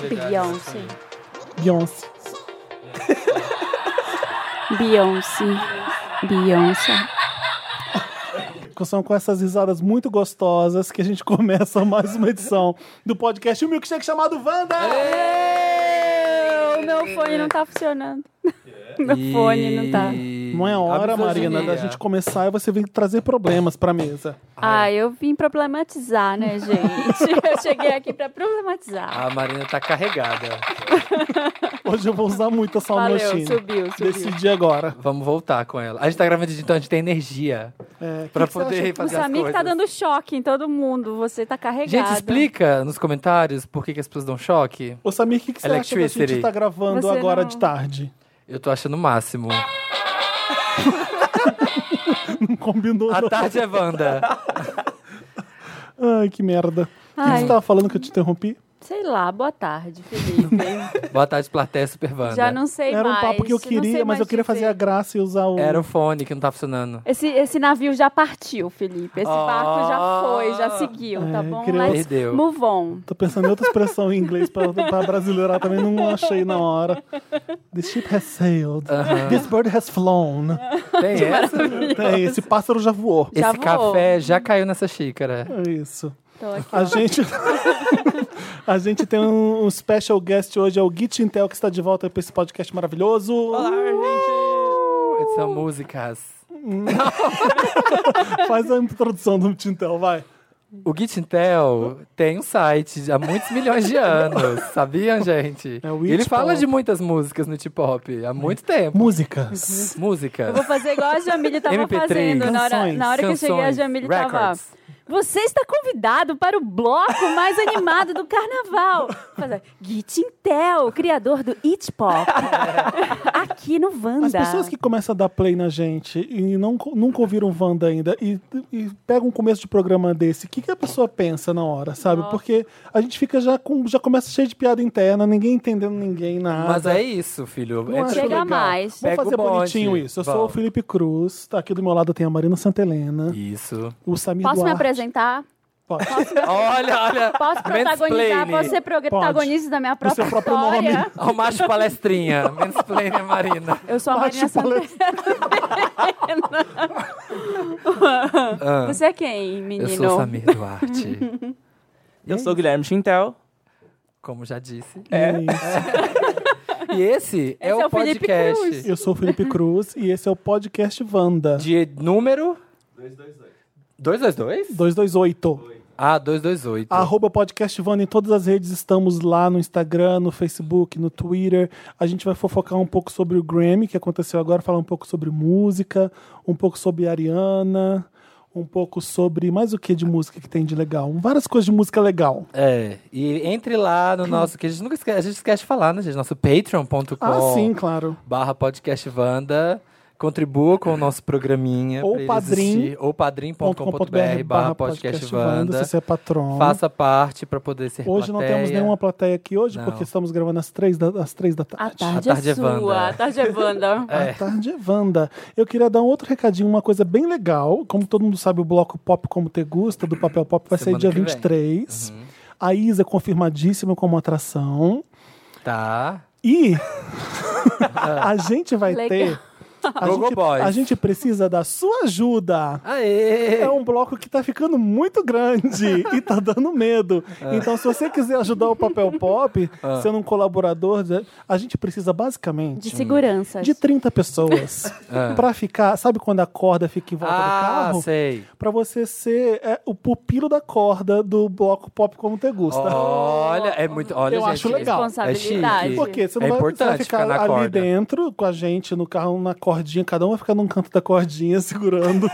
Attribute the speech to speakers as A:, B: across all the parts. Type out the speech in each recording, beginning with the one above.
A: Beyoncé.
B: Beyoncé.
A: Beyoncé. Beyoncé.
B: São com essas risadas muito gostosas que a gente começa mais uma edição do podcast O Milkshake chamado Wanda!
A: O meu fone não tá funcionando. Meu fone não tá.
B: Não é a hora,
C: A misoginia.
B: Marina, da gente começar e você vem trazer problemas pra mesa.
A: Ah, eu vim problematizar, né, gente? Eu cheguei aqui pra
B: Ah,
A: problematizar.
C: A Marina tá carregada.
B: Hoje eu vou usar muito essa
A: Valeu,
B: almochinha.
A: subiu, subiu.
B: Decidi agora.
C: Vamos voltar com ela. A gente tá gravando de então, a gente tem energia
B: É, que
C: pra
B: que você
C: poder
A: O
C: fazer as
A: Samir
C: coisas.
A: que tá dando choque em todo mundo. Você tá carregado.
C: Gente, explica nos comentários por que, que as pessoas dão choque.
B: Ô, Samir, o que, que
C: é
B: você acha que a gente
C: Electricity.
B: tá gravando
A: Você
B: agora
A: não-
B: de tarde?
C: Eu tô achando o máximo.
B: Não combinou,
C: A
B: não.
C: tarde é Wanda.
B: Ai, que merda. O que que
A: Ai.
B: você tava falando que eu te interrompi?
A: Sei lá, boa tarde, Felipe.
C: Boa tarde, Platéia Super Wanda.
A: Já não sei
B: Era um
A: mais.
B: papo que eu
A: não sei
B: queria, mas
A: mais
B: eu queria
A: dizer.
B: fazer a graça e usar o...
C: Era o fone que não tá funcionando.
A: Esse, esse navio já partiu, Felipe. Esse
C: Ah.
A: barco já foi, já seguiu, tá
B: É,
A: bom?
B: criou-
A: Let's
C: Perdeu.
A: move on.
B: Tô pensando em outra expressão em inglês pra, pra brasileirar também, não achei na hora. The ship has sailed.
C: Aham.
B: This bird has flown.
C: Tem essa?
B: É, esse pássaro já voou.
A: Já
C: Esse
A: voou.
C: café já caiu nessa xícara.
B: É isso.
A: Tô aqui.
B: A gente. A gente tem um, um special guest hoje, é o Git Intel, que está de volta para esse podcast maravilhoso.
C: gente! São músicas.
B: Faz a introdução do Git Intel, vai.
C: O Git Intel tem um site há muitos milhões de anos, sabiam, gente?
B: É o
C: E ele
B: It
C: fala
B: Pop.
C: de muitas músicas no Tip Hop há muito tempo.
B: Músicas.
C: Músicas.
A: Eu vou fazer igual a Jamile tava
C: MP3,
A: fazendo. Na hora,
B: canções,
A: na hora que eu cheguei, a
C: canções,
A: Jamile tava.
C: records.
A: Você está convidado para o bloco mais animado do carnaval. Fazer, Git Intel, criador do It Pop. Aqui no Wanda.
B: As pessoas que começam a dar play na gente e não, nunca ouviram Wanda ainda e, e pegam um começo de programa desse, o que, que a pessoa pensa na hora, sabe? Porque a gente fica já com. já começa cheio de piada interna, ninguém entendendo ninguém, nada.
C: Mas é isso, filho.
B: Ah, tá. Não
C: É
B: acho
C: tipo-
A: Chega
B: legal.
A: mais.
B: Vamos
C: Pega
B: fazer
C: o bonde.
B: bonitinho isso. Eu sou o
C: Vamos.
B: Felipe Cruz, tá aqui do meu lado tem a Marina Santelena,
C: Isso.
B: o Samir
A: Posso me
B: Duarte.
A: apresentar?
B: Pode.
C: Olha, olha.
A: Posso protagonizar?
C: mansplaining.
A: Posso ser protagonista da minha própria
B: seu próprio
A: história?
B: nome.
C: Ao macho palestrinha. Mansplaining, Marina.
A: Eu sou a
B: Macho
A: Marina Santelena.
C: Ah,
A: Você é quem, menino?
C: eu sou o Samir Duarte.
D: Eu sou o Guilherme Chintel.
C: Como já disse.
B: É isso.
C: E esse, é,
A: é
C: o
A: o Felipe Cruz.
C: podcast
B: Eu sou o Felipe Cruz e esse é o podcast Wanda.
C: de número... 222. 222?
B: 228.
C: Ah, 228.
B: Arroba podcast Wanda em todas as redes. Estamos lá no Instagram, no Facebook, no Twitter. A gente vai fofocar um pouco sobre o Grammy, que aconteceu agora, falar um pouco sobre música, um pouco sobre Ariana, um pouco sobre mais o que de música que tem de legal. Várias coisas de música legal.
C: É, e entre lá
B: Hum.
C: no nosso, que a gente nunca esquece, a gente esquece de falar, né, gente? Nosso patreon.com
B: Ah, sim, claro.
C: barra podcast Wanda. Contribua com o nosso programinha.
B: Ou
C: pra ele
B: padrim.
C: existir. Ou padrim.com.br barra podcast
B: Wanda, se
C: Wanda.
B: você é patrão.
C: Faça parte pra poder ser
B: Hoje não
C: plateia.
B: temos nenhuma plateia aqui hoje,
C: Não.
B: porque estamos gravando às três da, às três da
A: A
B: tarde.
A: tarde,
C: A tarde
A: é
C: é
A: sua.
C: Wanda.
A: A tarde é Wanda.
B: A tarde é Wanda. Eu queria dar um outro recadinho, uma coisa bem legal. Como todo mundo sabe, o bloco Pop Como Te Gusta, do Papel Pop, vai sair
C: Semana
B: dia
C: que vem. Uhum.
B: 23. A Isa é confirmadíssima como atração.
C: Tá.
B: E a gente vai
A: Legal.
B: ter... A
C: Gogo
B: gente,
C: Boys.
B: a gente precisa da sua ajuda.
C: Aê!
B: É um bloco que tá ficando muito grande e tá dando medo.
C: É.
B: Então, se você quiser ajudar o Papel Pop,
C: Ah.
B: sendo um colaborador, a gente precisa
A: De
B: basicamente
A: segurança.
B: de 30 pessoas pra ficar. Sabe quando a corda fica em volta do
C: É. Ah,
B: carro?
C: sei.
B: Pra você ser é, o pupilo da corda do bloco Pop como te gusta.
C: Olha, é muito. Olha,
B: Eu
C: gente,
B: acho legal.
C: É
A: Responsabilidade.
C: chique.
B: Por quê? Você não
C: é
B: vai, você
C: importante
B: vai ficar,
C: na
B: ali
C: corda.
B: dentro com a gente no carro, na cordinha, cada um vai ficar num canto da cordinha segurando.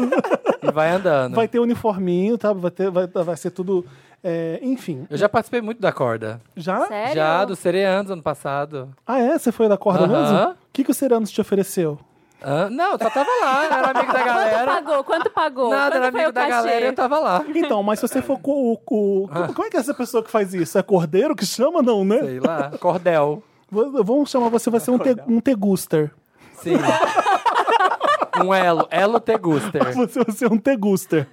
C: E vai andando.
B: Vai ter uniforminho, tá? Vai, ter, vai, vai ser tudo. é, enfim.
C: Eu já participei muito da corda.
B: Já?
A: Sério?
C: Já, dos Sereanos ano passado.
B: Ah, é? Você foi da corda
C: Aham.
B: mesmo? O que, que o Ceranos te ofereceu?
C: Hã? não, eu só tava lá, era amigo da
A: Quanto
C: galera.
A: pagou? Quanto pagou?
C: Nada,
A: Quanto
C: era
A: foi
C: amigo
A: o
C: da
A: cachê?
C: galera, eu tava lá.
B: Então, mas se você for com o. com- como, como é que é essa pessoa que faz isso? É cordeiro que chama, não, né?
C: Ah. Sei lá, cordel.
B: V- Vamos chamar você, vai ser um, te, um teguster.
C: Sim. um elo, elo teguster. É.
B: Você vai ser um teguster.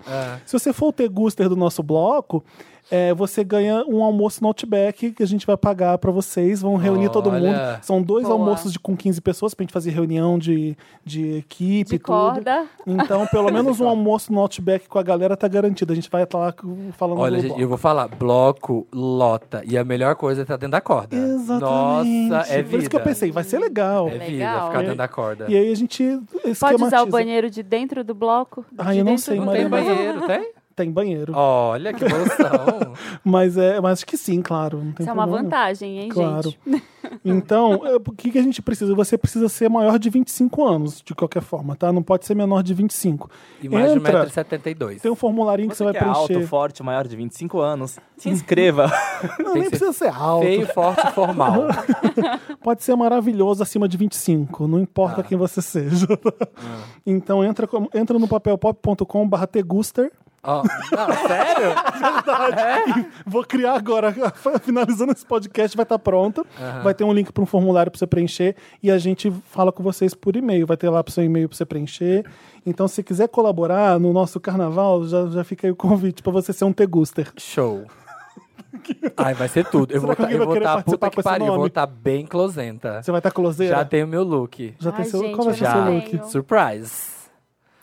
B: Se você for o teguster do nosso bloco, é, você ganha um almoço no Outback que a gente vai pagar pra vocês. Vão reunir todo
C: Olha.
B: mundo. São dois
A: Boa.
B: almoços de, com 15 pessoas pra gente fazer reunião de, de equipe e
A: De
B: tudo.
A: corda.
B: Então, pelo menos um almoço no Outback com a galera tá garantido. A gente vai estar lá com- falando
C: Olha,
B: do
C: gente,
B: bloco.
C: eu vou falar, bloco lota. E a melhor coisa é estar dentro da corda.
B: Exatamente.
C: Nossa, é vida.
B: Por isso que eu pensei, vai ser legal.
C: É vida,
A: Legal.
C: ficar dentro da corda.
B: E aí a gente
A: Pode usar
B: esquematiza.
A: o banheiro de dentro do bloco?
B: Ah,
A: De
B: eu não
A: dentro
B: sei,
A: do
C: Não tem
B: Maria, mas-
C: banheiro, tem?
B: Tem banheiro.
C: Olha, que evolução.
B: Mas é, mas acho que sim, claro. Não tem
A: Isso é uma
B: problema.
A: vantagem, hein,
B: Claro.
A: gente?
B: Então, é, o que, que a gente precisa? Você precisa ser maior de 25 anos, de qualquer forma, tá? Não pode ser menor de 25.
C: E mais de
B: Entra.
C: 1,72m.
B: Tem um formularinho que você,
D: Você
B: vai
D: que é alto,
B: preencher.
D: forte, maior de 25 anos, se inscreva.
B: não,
C: tem
B: nem
C: que ser
B: precisa ser alto.
C: Feio, forte e formal.
B: Pode ser maravilhoso acima de 25, não
C: Ah.
B: importa quem você seja. Então entra, como- entra no papelpop.com barra teguster.
C: Ó, não, sério?
B: Vou criar agora, finalizando esse podcast, vai estar pronta. Vai ter um link para um formulário para você preencher e a gente fala com vocês por e-mail. Vai ter lá para seu e-mail para você preencher. Então, se quiser colaborar no nosso carnaval, já, já fica aí o convite para você ser um teguster.
C: Show. Ai, vai ser tudo. Eu
B: Será
C: vou
B: que alguém vai querer
C: estar
B: participar
C: puta
B: com
C: que
B: esse
C: pariu, eu vou
B: nome?
C: estar bem closenta.
B: Você vai estar closeira?
C: Já tenho meu look.
B: Já tem
A: Ai,
B: seu,
A: gente,
B: como vai ser
A: eu
B: seu
A: não
B: look?
A: tenho.
C: Surprise.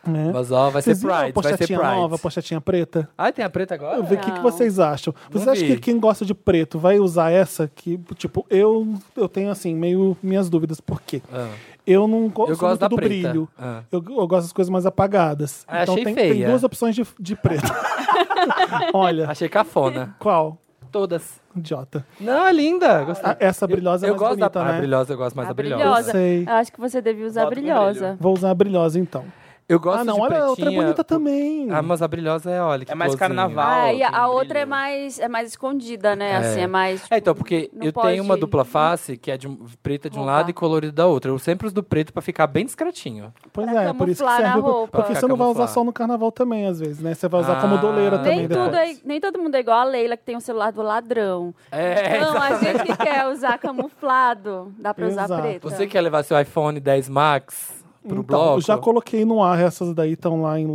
B: É.
C: Mas ó, vai
B: Vocês
C: ser
B: viram a
C: Pride, vai ser
B: pochetinha
C: Pride.
B: nova, a pochetinha preta?
C: Ah, tem a preta agora?
B: Eu ver o que, que
A: Não.
B: vocês acham. Você acha que
C: vi.
B: quem gosta de preto vai usar essa? Que, tipo, eu, eu tenho, assim, meio minhas dúvidas. Por quê?
C: Ah.
B: Eu não gosto,
C: Eu gosto
B: muito
C: da
B: do
C: preta.
B: brilho.
C: Ah.
B: Eu, eu gosto das coisas mais apagadas.
C: Ah,
B: então
C: achei
B: tem,
C: feia.
B: tem duas opções de, de preto. Olha,
C: Achei cafona.
B: qual?
C: Todas.
B: Idiota.
C: Não, é linda. Gostei.
B: Ah, essa brilhosa é
C: eu
B: mais
C: gosto
B: bonita,
C: da
B: né?
C: a brilhosa, Ah. eu gosto mais
A: A
C: da
A: brilhosa.
C: brilhosa.
B: Eu sei.
A: Eu acho que você devia usar a
D: Bota o
A: brilhosa.
B: Vou usar a brilhosa, então.
C: Eu gosto
B: ah, não,
C: de
B: olha, a outra é
C: pretinha.
B: bonita também.
C: Ah, mas a brilhosa é, olha, que
D: É mais
C: florzinha.
D: carnaval.
A: Ah, e a,
D: tem
A: a
D: um
A: outra
D: brilho.
A: é mais, é mais escondida, né? Assim, é mais.
C: É, então, porque
A: Não
C: eu
A: pode-
C: tenho uma dupla face que é de um- preta de um
A: Roubar.
C: lado e colorida da outra. Eu sempre uso do preto pra ficar bem discretinho.
B: pois
A: pra
B: é, por isso que
A: camuflar na
B: serve. pra-
A: roupa.
B: Porque você não vai usar
C: Camuflar.
B: só no carnaval também, às vezes, né? Você vai usar
C: Ah.
B: como doleira
C: Nem
B: também
A: Nem, tudo
B: depois.
A: é, nem todo mundo é igual a Leila, que tem o celular do ladrão.
C: É,
A: não, a gente que quer usar camuflado, dá pra usar
B: Exato.
A: preto.
C: Você quer levar seu iPhone 10 Max pro
B: Então,
C: bloco?
B: eu já coloquei no ar essas daí, estão lá em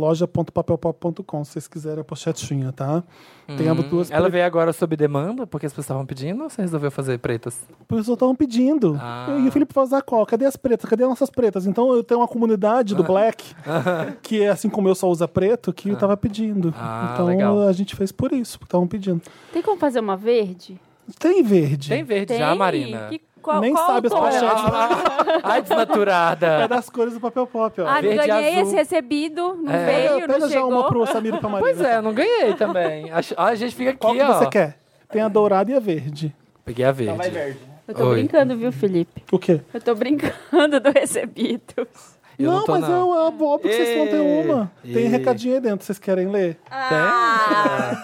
B: loja.papelpop.com, se vocês quiserem a pochetinha, tá? Tem ambas duas.
C: Uhum. Hum. Ela
B: Ela
C: veio agora sob demanda, porque as pessoas estavam pedindo, ou você resolveu fazer pretas?
B: pessoas estavam pedindo.
C: Ah.
B: Eu- E o Felipe vai usar qual? Cadê as pretas? Cadê as nossas pretas? Então eu tenho uma comunidade
C: Ah.
B: do Black, que é assim como eu só usa preto, que eu tava pedindo.
C: Ah,
B: então
C: legal.
B: a gente fez por isso, porque estavam pedindo.
A: Tem como fazer uma verde?
B: Tem verde.
C: Tem verde
A: Tem.
C: já, Marina.
A: Que, qual,
B: Nem
A: qual
B: sabe as
A: o tom?
B: pochetes.
C: Ai,
B: É
C: desnaturada.
B: das cores do papel pop, ó.
A: Ah,
C: Verde e
A: ganhei
C: azul.
A: esse recebido, não
C: É.
A: veio,
B: pega pega
A: não
B: já
A: chegou.
B: uma pro Samir e pra Marina.
C: Pois é, não ganhei também. Acho- ah, A gente fica aqui,
B: Qual que
C: ó.
B: você quer? Tem a dourada e a verde.
C: Peguei a Tá verde.
A: Eu tô
C: Oi.
A: brincando, viu, Felipe?
B: O quê?
A: Eu tô brincando do recebido.
C: Eu
B: não,
C: não tô,
B: mas
C: não.
B: é uma boa, porque vocês não têm
C: Ê,
B: uma. Tem
C: ê.
B: recadinho aí dentro, vocês querem ler?
A: Ah,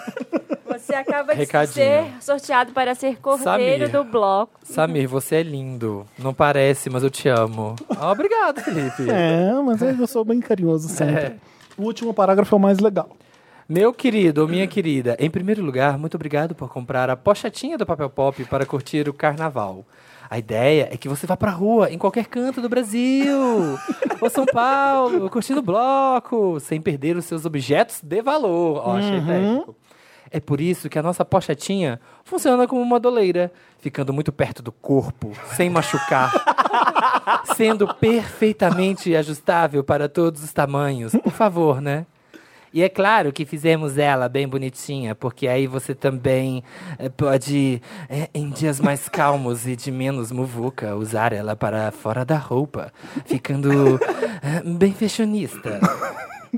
A: você acaba de
C: Recadinho.
A: ser sorteado para ser cordeiro
C: Samir.
A: do bloco.
C: Samir, você é lindo. Não parece, mas eu te amo. Ah, obrigado, Felipe.
B: É, mas eu sou bem carinhoso sempre.
C: É.
B: O último parágrafo é o mais legal.
C: Meu querido ou minha querida, em primeiro lugar, muito obrigado por comprar a pochetinha do Papel Pop para curtir o carnaval. A ideia é que você vá pra rua, em qualquer canto do Brasil, ou São Paulo, curtindo o bloco, sem perder os seus objetos de valor. Ó, achei técnico. É por isso que a nossa pochetinha funciona como uma doleira, ficando muito perto do corpo, sem machucar sendo perfeitamente ajustável para todos os tamanhos. Por favor, né? E é claro que fizemos ela bem bonitinha, porque aí você também eh, pode, eh, em dias mais calmos e de menos muvuca, usar ela para fora da roupa, ficando eh, bem fashionista.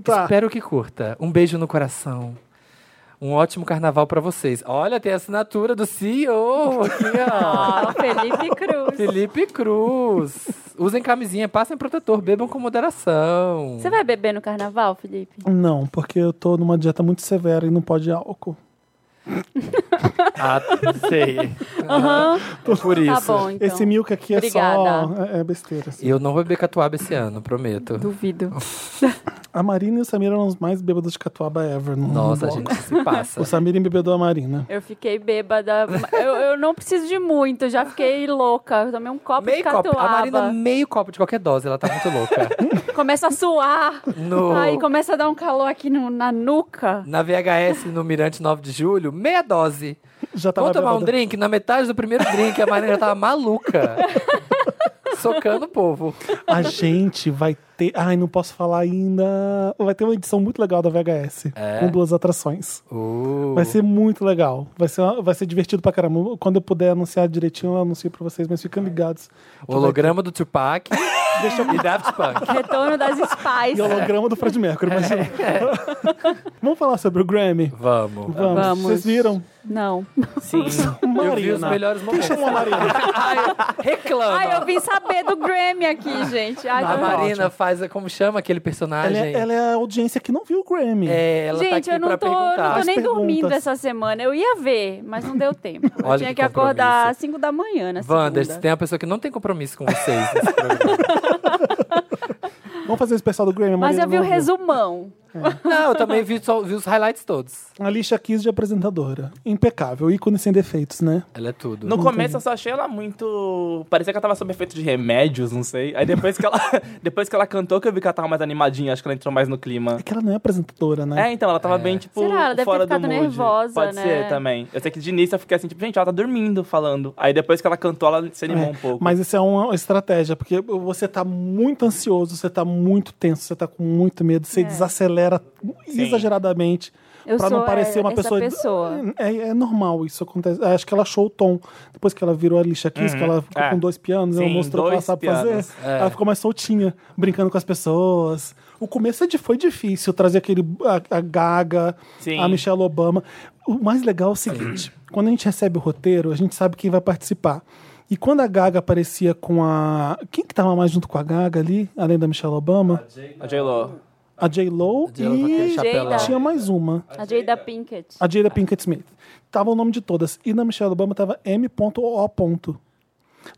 B: Tá.
C: Espero que curta. Um beijo no coração. Um ótimo carnaval para vocês. Olha, tem a assinatura do CEO aqui, ó.
A: Ó, Felipe Cruz.
C: Felipe Cruz. Usem camisinha, passem protetor, bebam com moderação.
A: Você vai beber no carnaval, Felipe?
B: Não, porque eu tô numa dieta muito severa e não pode álcool.
C: Ah, sei.
A: Aham.
C: É Por
A: Tá
C: isso.
A: bom, então.
B: Esse milk aqui é só.
A: Obrigada.
B: É, é besteira. assim.
C: Eu não vou beber catuaba esse ano, prometo.
A: Duvido.
B: A Marina e o Samir eram os mais bêbados de Catuaba ever. Não,
C: Nossa, gente, isso se passa.
B: O Samir embebedou a Marina.
A: Eu fiquei bêbada. eu, eu não preciso de muito, já fiquei louca. Eu tomei um copo de
C: Meio copo.
A: catuaba.
C: A Marina, meio copo de qualquer dose, ela tá muito louca.
A: Começa a suar.
C: No-
A: Aí começa a dar um calor aqui no- na nuca.
C: Na VHS, no Mirante 9 de Julho, meia dose.
B: Já tava
C: Vamos tomar um
B: bêbada.
C: drink? Na metade do primeiro drink, a Marina já tava maluca. Socando o povo.
B: A gente vai ter. Ai, não posso falar ainda. Vai ter uma edição muito legal da VHS. Com duas atrações.
C: É? Uh,
B: Vai ser muito legal. Vai ser, vai ser divertido pra caramba. Quando eu puder anunciar direitinho, eu anuncio pra vocês, mas ficam ligados.
C: o holograma do Tupac e Daft Punk.
A: Retorno das
B: E
A: Spice.
B: holograma do Fred Mercury. mas-
C: É.
B: Vamos falar sobre o Grammy?
C: Vamos.
B: Vamos.
A: Vamos.
B: Vocês viram?
A: Não.
D: Sim.
C: Eu vi os melhores
B: Quem
C: momentos.
B: chamou a Marina?
C: Ai, reclama.
A: Ai, eu vim saber do Grammy aqui, gente. Ai,
C: A
A: tô-
C: Marina faz, a- como chama aquele personagem?
B: Ela é, ela é a audiência que não viu o Grammy.
C: É, ela tá
A: gente,
C: aqui
A: eu não
C: pra
A: tô, não
C: perguntar.
A: tô
B: As
A: nem dormindo
B: perguntas.
A: essa semana. Eu ia ver, mas não deu tempo.
C: Olha
A: eu tinha
C: que
A: que, acordar
C: compromisso.
A: às 5 da manhã, né?
C: Wander, se tem uma pessoa que não tem compromisso com vocês. nesse programa.
B: Vamos fazer o especial do
C: um
B: Grammy. a
A: Mas
B: Marina
A: eu vi o
B: não viu.
A: resumão.
C: não, eu também vi, só- vi os highlights todos.
B: A Alicia Keys de apresentadora. Impecável, ícone sem defeitos, né?
C: Ela é tudo.
D: No começo eu só achei ela muito. Parecia que ela tava sob efeito de remédios, não sei. Aí depois que ela, depois que ela cantou, que eu vi que ela tava mais animadinha, acho que ela entrou mais no clima.
B: É que ela não é apresentadora, né?
D: É, então, ela tava bem, tipo,
A: Será? Ela deve ter
D: fora do
A: ficado
D: mood.
A: nervosa,
D: Pode
A: né?
D: ser também. Eu sei que de início eu fiquei assim, tipo, gente, ela tá dormindo falando. Aí depois que ela cantou, ela se animou
B: É,
D: um pouco.
B: Mas isso é uma estratégia, porque você tá muito ansioso, você tá muito tenso, você tá com muito medo, você desacelera exageradamente
A: É. Eu
B: pra não
A: sou,
B: parecer
A: é,
B: uma
A: essa
B: pessoa.
A: pessoa.
B: É, é normal isso acontece. Acho que ela achou o tom. Depois que ela virou a lixa Kiss, que ela ficou
D: É.
B: com dois pianos, ela
D: Sim,
B: mostrou o que ela
D: dois
B: sabe
D: pianos.
B: fazer. Ela ficou mais soltinha, brincando com as pessoas. O começo é de- foi difícil trazer aquele a, a Gaga,
D: Sim.
B: a Michelle Obama. O mais legal é o seguinte: quando a gente recebe o roteiro, a gente sabe quem vai participar. E quando a Gaga aparecia com a. Quem que tava mais junto com a Gaga ali, além da Michelle Obama?
D: A J-Lo.
B: A J-Lo
C: De ela tá com aquele
B: e
C: chapelão.
A: Jada.
B: tinha mais uma.
A: A Jada Pinkett.
B: A Jada Pinkett Smith. Tava o nome de todas. E na Michelle Obama tava M.O. ponto.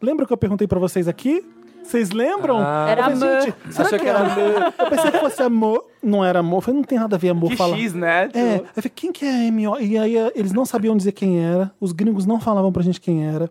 B: Lembra que eu perguntei pra vocês aqui? Vocês lembram?
A: Era
B: eu falei, gente, será
C: Achou
B: que,
C: que
B: era
C: era
B: amor? Eu pensei que fosse amor. Não era amor. Eu falei, não tem nada a ver amor
D: Que
B: falar.
D: X, né?
B: É, eu falei, quem que é M.O.? E aí eh, eles não sabiam dizer quem era. Os gringos não falavam pra gente quem era.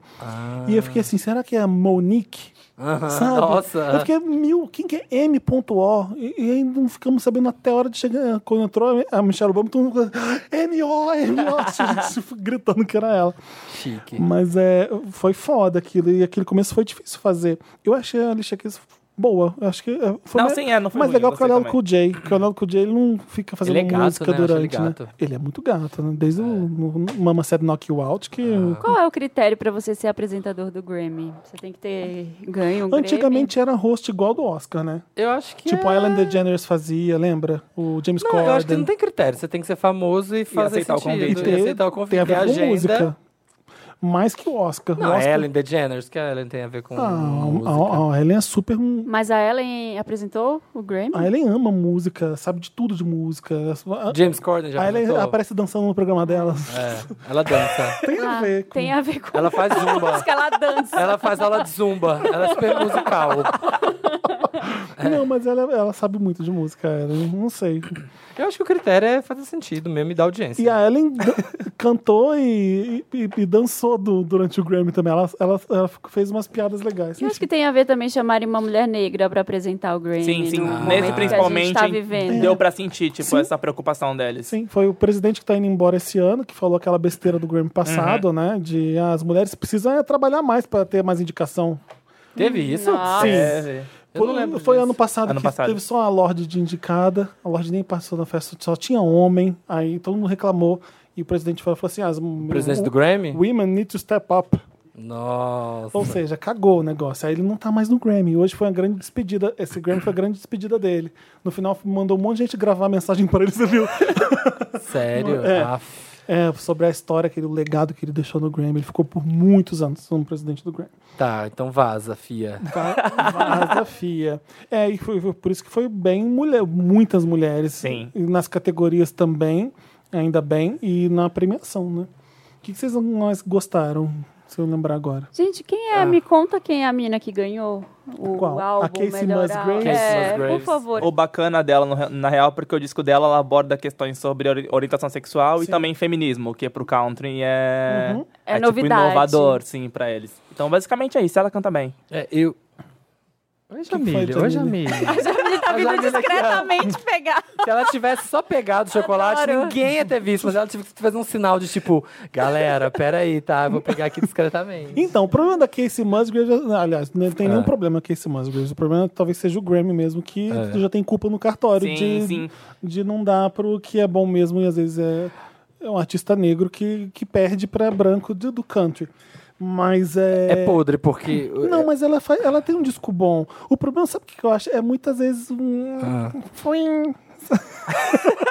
B: E eu fiquei assim, será que é a Monique?
C: Ah. Aham,
B: Sabe?
C: Nossa.
B: Eu fiquei, mil, quem que é M.O? E, e aí não ficamos sabendo até a hora de chegar. Quando entrou a Michelle Obama, todo mundo "Ah, M.O., M.O., Tipo, gritando que era ela.
C: Chique.
B: Mas é, foi foda aquilo. E aquele começo foi difícil fazer. Eu achei a lixa aqui boa. Eu acho que é, foi
D: Não,
B: mais-
D: sim, é, não foi
B: mais
D: ruim,
B: legal
D: eu
B: que o Leonardo
D: gostei
B: Cool J. Porque o Leonardo Cool J ele não fica fazendo
C: Ele é gato,
B: música
C: né? Acho ele
B: durante, né?
C: gato. É.
B: Ele é muito gato, né? Desde o no- Mama Said Knock You Out, que...
C: Ah.
A: Qual é o critério pra você ser apresentador do Grammy? Você tem que ter ganho um
B: Antigamente era host igual do Oscar, né?
C: Eu acho que.
B: Tipo,
C: é...
B: a Ellen DeGeneres fazia, lembra? O James
C: Não,
B: Corden.
C: eu acho que não tem critério. Você tem que ser famoso e fazer
D: aceitar o
C: sentido,
D: convite.
C: e
D: tem
B: ter-
C: aceitar o
B: tem
C: convite.
B: a ver
C: ter
B: com
C: agenda.
B: música. Mais que o Oscar.
C: Não,
B: o
C: a
B: Oscar...
C: Ellen DeGeneres, que a Ellen tem a ver com
B: Ah,
C: música.
B: a- a Ellen é super
A: Grammy? Mas a Ellen apresentou o Grammy?
B: A Ellen ama música, sabe de tudo de música. A-
C: James Corden já
B: A Ellen
C: apresentou?
B: aparece dançando no programa dela.
C: É, ela dança.
B: Tem a
A: Ah,
B: ver com...
A: Tem a ver com
C: Ela faz zumba.
A: música, ela dança.
C: Ela faz aula de zumba. Ela é super musical.
B: Não, mas ela, ela sabe muito de música, ela. Não sei.
C: Eu acho que o critério é fazer sentido mesmo e dar audiência.
B: E a Ellen dan- cantou e, e- e dançou do- durante o Grammy também. Ela, ela- ela fez umas piadas legais.
A: Eu acho que tem a ver também chamarem uma mulher negra pra apresentar o Grammy.
D: Sim, sim.
A: no momento que
D: Nesse
A: a
D: principalmente
A: gente tá vivendo.
D: deu pra sentir, tipo,
B: Sim.
D: essa preocupação deles.
B: Sim, foi o presidente que tá indo embora esse ano que falou aquela besteira do Grammy passado, né? De ah, as mulheres precisam é, trabalhar mais pra ter mais indicação.
C: Teve isso?
A: Nossa.
D: É,
C: Eu
B: Foi-
C: não lembro
B: foi
C: disso.
B: ano passado
D: Ano
B: que
D: passado.
B: teve só a Lorde de indicada. A Lorde nem passou na festa, só tinha homem. Aí todo mundo reclamou. E o presidente falou, falou assim: as
C: O presidente do Grammy?
B: Women need to step up.
C: Nossa.
B: Ou seja, cagou o negócio. Aí ele não tá mais no Grammy. Hoje foi uma grande despedida. Esse Grammy foi a grande despedida dele. No final mandou um monte de gente gravar mensagem para ele, você viu?
C: Sério? Ah,
B: É.
C: Aff.
B: É, sobre a história, aquele legado que ele deixou no Grammy. Ele ficou por muitos anos como presidente do Grammy.
C: Tá, então vaza, fia.
B: Va- Vaza fia. É, e foi, foi por isso que foi bem mulher, muitas mulheres.
D: Sim.
B: E nas categorias também, ainda bem, e na premiação, né? O que, que vocês mais gostaram, se eu lembrar agora?
A: Gente, quem é? Me conta quem é a mina que ganhou. o,
B: Ah. Qual?
A: o
B: A
A: álbum
B: Casey
A: melhor
B: Musgraves?
A: álbum.
C: Casey
A: É, por
C: Musgraves.
A: favor.
D: O bacana dela, no re- na real, porque o disco dela ela aborda questões sobre ori- orientação sexual e
B: Sim.
D: também feminismo, que pro country é,
B: Uhum.
A: É
D: tipo,
A: novidade.
D: inovador, sim, pra eles. Então, basicamente é isso, ela canta bem.
C: É, eu. Oi, Jamile.
B: foi,
C: Oi,
B: Jamile?
C: Jamile.
A: Ele tá vindo
C: Jamile aqui, ó.
A: discretamente pegar.
C: Se ela tivesse só pegado o chocolate,
A: Adoro.
C: ninguém ia ter visto. Mas ela tive que fazer um sinal de tipo, galera, peraí, tá? Eu vou pegar aqui discretamente.
B: Então, o problema da Casey Musgraves, aliás, não tem nenhum
C: É.
B: problema com a Casey Musgraves. O problema talvez seja o Grammy mesmo, que
C: É.
B: já tem culpa no cartório
D: Sim,
B: de,
D: sim.
B: de não dar pro que é bom mesmo e às vezes é, é um artista negro que, que perde pra branco de- do country. Mas
C: É podre, porque.
B: Não, mas ela, fa- ela tem um disco bom. O problema, sabe o que eu acho? É muitas vezes um.
C: Ah.
B: Fuim.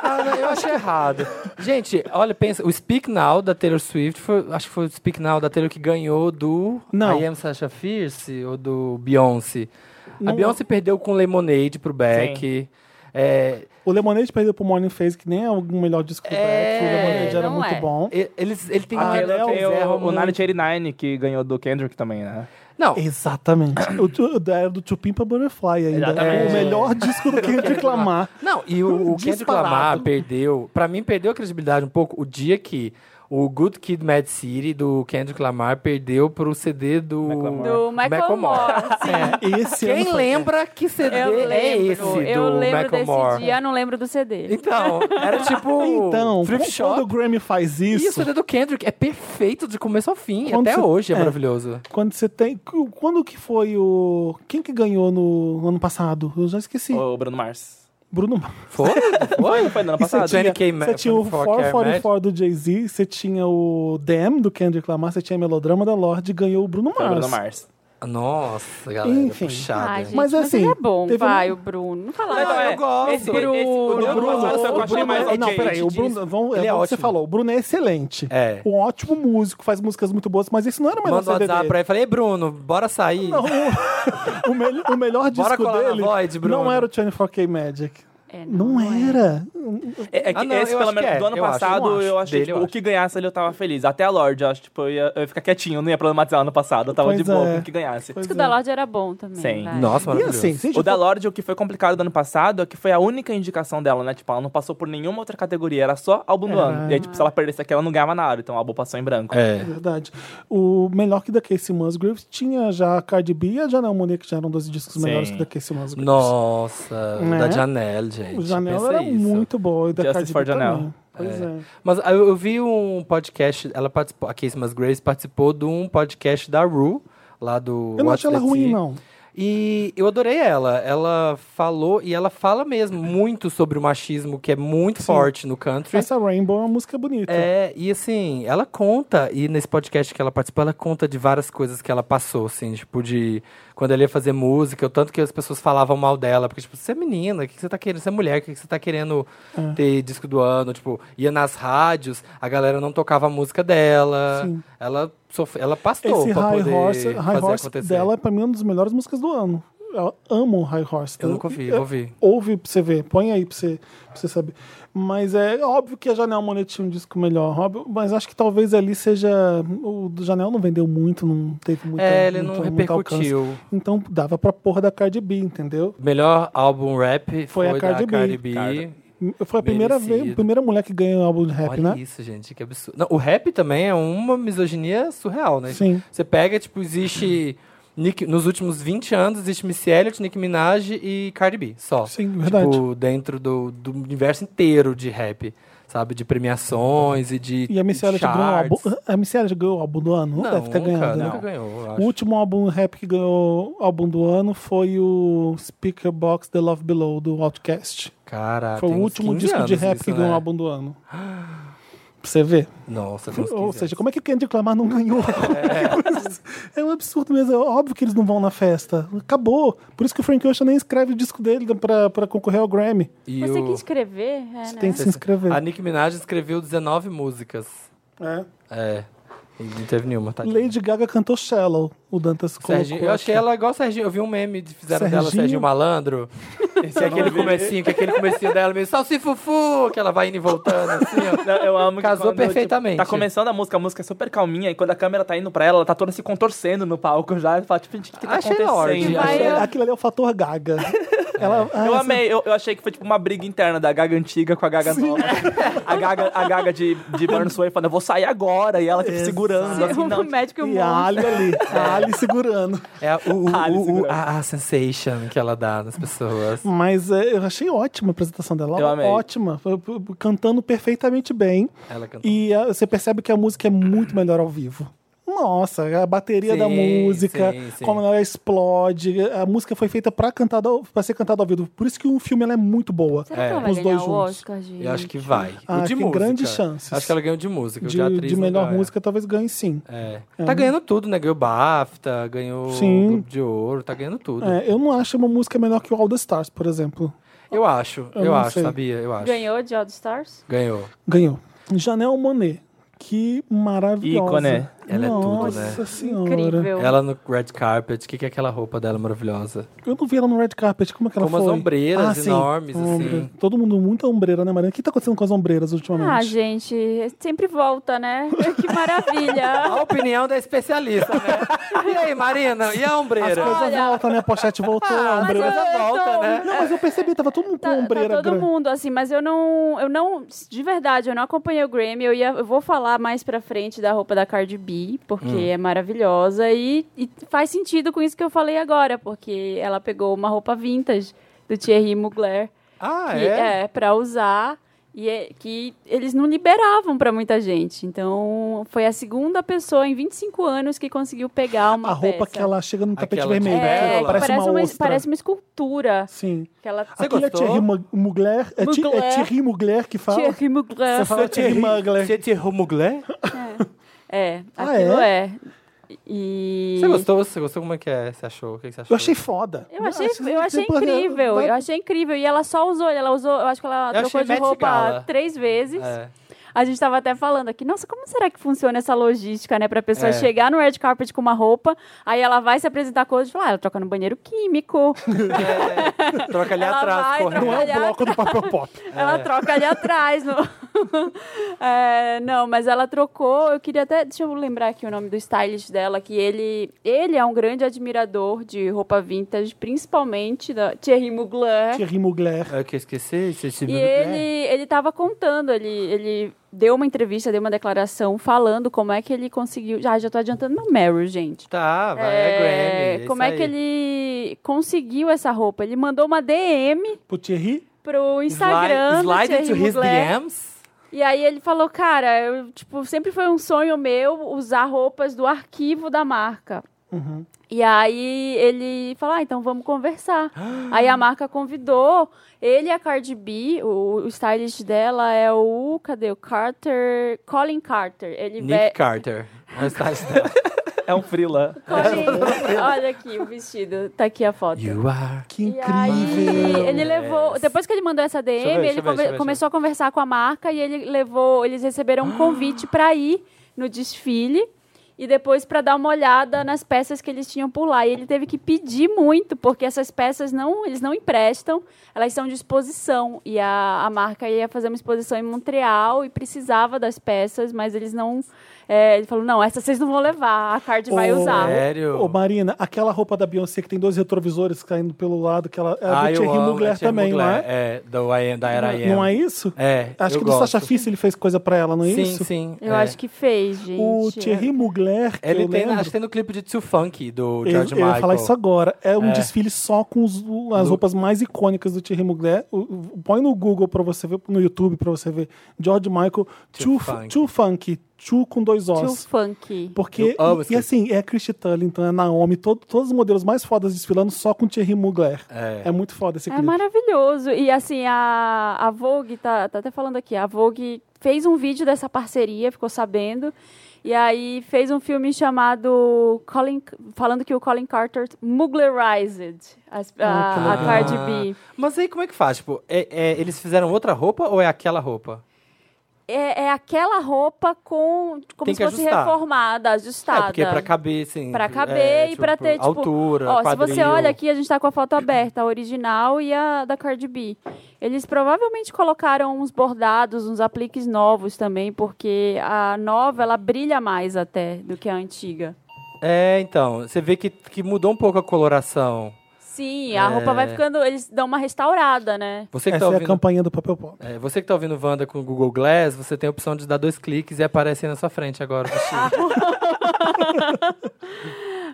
C: Ah, não, eu achei errado. Gente, olha, pensa, o Speak Now da Taylor Swift, foi- acho que foi o Speak Now da Taylor que ganhou do
B: Não.
C: I Am Sasha Fierce ou do Beyoncé. A
B: Não.
C: Beyoncé perdeu com Lemonade pro Beck. É,
B: O Lemonade perdeu pro Morning Phase, que nem é o melhor disco do
C: É,
B: Beck. O Lemonade era
A: não
B: muito
A: é.
B: bom.
C: e- eles, ele
B: Ah,
C: tem um
D: A
C: uma-
D: Taylor
C: eles
D: Ah, tem o,
C: erram
D: o
C: muito.
D: 989, que ganhou do Kendrick também, né?
C: Não,
B: Exatamente. o tu- da era do Tupim pra Butterfly ainda. É
D: Exatamente.
B: O melhor disco do Kendrick Lamar.
C: Não, e o, o Kendrick
B: Disparado.
C: Lamar perdeu, pra mim perdeu a credibilidade um pouco o dia que o Good Kid, Mad City do Kendrick Lamar perdeu pro CD do
D: Macklemore.
A: Do Michael Moore.
C: É.
B: Esse ano
C: Quem
B: foi-
C: lembra que CD
A: Eu
C: é
A: lembro.
C: esse do
A: eu lembro desse
C: Macklemore?
A: dia, não lembro do CD.
C: Então, era tipo
B: Então,
C: Thrift
B: quando quando
C: Shop.
B: o Grammy faz
C: E o
B: isso.
C: CD do Kendrick é perfeito de começo ao fim,
B: Quando
C: até
B: você-
C: hoje é,
B: é.
C: maravilhoso.
B: Quando você tem. Quando que foi o. Quem que ganhou no ano passado? Eu já esqueci.
C: Oh.
D: O Bruno Mars.
B: Bruno Mars.
C: Foi?
D: Foi? Foi no ano
B: E você
D: passado.
B: tinha,
C: 20K
B: você tinha o
C: 44K
B: 444 do Jay-Z, você tinha o Damn do Kendrick Lamar, você tinha Melodrama da Lorde, ganhou o Bruno
D: Foi o
B: Mars.
D: Bruno Mars.
C: Nossa, galera,
B: Enfim.
C: puxada.
A: Ai, gente,
B: Mas
A: mas,
B: é assim,
A: ele é bom,
B: teve
A: vai,
B: um-
A: o Bruno. Não fala
C: Não,
A: nada.
C: eu gosto.
D: Esse,
A: Bruno-
D: esse- o,
A: o
D: Bruno,
A: Bruno-
D: Mars foi o que eu
A: o
D: achei
A: Bruno-
D: mais
B: é,
D: ok.
B: não, peraí, o
C: diz-
B: Bruno, vamos,
C: ele
B: é
C: é
B: o que você
C: ótimo.
B: falou, o Bruno é excelente.
C: É.
B: Um ótimo músico, faz músicas muito boas, mas esse não era o melhor
C: Manda um
B: CD
C: WhatsApp
B: dele.
C: pra ele e falei, Ei, Bruno, bora sair.
B: Não, o, o mel- o melhor
C: Bora
B: disco
C: colar na
B: dele
C: Void, Bruno.
B: não era o 24K Magic.
A: É,
B: Não, era.
D: É, é que
C: Ah, não,
D: esse,
C: eu
D: pelo
C: acho que
D: menos,
C: é.
D: do ano
C: Eu acho,
D: passado,
C: eu acho.
D: eu achei,
C: Dele,
D: tipo,
C: eu
D: o que ganhasse ali eu tava feliz. Até a Lorde, eu acho, tipo, eu ia, eu ia ficar quietinho, eu não ia problematizar ano passado. Eu tava de
B: Pois
D: boa
B: é.
D: com o que ganhasse.
A: O disco da Lorde era bom também.
D: Sim.
A: vai.
C: Nossa,
B: E
C: maravilhoso.
B: assim, se a gente
D: O da Lorde, o que foi complicado do ano passado, é que foi a única indicação dela, né? Tipo, ela não passou por nenhuma outra categoria, era só álbum do
B: É.
D: ano. E aí, tipo, se ela perdesse aqui, ela não ganhava nada, então o álbum passou em branco.
B: É
C: É.
B: verdade. O melhor que da Casey Musgraves tinha já a Cardi B e a Janelle Monáe, que já eram dois discos
D: Sim.
B: melhores que da Casey Musgraves.
C: Nossa, o
B: Né?
C: da Janelle, gente.
B: O Janelle
C: Pensa
B: era
C: isso.
B: muito boa. E da
D: Justice
B: Cardi
D: for
B: B também.
D: Janelle.
B: Pois é.
C: Mas eu, eu vi um podcast, ela participou, a Casey Musgraves participou de um podcast da Ru, lá do
B: Eu não
C: What's
B: acho ela
C: the
B: ruim,
C: Tea.
B: não.
C: E eu adorei ela. Ela falou, e ela fala mesmo muito sobre o machismo, que é muito forte no country.
B: Essa Rainbow é uma música bonita.
C: É, e assim, ela conta, e nesse podcast que ela participou, ela conta de várias coisas que ela passou, assim, tipo, de quando ela ia fazer música, o tanto que as pessoas falavam mal dela, porque, tipo, você é menina, o que que você tá querendo? Você é mulher, o que que você tá querendo
B: É.
C: ter disco do ano? Tipo, ia nas rádios, a galera não tocava a música dela.
B: Sim.
C: Ela sof... ela pastou
B: Esse
C: pra
B: High
C: poder
B: Horse,
C: fazer
B: High Horse
C: acontecer.
B: dela é pra mim uma das melhores músicas do ano. Eu amo High Horse. tá? É,
C: Eu nunca ouvi, vou ouvir.
B: Ouve pra você ver, põe aí pra você, pra você saber. Mas é óbvio que a Janel Monet tinha um disco melhor, óbvio, mas acho que talvez ali seja. O do Janel não vendeu muito, não teve muita,
C: É, ele não
B: muito- muito alcance.
C: repercutiu.
B: Então dava pra porra da Cardi B, entendeu?
C: Melhor álbum rap foi,
B: Foi a Cardi
C: da
B: B.
C: Cardi B.
D: Cara,
B: Foi a primeira,
C: Merecido.
B: vez, a primeira mulher que ganhou um álbum de rap,
C: Olha
B: né?
C: isso, gente, que absurdo. Não, o rap também é uma misoginia surreal, né?
B: Sim.
C: Você pega, tipo, existe. Nick, nos últimos 20 anos, existe Missy Elliott, Nicki Minaj e Cardi B, só.
B: Sim, verdade.
C: Tipo, dentro do, do universo inteiro de rap, sabe? De premiações e de.
B: E a Missy Elliott ganhou o álbum.
C: charts.
B: A Missy Elliott ganhou o álbum do ano? Não,
C: Não,
B: deve ter
C: nunca,
B: ganhado, né?
C: nunca ganhou, eu acho.
B: O último álbum rap que ganhou álbum do ano foi o Speaker Box The Love Below do Outcast.
C: Cara,
B: foi o
C: Ah, tem uns
B: último
C: 15
B: disco de
C: anos
B: rap
C: isso,
B: que ganhou um
C: né?
B: álbum do ano. Pra você ver.
C: Nossa, tem uns 15
B: Ou seja,
C: anos.
B: como é que o Kendrick Lamar não ganhou? É. um absurdo mesmo. É óbvio que eles não vão na festa. Acabou. Por isso que o Frank Ocean nem escreve o disco dele pra, pra concorrer ao Grammy.
C: E
A: Você tem
C: o-
A: que escrever, é, né?
B: Você
C: Ah,
B: tem que se inscrever.
C: A Nicki Minaj escreveu 19 músicas.
B: É.
C: É. E não teve nenhuma, tá?
B: Lady Gaga cantou Shallow, o Dantas colocou.
C: Serginho, eu achei
B: aqui.
C: ela igual Serginho. Eu vi um meme que fizeram dela,
B: Serginho?
C: Serginho Malandro. Esse é aquele comecinho, que é aquele comecinho dela meio salsifufu, que ela vai indo e voltando assim, ó.
D: Não, eu amo que
C: Casou
D: quando,
C: perfeitamente.
D: Tipo, tá começando a música, a música é super calminha, e quando a câmera tá indo pra ela, ela tá toda se contorcendo no palco já. E fala, tipo, gente, o que, que tá
C: Achei da hora,
D: acontecendo?
C: gente.
A: Vai,
B: Aquilo-
A: eu-
B: Aquilo ali é o fator Gaga. Ela, ah,
D: Eu
B: essa-
D: amei, eu, eu achei que foi tipo uma briga interna da Gaga antiga com a Gaga nova. A Gaga, a Gaga de, de Burn Sway falando, eu vou sair agora. E ela tipo,
B: Exato.
D: segurando, assim,
A: o
D: não.
A: médico e o
B: E a
A: monstro.
B: Ali ali, a Ali segurando.
C: É a, o, o-
D: Ah, ele
C: o- o-
D: segurando.
C: a, a sensation que ela dá nas pessoas.
B: Mas é, eu achei ótima a apresentação dela.
D: Eu amei.
B: Ótima. Foi- foi- foi Cantando perfeitamente bem.
C: Ela canta.
B: E ah, você percebe que a música é muito melhor ao vivo. Nossa, a bateria
C: Sim,
B: da música,
C: sim, sim.
B: como ela explode. A música foi feita pra, cantada, ao- pra ser cantada ao vivo. Por isso que o filme ela é muito boa.
A: Será que ela
C: É,
A: vai
B: os
A: ganhar
B: dois
A: o
B: juntos.
A: Oscar, gente?
C: Eu acho que vai.
B: Ah,
C: o de
B: tem
C: música.
B: grandes chances.
C: Acho que ela ganhou de música. o
B: De,
C: de, atriz
B: de
C: não
B: melhor
C: ganha.
B: música, talvez ganhe sim.
C: É. Tá ganhando tudo, né? Ganhou BAFTA, ganhou
B: Sim.
C: Globo de Ouro, tá ganhando tudo.
B: É, eu não acho uma música melhor que o All the Stars, por exemplo.
C: Eu acho,
B: Eu
C: eu,
B: não
C: acho,
B: sei.
C: sabia? Eu acho.
A: Ganhou de All the Stars?
C: Ganhou.
B: Ganhou. Janelle Monet. Que maravilhosa.
D: Ícone.
C: Ela é tudo,
B: Nossa
C: né?
B: senhora.
A: Incrível.
C: Ela no red carpet, o que, que é aquela roupa dela maravilhosa?
B: Eu não vi ela no red carpet. Como é que ela
C: Com umas
B: foi?
C: ombreiras
B: Ah, sim.
C: enormes,
B: Uma
C: assim.
B: ombreira. Todo mundo muita ombreira, né, Mariana? O que tá acontecendo com as ombreiras ultimamente?
A: Ah, gente, sempre volta, né? Que maravilha.
C: A opinião da especialista, né? E aí, Marina? E a
B: As
C: ombreira?
B: coisas
A: Olha. Ah,
B: voltam, né? A pochete voltou, a
C: mas
B: ombreira.
C: eu-
A: eu
C: volta,
A: tô-
C: né?
B: Não, mas eu percebi, tava todo mundo com
A: Tá, tá
B: ombreira
A: todo
B: grande.
A: mundo, assim, mas eu não, eu não, de verdade, eu não acompanhei o Grammy, eu, ia, eu vou falar mais pra frente da roupa da Cardi B, porque
B: Hum.
A: é maravilhosa e, e faz sentido com isso que eu falei agora, porque ela pegou uma roupa vintage do Thierry Mugler,
C: Ah,
A: que
C: é?
A: é, pra usar, e é- que eles não liberavam pra muita gente, então foi a segunda pessoa em 25 anos que conseguiu pegar uma
B: A roupa
A: peça.
B: que ela chega no tapete
C: Aquela de
B: vermelho.
A: é,
C: pérola.
A: que
B: né? parece, uma ostra.
A: parece uma escultura
B: Sim.
A: que ela
C: Você
B: Aquilo
C: gostou?
B: é Thierry Mu- Mugler. É, Thi- é
A: Mugler.
B: Thierry Mugler que fala.
A: Thierry Mugler.
B: Você fala Thierry Mugler.
C: Thierry Mugler?
A: É,
B: Ah,
A: aquilo
B: é?
A: é. E...
C: Você gostou? Você gostou? Como é que é? Você achou? O que que você
B: Eu
C: achou?
B: achei foda.
A: Eu achei,
B: Acho que
A: eu achei
B: depois-
A: incrível,
B: vai-
A: eu achei incrível. E ela só usou, ela usou, eu acho que ela
C: Eu
A: trocou
C: achei
A: de
C: Met
A: roupa
C: Gala.
A: três vezes.
C: É.
A: A gente tava até falando aqui, nossa, como será que funciona essa logística, né? Pra pessoa
C: É.
A: chegar no red carpet com uma roupa, aí ela vai se apresentar com outra e fala, ah, ela troca no banheiro químico,
C: É, troca ali
A: Ela
C: atrás,
A: vai
C: correndo.
B: Não é o
A: Olha.
B: bloco do papel pop.
C: É.
A: ela troca ali atrás. no- É, não, mas ela trocou, eu queria até, deixa eu lembrar aqui o nome do stylist dela, que ele, ele é um grande admirador de roupa vintage, principalmente da Thierry Mugler.
B: Thierry Mugler.
C: É que eu esqueci. esse
A: E
C: Mugler.
A: ele, ele tava contando, ele, ele deu uma entrevista, deu uma declaração falando como é que ele conseguiu. Já, já tô adiantando meu Meryl, gente.
C: Tá, vai, é,
A: É,
C: Grammy.
A: como é que ele conseguiu essa roupa? Ele mandou uma DM
B: Pro Thierry,
A: pro Instagram. do
C: Slide,
A: Thierry
C: slide to his
A: Mugler.
C: DMs?
A: E aí ele falou, cara, eu, tipo, sempre foi um sonho meu usar roupas do arquivo da marca.
C: Uhum.
A: E aí ele falou, ah, então vamos conversar. aí a marca convidou ele e a Cardi B, o, o stylist dela é o, cadê, o Carter, Colin Carter. Ele
C: Nick
A: ve-
C: Carter. É o style dela.
D: É um frila.
A: Colin, olha aqui o vestido, tá aqui a foto.
C: you are.
B: que
A: E aí,
B: incrível.
A: ele levou. Depois que ele mandou essa DM,
C: É. Deixa eu ver,
A: ele
C: deixa eu ver,
A: come-
C: deixa eu ver, Ah.
A: começou a conversar com a marca e ele levou. Eles receberam um convite para ir no desfile e depois para dar uma olhada nas peças que eles tinham por lá. E ele teve que pedir muito, porque essas peças não, eles não emprestam, elas são de exposição. E a, a marca ia fazer uma exposição em Montreal e precisava das peças, mas eles não. é, ele falou: não, essas vocês não vão levar, a Card vai
B: Ô,
A: usar.
C: Sério?
B: Ô, Marina, aquela roupa da Beyoncé que tem dois retrovisores caindo pelo lado, que ela é a do
C: eu
B: Thierry
C: amo,
B: Mugler
C: é Thierry
B: também,
C: Mugler.
B: não é?
C: É, do I Am, da Era I Am.
B: Não é isso?
C: É,
B: Acho
C: eu
B: que do
C: gosto.
B: Sasha Fierce ele fez coisa pra ela, não é
C: Sim,
B: isso?
C: sim.
A: Eu
C: é.
A: acho que fez, gente.
B: O Thierry Mugler, que
C: Ele
B: eu
C: tem,
B: lembro,
C: acho que tem no clipe de Too Funky, do
B: eu,
C: George
B: eu ia
C: Michael.
B: falar isso agora. É um
C: É.
B: desfile só com os- as
C: Do-
B: roupas mais icônicas do Thierry Mugler. O- o- Põe no Google pra você ver, no YouTube pra você ver. George Michael, Too,
C: Funky.
B: too Funky, Too com dois
A: Too
B: Os.
A: funky.
B: Porque,
C: Eu
B: e,
C: amo esse
B: e
C: clipe.
B: assim, é a Christy Tullington, é Naomi, todo- todos os modelos mais fodas desfilando só com Thierry Mugler.
C: É.
B: É, muito foda esse
A: É
B: clipe.
A: maravilhoso. E assim, a, a Vogue, tá, tá até falando aqui, a Vogue fez um vídeo dessa parceria, ficou sabendo. E aí fez um filme chamado Colin, falando que o Colin Carter muglerized as- a, a
C: Ah, legal.
A: Cardi B.
C: Mas aí como é que faz? Tipo, é- é, eles fizeram outra roupa ou é aquela roupa?
A: é, é aquela roupa com como
C: Tem
A: se
C: que
A: fosse
C: ajustar.
A: ajustada, ajustada.
C: É, porque pra caber, sim.
A: Tá, Pra caber
C: é,
A: e pra ter, tipo,
C: Altura,
A: Ó, se
C: quadril.
A: você olha aqui, a gente tá com a foto aberta, a original e a da Cardi B. Eles provavelmente colocaram uns bordados, uns apliques novos também, porque a nova, ela brilha mais até do que a antiga.
C: É, então, você vê que, que mudou um pouco a coloração.
A: Sim, a roupa vai ficando... Eles dão uma restaurada, né?
C: Você que
B: Essa
C: tá
B: é a
C: ouvindo...
B: campanha do Papel Pop.
C: é, você que tá ouvindo Wanda com o Google Glass, você tem a opção de dar dois cliques e aparece aí na sua frente agora. o vestido.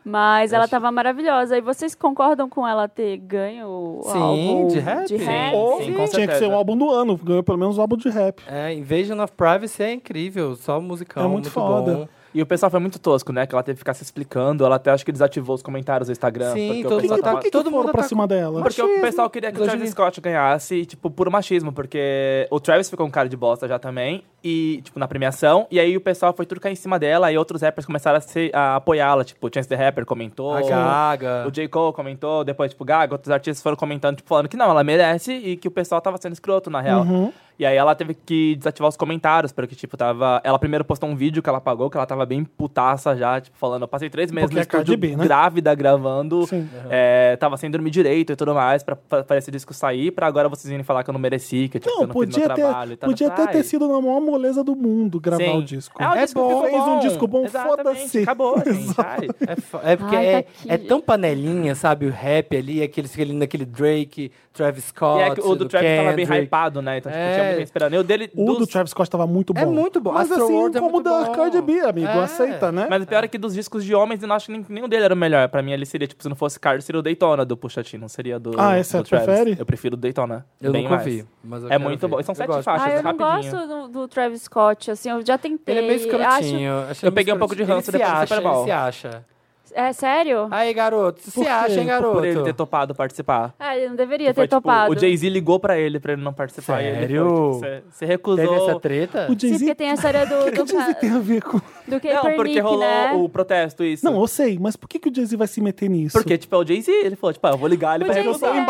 A: Mas ela tava maravilhosa. E vocês concordam com ela ter ganho o
C: Sim,
A: álbum
C: de rap. Sim,
A: rap?
B: Ou
D: sim, com
B: tinha que
D: certeza.
B: ser o álbum do ano, ganhou pelo menos o álbum de rap.
C: é, Invasion of Privacy é incrível, só musicão,
B: É muito foda.
C: bom.
D: E o pessoal foi muito tosco, né? Que ela teve que ficar se explicando. Ela até acho que desativou os comentários do Instagram.
C: Sim, todos
D: porque o
B: Por que,
D: pessoal
C: Exatamente.
B: por
D: tava...
B: que que
C: Todo mundo
B: foram pra
C: tá-
B: cima dela?
D: Porque o
C: Machismo,
D: pessoal queria que o Travis
C: misoginia.
D: Scott ganhasse, tipo, por machismo, porque o Travis ficou um cara de bosta já também, e, tipo, na premiação, e aí o pessoal foi tudo cair em cima dela, e outros rappers começaram a, se- a apoiá-la, tipo, Chance the Rapper comentou,
C: A Gaga.
D: o J. Cole comentou, depois, tipo, Gaga, outros artistas foram comentando, tipo, falando que não, ela merece e que o pessoal tava sendo escroto, na real.
B: Uhum.
D: E aí ela teve que desativar os comentários, porque, tipo, tava. Ela primeiro postou um vídeo que ela apagou, que ela tava bem putaça já, tipo, falando, eu passei três meses
B: Porque
D: no
B: é Cardi
D: estúdio
B: B, né?
D: grávida gravando.
B: Sim.
D: É, tava sem dormir direito e tudo mais, pra, pra, pra esse disco sair, pra agora vocês virem falar que eu não mereci, que tipo, que
B: Não,
D: eu não fiz
B: podia
D: meu
B: ter,
D: trabalho e tal. tá,
B: podia até
D: Ai,
B: ter sido na maior moleza do mundo gravar
D: sim.
B: o disco.
D: É, o
C: É
D: disco
C: bom.
D: ficou
B: Fez um disco bom,
D: Exatamente,
B: foda-se.
D: Acabou, assim, gente. Ai,
C: É, fo- é porque
A: Ai, tá
C: é,
A: aqui.
C: é tão panelinha, sabe? O rap ali, aquele, aquele, naquele Drake, Travis Scott.
D: E é que o do Travis tava bem
C: Kendrick.
D: hypado, né? Então, tipo,
C: É.
D: tinha muita gente esperando. E o dele.
B: O
D: dos-
B: do Travis Scott tava muito bom.
C: É muito bom.
B: Mas assim
C: Astroworld é
B: como o
C: muito
B: da
C: bom.
B: Cardi B, amigo,
C: É.
B: aceita, né?
D: Mas o pior é que dos discos de homens, eu não acho que nem- nenhum dele era o melhor. Pra mim, ele seria, tipo, se não fosse Carlos, seria o Daytona do Pusha T, não seria do.
B: Ah, esse
D: do
B: você prefere?
D: Eu prefiro o Daytona.
C: Eu
D: bem
C: nunca
D: mais.
C: vi. Mas eu
D: É
C: quero
D: muito
C: ver.
D: bom. E são
C: Eu
D: sete
C: gosto.
D: faixas.
A: Ah, eu não
D: rapidinho.
A: gosto do, do Travis Scott, assim, eu já tentei.
C: Ele é meio escrotinho.
D: Eu peguei um pouco de ranço
C: ele se
D: depois do
C: acha,
D: Super Bowl.
C: Ele se acha.
A: Acho... É sério?
C: Aí, garoto, se
B: Por quê?
C: acha, hein, garoto?
D: Por ele ter topado participar.
A: Ah, ele não deveria
D: Foi,
A: ter topado. né?
D: Tipo, o Jay-Z ligou pra ele pra ele não participar. E ele
C: Sério?
D: foi, tipo, Você recusou.
C: Teve essa treta?
B: O
A: Sim, porque
B: Jay-Z
A: tem a história do, do,
B: o
A: ca-
B: Jay-Z tem a ver com...
A: do
D: Não,
A: Kaepernick,
D: porque rolou
A: né?
D: o protesto, isso.
B: Não, eu sei, mas por que, que o Jay-Z vai se meter nisso?
D: porque, tipo, é o Jay-Z. Ele falou, tipo, ah, eu vou ligar ele
A: O
D: pra
A: Jay-Z
B: É, Eu
D: recusar.
B: sou o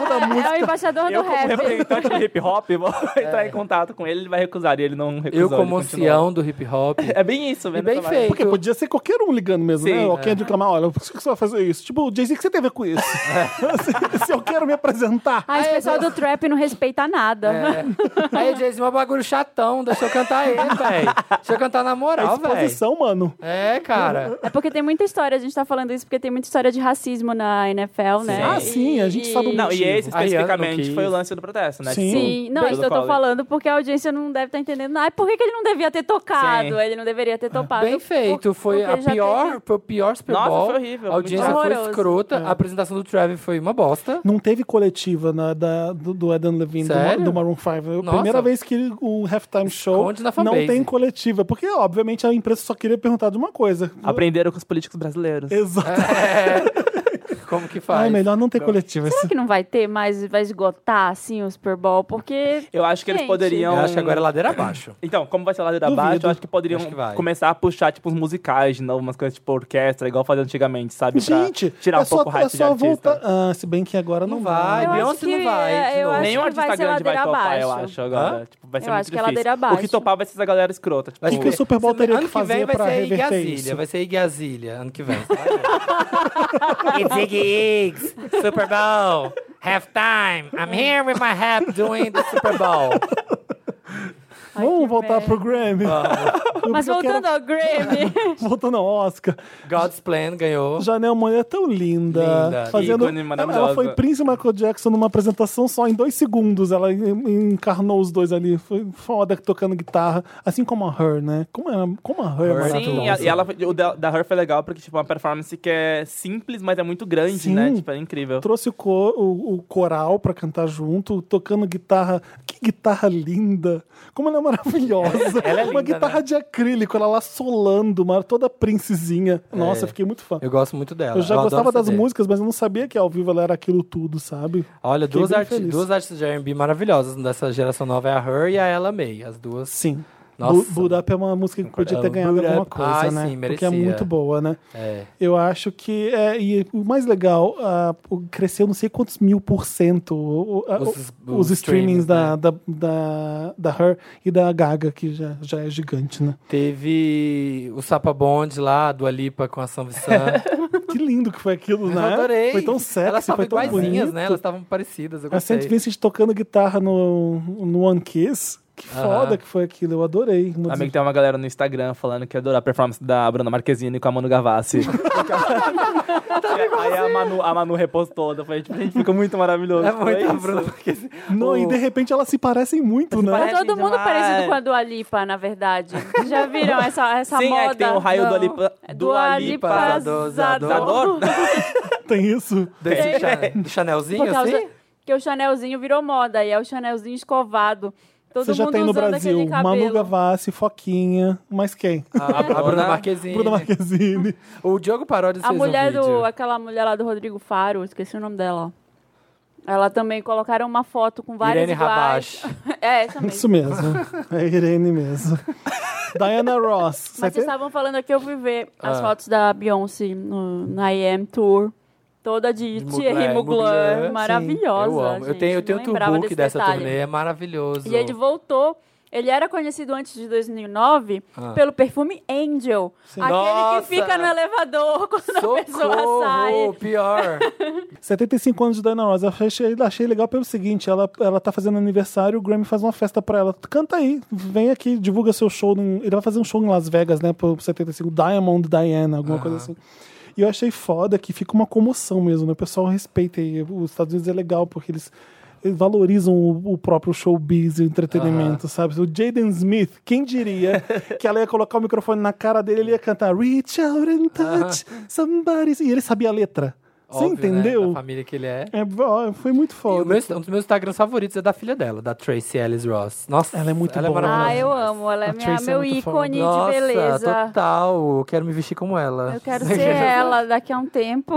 B: embaixador da música.
A: É o embaixador
D: Eu,
A: do
D: como
A: rap.
D: representante do hip hop, vou
B: É.
D: entrar em contato com ele, ele vai recusar. E ele não recusou.
C: Eu,
D: ele
C: como
D: continuou.
C: ancião do hip hop.
D: É bem isso,
C: E
D: vendo
C: bem
D: essa vibe.
C: feito.
B: Porque podia ser qualquer um ligando mesmo,
D: Sim,
B: né? Alguém
D: é.
B: reclamar, olha, por que que você vai fazer isso? Tipo, o Jay-Z, o que você tem a ver com isso?
D: É.
B: Assim, se, se eu quero me apresentar.
A: Ah, esse pessoal do trap não respeita nada.
C: É. Aí, Jay-Z, um bagulho chatão. Deixa eu cantar ele, velho. Deixa eu cantar na
B: É
D: Ah,
C: moral, velho.
B: exposição, mano.
C: É, cara.
A: É. porque tem muita história, a gente tá falando isso porque tem muita história de racismo na NFL, né?
C: Sim.
B: Ah, sim, a gente sabe o
D: Não, e
B: motivo.
D: esse
C: Ariana
D: especificamente
C: não
D: foi o
C: quis.
D: lance do protesto, né?
B: Sim.
A: Sim, não,
D: Pelo
A: isso eu tô
D: college.
A: falando porque a audiência não deve estar entendendo. Ai, por que, que ele não devia ter tocado?
D: Sim.
A: Ele não deveria ter topado.
C: Ah, Bem feito.
A: Por-
C: Foi
A: porque
C: a
A: ele já
C: pior,
A: teve-
C: foi o pior Super
D: Nossa,
C: Bowl.
D: foi horrível,
C: A audiência
A: muito
C: foi
A: horroroso.
C: escrota. A apresentação do Travis foi uma bosta.
B: Não teve coletiva na- da- do, do Eden Levine, do, Ma-
C: Sério?
B: do Maroon 5. É a
C: Nossa.
B: primeira vez que o Halftime Show
C: Esconde na
B: não
C: fanbase.
B: tem coletiva. Porque, obviamente, a imprensa só queria perguntar de uma coisa.
D: Aprenderam com os políticos brasileiros.
B: Exato.
C: Como que faz?
B: Ah, é melhor não ter coletiva. assim.
A: Será que não vai ter mais, vai esgotar, assim, o Super Bowl? Porque...
D: Eu acho que eles
A: Gente.
D: poderiam.
C: Eu acho que agora é ladeira abaixo.
D: Então, como vai ser ladeira
B: Duvido.
D: abaixo, eu acho que poderiam
C: Acho que vai.
D: começar a puxar, tipo, uns musicais de novo, umas coisas tipo orquestra, igual fazia antigamente, sabe? Pra
B: Gente,
D: tirar
B: é
D: um pouco o
B: só, é
D: hype de
B: só
D: artista.
B: voltar. Ah, se bem que agora não,
C: Não vai.
A: Eu
C: Beyoncé
A: acho que,
C: não vai, de
A: é, eu
C: novo.
A: acho
D: Nenhum
A: que vai ser
D: artista grande vai
A: ladeira
D: topar,
A: abaixo.
D: eu acho, agora. Tipo, vai ser
A: Eu
D: muito
A: acho que é
D: difícil.
A: ladeira
D: O que
A: abaixo.
D: topar vai ser essa galera escrota. Tipo,
C: Vai
B: O que o
C: ser-
B: Super Bowl
C: Semana-
B: teria que
C: ano que
B: fazer
C: vem vai
B: pra
C: ser
B: reverter
C: Igazília,
B: isso?
C: vai ser Igazília ano que vem. tá? It's Iggy Iggs, Super Bowl, halftime. I'm here with my hat doing the Super Bowl.
A: Ai, que
B: Vamos voltar
A: merda.
B: pro Grammy.
A: Mas
B: Eu quero-
A: voltando ao Grammy...
B: Voltando ao Oscar.
C: God's Plan ganhou.
B: Janelle Monáe é tão linda.
C: Linda.
B: Fazendo...
D: Ícone
B: ela,
D: maravilhosa.
B: ela foi Prince Michael Jackson numa apresentação só em dois segundos. Ela en- encarnou os dois ali. Foi foda tocando guitarra. Assim como a Her, né? Como a, como a Her, é
C: Her.
D: Sim,
B: maravilhosa.
D: e ela, o da, da Her foi legal, porque, tipo, é uma performance que é simples, mas é muito grande,
B: Sim.
D: né? Tipo, é incrível.
B: Trouxe o, co- o- o coral pra cantar junto, tocando guitarra. Que guitarra linda! Como ela é maravilhosa!
C: Ela é
B: Uma
C: linda,
B: guitarra
C: né?
B: de acrílico, ela lá solando, uma, toda princesinha. Nossa,
C: É.
B: eu fiquei muito fã.
C: Eu gosto muito dela.
B: Eu já
C: adoro
B: gostava das
C: CD.
B: músicas, mas eu não sabia que ao vivo ela era aquilo tudo, sabe?
C: Olha,
B: Fiquei
C: duas,
B: bem
C: arti
B: feliz.
C: duas artistas de R&B maravilhosas dessa geração nova é a Her e a Ella May. As duas
B: Sim.
C: Nossa.
B: Bu Up é uma música que podia ter
C: Concordo.
B: ganhado
C: Boot Up.
B: alguma coisa,
C: Ai,
B: né?
C: sim,
B: Porque é
C: merecia.
B: muito boa, né?
C: É.
B: Eu acho que. É, e o mais legal, ah, o- cresceu não sei quantos mil por cento o- o- a-
C: Os-
B: o- os,
C: os streamings,
B: streamings da,
C: né?
B: da, da, da Her e da Gaga, que já, já é gigante, né?
C: Teve o Sapa Bond lá, do Alipa com a São Vicente.
B: Que lindo que foi aquilo,
C: Eu
B: né?
C: adorei.
B: Foi tão sexy,
C: Elas estavam
B: foi tão
C: iguaizinhas,
B: bonito.
C: né? Elas estavam parecidas. Eu
B: A
C: gostei.
B: Saint Vincent tocando guitarra no, no One Kiss. Que
C: Aham.
B: foda que foi aquilo, eu adorei. Uma
D: Amigo, tem uma galera no Instagram falando que adorou a performance da Bruna Marquezine com a Manu Gavassi.
C: Tá
D: aí a Manu, a Manu repostou, daí foi, tipo, gente, ficou muito maravilhoso.
C: É
D: Foi
C: muito
D: isso.
C: Bruna Marquezine.
B: Não, e de repente elas se parecem muito, né?
A: Tá todo
D: Parece
A: mundo
D: demais.
A: parecido com a Dua Lipa, na verdade. Já viram essa, essa
D: Sim,
A: moda?
D: é que tem o raio do
C: Não.
D: Alipa.
A: É
D: Do Alipa.
A: Lipa
C: Zador, Zador.
A: Zador.
B: Tem isso.
A: É.
C: Desse cha- do Chanelzinho,
A: Por causa
C: assim?
A: que o Chanelzinho virou moda e é o Chanelzinho escovado. Todo
B: Você
A: mundo
B: já tem no
A: usando
B: Brasil
A: aquele
B: Manu
A: cabelo.
B: Gavassi, Foquinha, mas quem?
C: A, a Bruna
D: Bruna-
A: É.
C: Marquezine.
B: Bruna Marquezine.
C: O Diogo Paródia
A: A
C: fez
A: mulher
C: um vídeo.
A: do. Aquela mulher lá do Rodrigo Faro, esqueci o nome dela. Ela também colocaram uma foto com várias
C: Irene
A: iguais.
C: Rabash.
A: é, essa mesmo.
B: Isso mesmo. É Irene mesmo. Diana Ross.
A: Mas
B: Você
A: vocês estavam falando aqui, eu fui ver as
C: Ah.
A: fotos da Beyoncé no, na IM Tour. Toda de
C: De
A: Thierry
C: Mugler, Mugler,
A: Mugler,
C: sim.
A: maravilhosa.
C: Eu amo. eu
A: gente,
C: tenho, eu tenho
A: não
C: o
A: lembrava
C: tourbook
A: desse
C: dessa
A: detalhe.
C: turnê, é maravilhoso.
A: E ele voltou. Ele era conhecido antes de 2009
C: Ah.
A: pelo perfume Angel. Aquele
C: Nossa!
A: que fica no elevador quando a pessoa
C: Socorro,
A: sai.
C: pior.
B: 75 anos de Diana Ross. Eu achei, achei legal pelo seguinte: ela, ela tá fazendo aniversário, o Grammy faz uma festa pra ela. Canta aí, vem aqui, divulga seu show. em- ele vai fazer um show em Las Vegas, né? Pro 75 Diamond Diana, alguma coisa assim. E eu achei foda que fica uma comoção mesmo, né? O pessoal respeita. E os Estados Unidos é legal porque eles. eles valorizam o, o próprio showbiz e o entretenimento, sabe? O Jaden Smith, quem diria que ela ia colocar o microfone na cara dele e ele ia cantar Reach out and touch somebody. E ele sabia a letra. Você
C: Óbvio, né?
B: entendeu?
C: Da família que ele é.
B: É, ó, foi muito
C: E o
B: foda.
C: meu- um dos meus Instagrams favoritos é da filha dela, da Tracy Ellis Ross. Nossa,
B: Ela é muito boa.
A: Ah,
C: maravilhosa.
A: eu amo. Ela é
B: A
A: minha-
B: Tracy é
A: meu
B: muito foda.
A: ícone
C: Nossa,
A: de beleza.
C: total. Eu quero me vestir como ela.
A: Eu quero ser ela daqui a um tempo.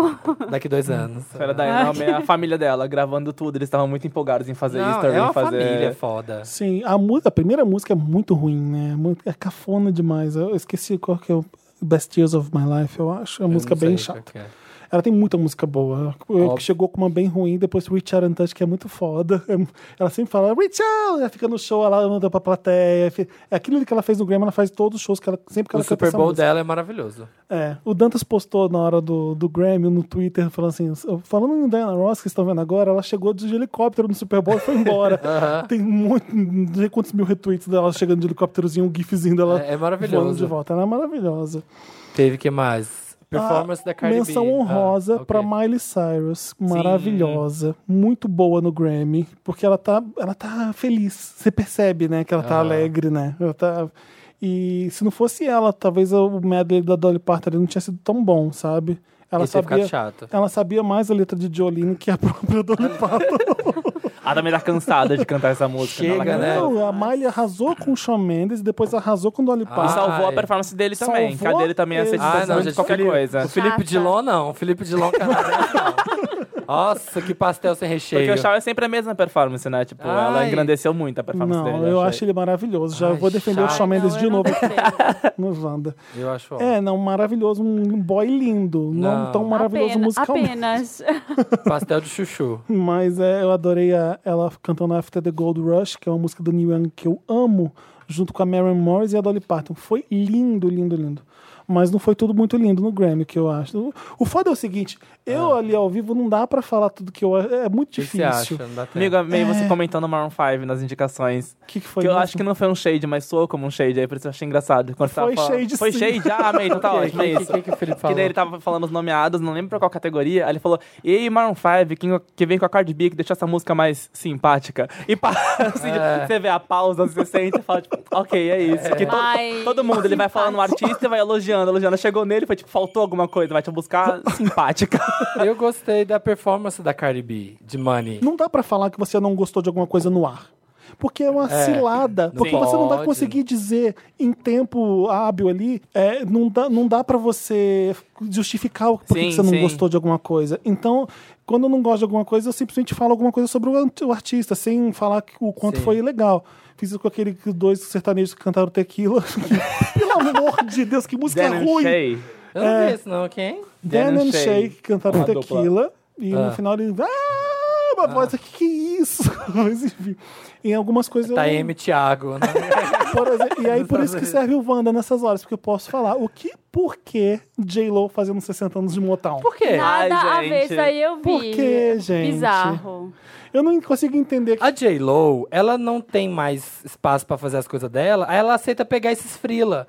C: Daqui dois
B: Hum.
C: anos.
D: Era da Ana, a família dela, gravando tudo. Eles estavam muito empolgados em fazer
C: Não,
D: isso também.
C: é uma
D: fazer...
C: família foda.
B: Sim, a, mu- a primeira música é muito ruim, né? É muito- É cafona demais. Eu esqueci qual que é o Best Years of My Life, eu acho. É uma música
C: Eu não sei
B: bem
C: qual
B: chata.
C: que é.
B: Ela tem muita música boa. Eu-
C: Óbvio.
B: Chegou com uma bem ruim, depois Reach Out and Touch, que é muito foda. É mu- Ela sempre fala Reach Out! Ela fica no show, ela anda pra plateia. fi- É aquilo que ela fez no Grammy, ela faz todos os shows que ela sempre que
C: O
B: ela canta
C: Super
B: essa
C: Bowl
B: música.
C: dela é maravilhoso.
B: É, o Dantas postou na hora do, do Grammy no Twitter, falando assim: falando em Diana Ross, que vocês estão vendo agora, ela chegou de helicóptero no Super Bowl e foi embora. Tem muito, não sei quantos mil retweets dela chegando de helicópterozinho, um gifzinho dela.
C: É-
B: voando de
C: é maravilhoso.
B: volta, ela é maravilhosa.
C: Teve que mais? Performance
B: A
C: da Cardi B.
B: Menção
C: Ah,
B: honrosa
C: ok.
B: pra Miley Cyrus, maravilhosa, muito boa no Grammy, porque ela tá, ela tá feliz. Você percebe, né, que ela tá
C: Aham.
B: alegre, né? Ela tá e se não fosse ela, talvez o medley da Dolly Parton ele não tinha sido tão bom, sabe? Ela
C: Esse ia ficar
B: sabia,
C: chato. É, né?
B: ela sabia mais a letra de Jolene que a própria Dolly Parton.
D: A também tá cansada de cantar essa música. né? Ela
C: Chega, né?
D: cantou.
B: não, a Miley arrasou com o Shawn Mendes, depois arrasou com Dolly
D: E
C: Ah,
B: Parton.
D: salvou
C: Ai.
D: a performance dele também.
B: é. Salvou?
D: Cadê ele também ia ser
B: Ah,
D: dispensado
C: não,
D: de
C: gente,
D: qualquer
C: Felipe-
D: coisa.
C: O Felipe
A: Chata.
C: Dilon, não. O Felipe Dilon, canadense, é não. Nossa, que pastel sem recheio.
D: Porque o Shaw é sempre a mesma performance, né? Tipo, ela
C: Ai.
D: engrandeceu muito a performance
B: Não,
D: dele.
B: eu acho
D: achei.
B: ele maravilhoso. Já
C: Ai,
B: vou defender
C: chato.
B: o Shawn Mendes
A: Não,
B: de
A: eu não
B: novo
A: gostei.
B: no Wanda.
C: Eu acho ótimo.
B: É, não, maravilhoso, um boy lindo, não,
C: Não.
B: tão maravilhoso
A: Apenas.
B: musicalmente.
A: apenas.
C: Pastel de chuchu.
B: Mas é, eu adorei a- ela cantando After the Gold Rush, que é uma música do Neil Young que eu amo, junto com a Maren Morris e a Dolly Parton. Foi lindo, lindo, lindo. Mas não foi tudo muito lindo no Grammy, que eu acho. O foda é o seguinte, eu ali ao vivo não dá pra falar tudo que eu acho. É muito
C: Ah. O que que você
B: difícil.
C: acha? Não dá tempo.
D: Amigo, é meio
B: É.
D: você comentando Maroon 5 nas indicações.
B: O que, que foi
D: que eu
B: mesmo?
D: acho que não foi um shade, mas soou como um shade. Aí por isso eu achei engraçado. Quando
B: Foi
D: tava falando-
B: shade,
D: Foi
B: sim.
D: shade? Ah, amei, então tá
C: O que-
D: ótimo, é
C: que-
D: isso.
C: que- que o Felipe
D: Que
C: falou?
D: daí ele tava falando os nomeados, não lembro pra qual categoria. Aí ele falou, e aí, Maroon 5, que, que vem com a Cardi B, que deixou essa música mais simpática. E pá, assim,
C: É.
D: você vê a pausa, você sente e fala, tipo, ok, é isso. Que to-
A: Ai.
D: todo mundo, ele vai falando um artista e vai elogiando, elogiando. Chegou nele, foi tipo, faltou alguma coisa, vai te buscar simpática.
C: Eu gostei da performance da Cardi B, de Money.
B: Não dá pra falar que você não gostou de alguma coisa no ar. Porque é uma cilada. Porque você não vai
C: pode.
B: conseguir dizer em tempo hábil ali, é, não dá, não dá para você justificar o porquê
D: Sim,
B: que você não
D: sim.
B: gostou de alguma coisa. Então, quando eu não gosto de alguma coisa, eu simplesmente falo alguma coisa sobre o ant- o artista, sem falar que- o quanto
C: Sim.
B: foi legal. Fiz isso com aquele que- dois sertanejos que cantaram tequila. Pelo amor de Deus, que música
D: Dan and
B: ruim!
D: Shay.
C: Eu
B: É.
C: não vi isso, não, quem?
B: Dan and Shay que cantaram
D: Uma dupla.
B: tequila. E
C: Ah.
B: no final ele. Ah, uma voz, que que é isso? Mas enfim. Em algumas coisas eu.
C: Taeme Tá Thiago. né?
B: Por exemplo, e aí
C: Nos
B: por
C: Estados
B: isso que
C: Unidos.
B: serve o Wanda nessas horas, porque eu posso falar o que, por que J-Lo fazendo 60 anos de Motown?
C: Por quê?
A: Nada
D: Ai,
A: a ver,
D: gente.
A: isso aí eu vi.
B: Por quê, gente?
A: Bizarro.
B: Eu não consigo entender. que-
C: A J-Lo, ela não tem mais espaço pra fazer as coisas dela, aí ela aceita pegar esses frila.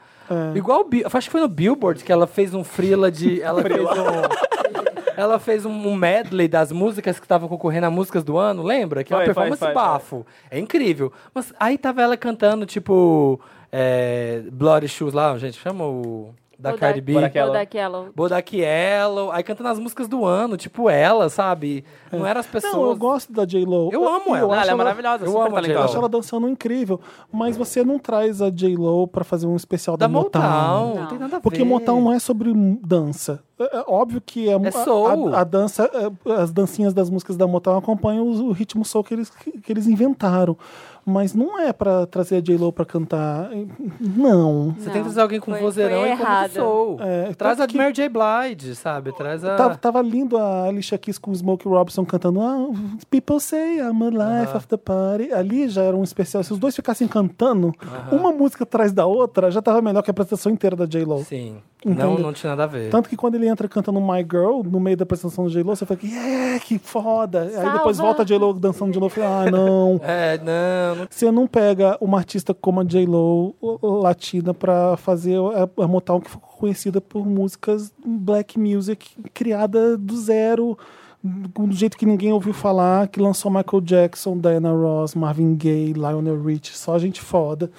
C: Igual, o Bi- acho que foi no Billboard que ela fez um frila de... Ela fez um... Ela fez um- um medley das músicas que estavam concorrendo a músicas do ano, lembra? Que é uma
D: Foi, foi,
C: performance
D: foi, foi.
C: bafo. É incrível. Mas aí tava ela cantando, tipo, é, Bloody Shoes lá, gente, chama o... Da
A: Ou
C: Cardi B.
A: ou
D: Boraquela.
A: daquela.
C: Bodak Yellow, aí cantando as músicas do ano, tipo ela, sabe? Não eram as pessoas.
B: Não, eu gosto da J-Lo.
C: Eu amo ela.
D: Ah,
B: acho
D: ela é maravilhosa,
C: eu
D: super
C: amo a
B: Eu
D: talentosa.
B: acho ela dançando incrível. Mas você não traz a J-Lo pra fazer um especial da,
C: Da Motown.
A: Não.
C: Não tem nada a ver.
B: Porque Motown não é sobre m- dança. É, é óbvio que é, a-
C: soul.
B: a, a dança, é, as dancinhas das músicas da Motown acompanham os- o, ritmo soul que eles, que, que eles inventaram. Mas não é pra trazer a J-Lo pra cantar. Não.
C: Você
A: Não,
C: tem que trazer alguém com
A: foi-
C: vozeirão
A: foi
C: e com
A: errado.
C: soul.
B: É,
C: Traz
B: tanto
C: a
B: que-
C: Mary J. Blige, sabe? Traz a...
B: Tava, tava lindo a Alicia Keys com o Smokey Robinson cantando ah, People say I'm a life of the party. Ali já era um especial. Se os dois ficassem cantando uma música atrás da outra, já tava melhor que a apresentação inteira da J-Lo.
C: Sim. Não,
B: Entendeu?
C: não tinha nada a ver.
B: Tanto que quando ele entra cantando My Girl, no meio da apresentação do J-Lo, você fala, yeah, que foda. Aí depois
A: Salva.
B: volta a J-Lo dançando de novo e fala, ah, não.
C: É, não, não...
B: Você não pega uma artista como a J-Lo latina pra fazer é, a, a Motown que ficou conhecida por músicas black music criada do zero, do jeito que ninguém ouviu falar, que lançou Michael Jackson, Diana Ross, Marvin Gaye, Lionel Rich, só gente foda.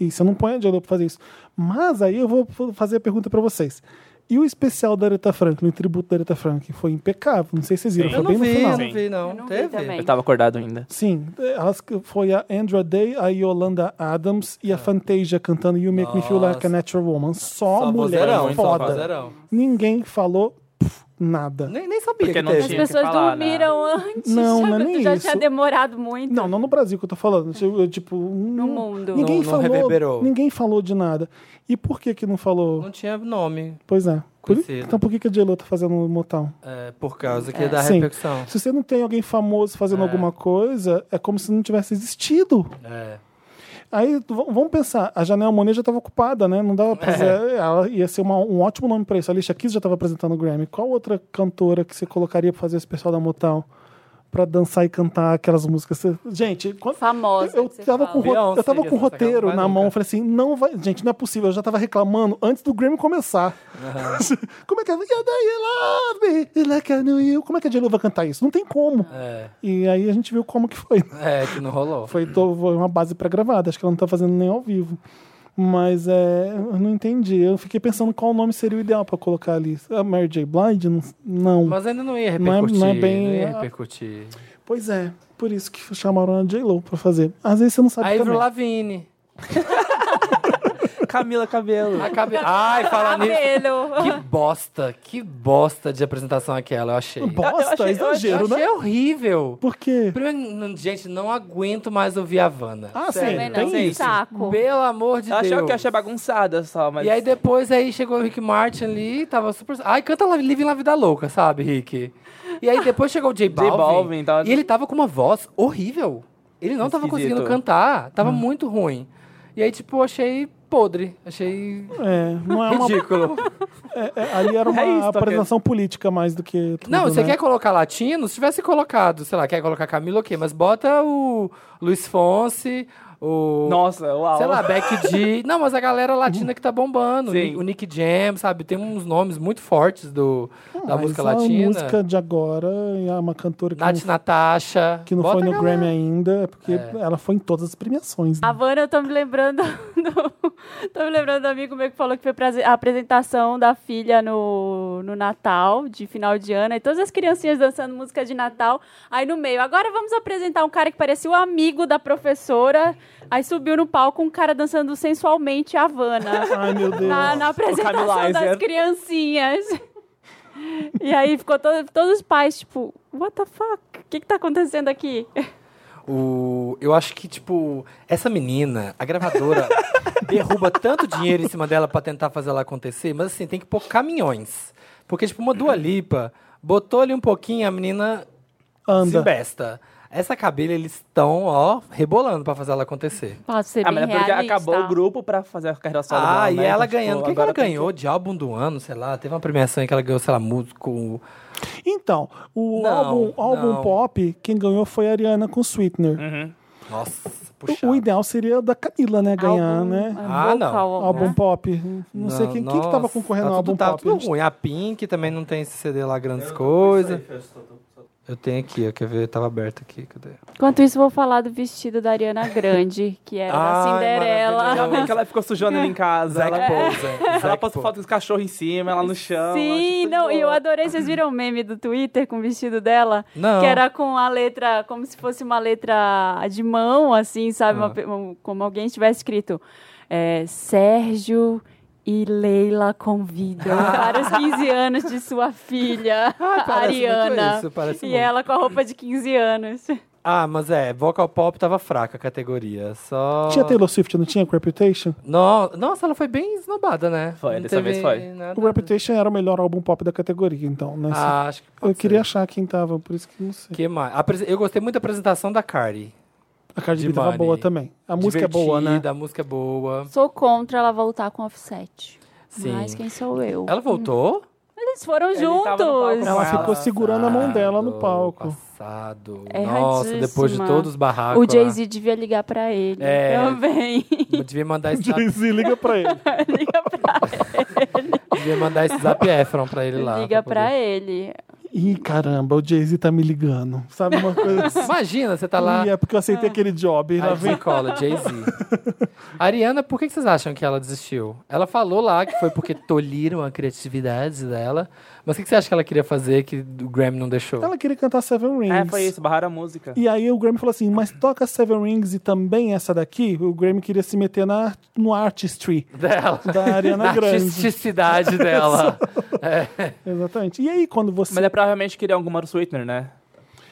B: E você não põe a J-Lo pra fazer isso. Mas aí eu vou fazer a pergunta pra vocês. E o especial da Aretha Franklin, o tributo da Aretha Franklin, foi impecável. Não sei se vocês viram,
D: Sim.
C: Eu
B: foi
C: não
B: bem no
C: vi,
B: final.
C: eu não vi, não.
A: Eu não vi
C: Teve?
A: também.
D: Eu tava acordado ainda.
B: Sim, elas que- foi a Andra Day, a Yolanda Adams
C: Ah.
B: e a Fantasia cantando You Make Me Feel Like a Natural Woman. Só,
C: Só
B: mulher
C: vozeirão, hein? Só
B: foda.
C: vozeirão.
B: Ninguém falou pff, nada.
C: Nem, nem sabia
D: Porque
C: que
D: não
C: teve.
A: As
D: tinha. que
A: pessoas
D: falar, né?
A: dormiram antes.
B: Não,
A: sabe?
B: não é nem
A: Já
B: isso.
A: tinha demorado muito.
B: Não, não no Brasil que eu tô falando. Eu, eu, tipo,
A: No mundo.
B: Ninguém
C: Não- não
B: falou.
C: reverberou.
B: Ninguém falou de nada. E por que que não falou?
C: Não tinha nome.
B: Pois é. Por-
C: Conhecido.
B: então por que que a J-Lo tá fazendo o Motown?
C: é, por causa que é. da
B: Sim.
C: repercussão.
B: Se você não tem alguém famoso fazendo alguma coisa, é como se não tivesse existido.
C: É.
B: Aí, v- vamos pensar, a Janelle Monáe já estava ocupada, né? Não dava
C: É.
B: pra fazer- Ela ia ser uma- um ótimo nome pra isso. A Alicia Keys já estava apresentando o Grammy. Qual outra cantora que você colocaria pra fazer esse pessoal da Motown? Pra dançar e cantar aquelas músicas? Você- Gente, quando...
A: Famosa.
B: Eu
A: que você
B: tava,
A: fala.
B: com, ro-
C: Beyoncé
B: eu tava
C: ia
B: com o
C: dançar, cara,
B: roteiro
C: não vai
B: na
C: nunca.
B: mão, eu falei assim, não vai... Gente, não é possível, eu já tava reclamando antes do Grammy começar. como é que... é? You know you love me like I knew you. Como é que a J-Lo vai cantar isso? Não tem como.
C: É.
B: E aí a gente viu como que foi. né?
C: É, que não rolou.
B: Foi, to- foi uma base pré-gravada, acho que ela não tá fazendo nem ao vivo. Mas é, eu não entendi. Eu fiquei pensando qual nome seria o ideal pra colocar ali. A Mary J. Blind? Não. não.
C: Mas ainda não ia
B: Não é-
C: repercutir.
B: não é bem-
C: não ia repercutir.
B: Pois é, por isso que chamaram a J-Lo pra fazer. Às vezes você não sabe
C: A Ivro
B: também.
C: Lavigne.
D: Camila Cabelo.
C: A cabe... Ai, falar nisso.
A: Cabelo.
C: Que bosta, que bosta de apresentação aquela, eu achei.
D: Eu
B: Bosta,
D: achei- eu
B: exagero,
C: achei
B: Um né?
C: horrível.
B: Por quê?
C: Primeiro, n- gente, não aguento mais ouvir a Havana.
B: Ah, sim,
C: Sério.
D: né?
A: Também não,
B: tem
A: um
B: isso.
A: saco.
C: Pelo amor de
D: Eu achei
C: Deus.
D: que eu achei bagunçada só, mas.
C: E aí depois aí chegou o Rick Martin ali, tava super. Ai, canta lá, Living La Vida Louca, sabe, Rick? E aí depois chegou o J Balvin.
D: Balvin, tava-
C: E ele tava com uma voz horrível. Ele não tava
D: Esquisito.
C: conseguindo cantar, tava
B: Hum.
C: muito ruim. E aí, tipo, eu achei podre. Achei
B: É, não é uma.
C: ridículo.
B: é- é- ali era uma
D: É isso, tá
B: apresentação política mais do que. Tudo,
C: Não,
B: né?
C: você
D: é
C: quer colocar latino? Se tivesse colocado, sei lá, quer colocar Camila, ok, mas bota o Luiz Fonse,
D: Tipo,
C: o.
D: Nossa, uau.
C: Sei lá, Beck D. Não, mas a galera latina que tá bombando. O
D: Sim.
C: Ni- O Nick Jam, sabe? Tem uns nomes muito fortes do, da
B: Ah, isso
C: música
B: é uma
C: latina.
B: música de agora, e é uma cantora que não,
C: Nath Natasha.
B: que não
C: Bota
B: foi
C: a
B: no é
C: galera.
D: É. Ah,
B: Grammy ainda, porque ela foi em todas as premiações. né?
A: A Havana, eu tô me lembrando lembrando. tô me lembrando do amigo meu que falou que foi pra a apresentação da filha no, no Natal, de final de ano, e todas as criancinhas dançando música de Natal. Aí no meio, agora vamos apresentar um cara que parecia o amigo da professora. Aí subiu no palco um cara dançando sensualmente Havana.
B: Ai,
D: tá.
B: meu Deus.
A: na, na apresentação das
D: Lizer.
A: criancinhas. E aí ficou todo, todos os pais, tipo, what the fuck? O que, que tá acontecendo aqui?
C: O, eu acho que, tipo, essa menina, a gravadora, derruba tanto dinheiro em cima dela pra tentar fazer ela acontecer, mas assim, tem que pôr caminhões. Porque, tipo, uma Dua Lipa botou ali um pouquinho, a menina se
B: Anda.
C: besta. Essa cabelo, eles estão, ó, rebolando pra fazer ela acontecer.
A: Posso ser
D: Ah,
A: bem
D: mas é porque
A: realista.
D: acabou o grupo pra fazer a carreira solo dela,
C: Ah, e
D: né?
C: ela
D: Então, tipo,
C: ganhando. O que, que
D: agora
C: ela
D: tem
C: ganhou de álbum do ano, sei lá? Teve uma premiação em que ela ganhou, sei lá, músico.
B: Então, o
C: Não,
B: álbum, álbum
C: não.
B: pop, quem ganhou foi a Ariana com Sweetener.
C: Nossa,
B: O-
C: puxado.
B: o ideal seria da Camila, né? Ganhar,
A: Álbum,
B: né?
A: é,
C: Ah, não.
A: vocal, né?
B: Álbum pop. Não, sei quem, quem que tava
C: Uhum. nossa,
B: concorrendo
C: tá
B: ao
C: tudo-
B: álbum
C: tá
B: pop.
C: tudo ruim. A Pink também não tem esse CD lá, grandes coisas. Eu tenho aqui, ó, quer ver? Tava aberto aqui, cadê?
A: Enquanto isso, vou falar do vestido da Ariana Grande, que era da
C: Ai,
A: Cinderela.
D: Já vem que ela ficou sujando ele em casa.
C: Zac
D: Ela,
C: Poser.
D: ela posta foto dos cachorros em cima, ela no chão.
A: Sim, não, e eu adorei. Vocês viram o meme do Twitter com o vestido dela?
C: Não.
A: Que era com a letra, como se fosse uma letra de mão, assim, sabe?
C: Ah.
A: Uma pe- um- como alguém tivesse escrito é, Sérgio e Leila convidam para os 15 anos de sua filha,
C: Ah, parece muito
A: Ariana.
C: isso, parece
A: e
C: muito.
A: ela com a roupa de 15 anos.
C: Ah, mas é, vocal pop tava fraca a categoria. Só.
B: Tinha Taylor Swift, não tinha? Com
A: Tá
B: Reputation?
C: No- Nossa, ela foi bem esnobada, né?
D: Foi,
C: Não
D: dessa
C: teve
D: vez foi.
C: nada-
B: O Reputation era o melhor álbum pop da categoria, então, né?
C: Ah, acho que
B: eu
C: pode
B: queria
C: ser.
B: achar quem tava, por isso que não sei.
C: Que mais? Apres- Eu gostei muito da apresentação da Cardi.
B: A Cardi B
C: De
B: tava
C: Bunny.
B: boa também. A música é boa, né?
C: Divertida, A música é boa.
A: Sou contra ela voltar com offset.
C: Sim.
A: Mas quem sou eu?
C: Ela voltou?
A: Eles foram
D: Ele tava no
A: juntos.
D: palco
B: Ela
D: com
B: ficou segurando a mão dela no
C: Passado,
B: palco.
C: Ah, Passado.
A: É Erradíssima.
C: Nossa, depois de todos os barracos.
A: O Jay-Z devia ligar pra ele
C: É.
A: também.
C: ela Devia mandar esse zap,
B: Jay-Z, liga pra ele.
A: liga pra,
C: devia mandar esse zap Efron pra ele lá.
A: liga pra
C: poder-
A: ele.
B: Ih, caramba, o Jay-Z tá me ligando. Sabe uma coisa assim?
C: Imagina, você tá lá.
B: Ih, é porque eu aceitei
D: Ah.
B: aquele job. Lá
C: Aí
B: vem
C: você cola, Jay-Z. Ariana, por que que vocês acham que ela desistiu? Ela falou lá que foi porque tolhiram a criatividade dela. Mas o que que você acha que ela queria fazer que o Grammy não deixou?
B: Ela queria cantar Seven Rings.
D: É, foi isso, barraram a música.
B: E aí o Grammy falou assim, mas toca Seven Rings e também essa daqui? O Grammy queria se meter na, no artistry
C: Dela.
B: da Ariana
C: Na
B: Grande.
C: artisticidade dela.
B: Exatamente. E aí quando você...
D: Mas é ele provavelmente queria alguma do Sweetener, né?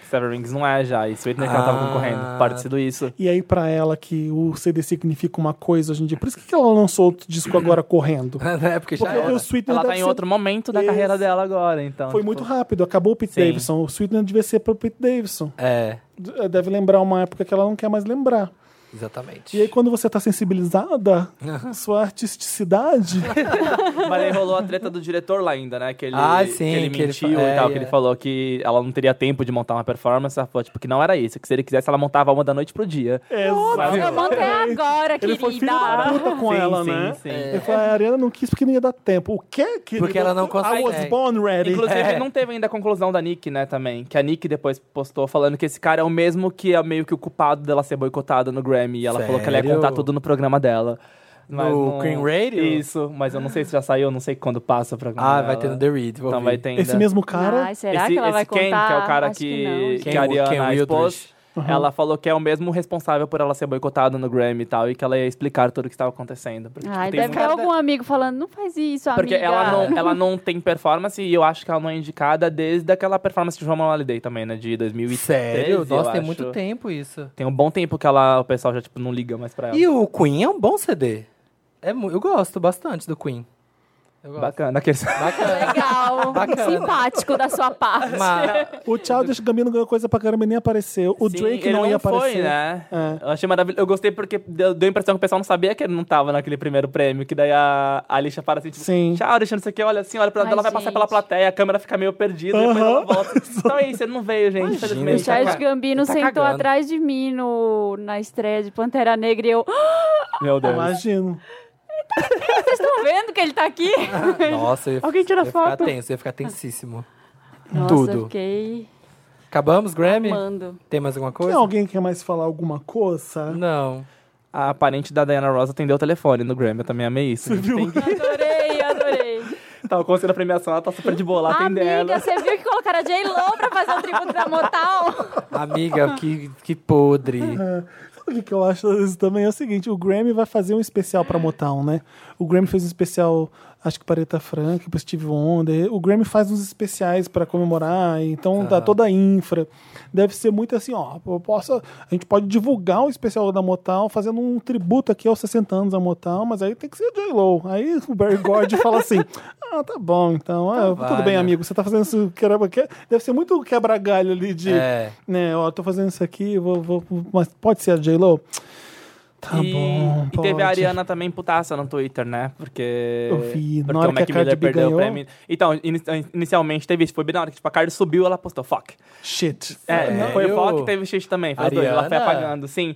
D: Seven Rings não é já, e Sweetener que ela
C: Ah.
D: tava concorrendo. Parecido isso.
B: E aí pra ela que o CD significa uma coisa hoje em dia. Por isso que ela lançou outro disco agora correndo.
C: né? Porque já
B: Porque
C: era.
B: o Sweetener
D: Ela tá
B: deve
D: em
B: ser-
D: outro momento da
B: Isso.
D: carreira dela agora, então.
B: Foi
D: tipo,
B: muito rápido, acabou o Pete
D: Sim.
B: Davidson. O Sweetener devia ser pro Pete Davidson.
C: É,
B: D- Deve lembrar uma época que ela não quer mais lembrar.
C: exatamente.
B: E aí, quando você tá sensibilizada, sua artisticidade
D: Mas aí rolou a treta do diretor lá ainda, né? Que ele,
C: Ah, sim,
D: que ele
C: que ele
D: mentiu
C: fa- é,
D: e tal,
C: é.
D: que ele falou que ela não teria tempo de montar uma performance. Ela falou, tipo, que não era isso, que se ele quisesse, ela montava uma da noite pro dia.
B: é
A: Eu montei agora,
B: Ele foi filho da
A: querida.
B: puta com
D: Sim,
B: ela,
D: sim,
B: né?
D: sim.
B: Ele falou, a Ariana não quis porque não ia dar tempo. O quê? querida?
C: Porque ela não consegue.
B: I was born ready.
D: Inclusive,
C: É.
D: não teve ainda a conclusão da Nick, né, também. Que a Nick depois postou falando que esse cara é o mesmo que é meio que o culpado dela ser boicotada no Grammy. E ela falou que ela ia
C: Sério?
D: contar tudo no programa dela. Mas
C: No
D: não-
C: Queen Radio?
D: Isso, mas eu não sei se já saiu, eu não sei quando passa o programa
C: Ah,
D: dela.
C: vai ter no The Read. vou
D: Então
C: ouvir.
D: vai ter ainda.
B: Esse mesmo cara...
A: Ai, será
D: esse,
A: que ela vai
D: esse Ken,
A: contar?
D: que é o cara
A: Acho
D: que,
A: não.
D: que
C: Ken-
D: a Ariana
C: Ken
D: expôs, ela falou que é o mesmo responsável por ela ser boicotada no Grammy e tal, e que ela ia explicar tudo o que estava acontecendo. Porque, tipo,
A: Ai,
D: tem
A: deve ter
D: muita-
A: algum amigo falando, não faz isso, amiga.
D: porque ela não, ela não tem performance e eu acho que ela não é indicada desde aquela performance de Roman Holiday também, né? De 2013,
C: Sério? Nossa,
D: eu
C: tem
D: acho.
C: muito tempo isso.
D: Tem um bom tempo que ela, o pessoal já tipo, não liga mais pra ela.
C: E o Queen é um bom CD. É, mu- eu gosto bastante do Queen. Eu gosto.
D: Bacana. aqueles-
C: Bacana.
A: Legal,
C: Bacana.
A: simpático da sua parte.
C: Mas,
B: O Childish Gambino ganhou coisa pra caramba e nem apareceu. O
D: Sim,
B: Drake
D: ele
B: não ia aparecer.
D: Foi, né?
B: É.
D: Eu achei maravilhoso. Eu gostei porque deu, deu a impressão que o pessoal não sabia que ele não tava naquele primeiro prêmio. Que daí a, a Alicia para assim, tipo,
B: Sim.
D: tchau, deixa não sei o que, olha assim, olha pra
A: Ai,
D: ela, vai passar
A: gente.
D: pela plateia, a câmera fica meio perdida, depois ela volta. então é isso, ele não veio, gente.
A: O
D: Infelizmente.
A: Charles
C: Ele tá ca-
A: Gambino
C: ele tá
A: sentou
C: cagando.
A: atrás de mim no, na estreia de Pantera Negra e eu. "Ah,
D: Meu Deus.
B: Imagino.
A: Vocês estão vendo que ele tá aqui?
C: nossa, eu ia,
A: Alguém tira
C: eu ia ficar
A: foto.
C: tenso, eu ia ficar tensíssimo.
A: Nossa,
C: Tudo.
A: fiquei
C: Acabamos, Grammy?
A: amando.
C: Tem mais alguma
B: Tem
C: coisa?
B: alguém que quer mais falar alguma coisa?
C: Não.
D: a parente da Diana Ross atendeu o telefone no Grammy. Eu também amei isso. Você viu?
A: Adorei, adorei.
D: Tava acontecendo a premiação, ela tá super de boa lá atendendo
A: Amiga,
D: ela.
A: você viu que colocaram a J-Lo pra fazer o tributo da Motal?
C: Amiga, que, que podre.
B: O que, que eu acho disso também é o seguinte: o Grammy vai fazer um especial pra Motown, né? O Grammy fez um especial, acho que para Aretha Frank, para Steve Wonder. O Grammy faz uns especiais pra comemorar, então tá toda a infra. Deve ser muito assim: ó, eu posso, a gente pode divulgar o especial da Motown fazendo um tributo aqui aos 60 anos da Motown, mas aí tem que ser J-Lo. Aí o Barry Gordy fala assim: ah, tá bom, então, ah,
C: vai,
B: tudo bem,
C: né?
B: amigo, você tá fazendo isso, quebra- que- deve ser muito quebra-galho ali de
C: É.
B: né, ó, tô fazendo isso aqui, vou, vou- mas pode ser a J-Lo? Tá
D: e,
B: bom,
D: e teve
B: pode.
D: a Ariana também putaça no Twitter, né? Porque.
B: Eu vi, na
D: porque
B: hora
D: o
B: que a
D: Mac
B: Cardi
D: Miller
B: B
D: perdeu
B: ganhou.
D: o prêmio. Então, ini- inicialmente teve isso. Foi bem na hora que tipo, a Cardi subiu, ela postou fuck.
B: Shit.
D: É,
C: Sério?
D: foi o foco que teve o X também. Foi os dois, ela foi
C: Ariana? Ah.
D: apagando, sim.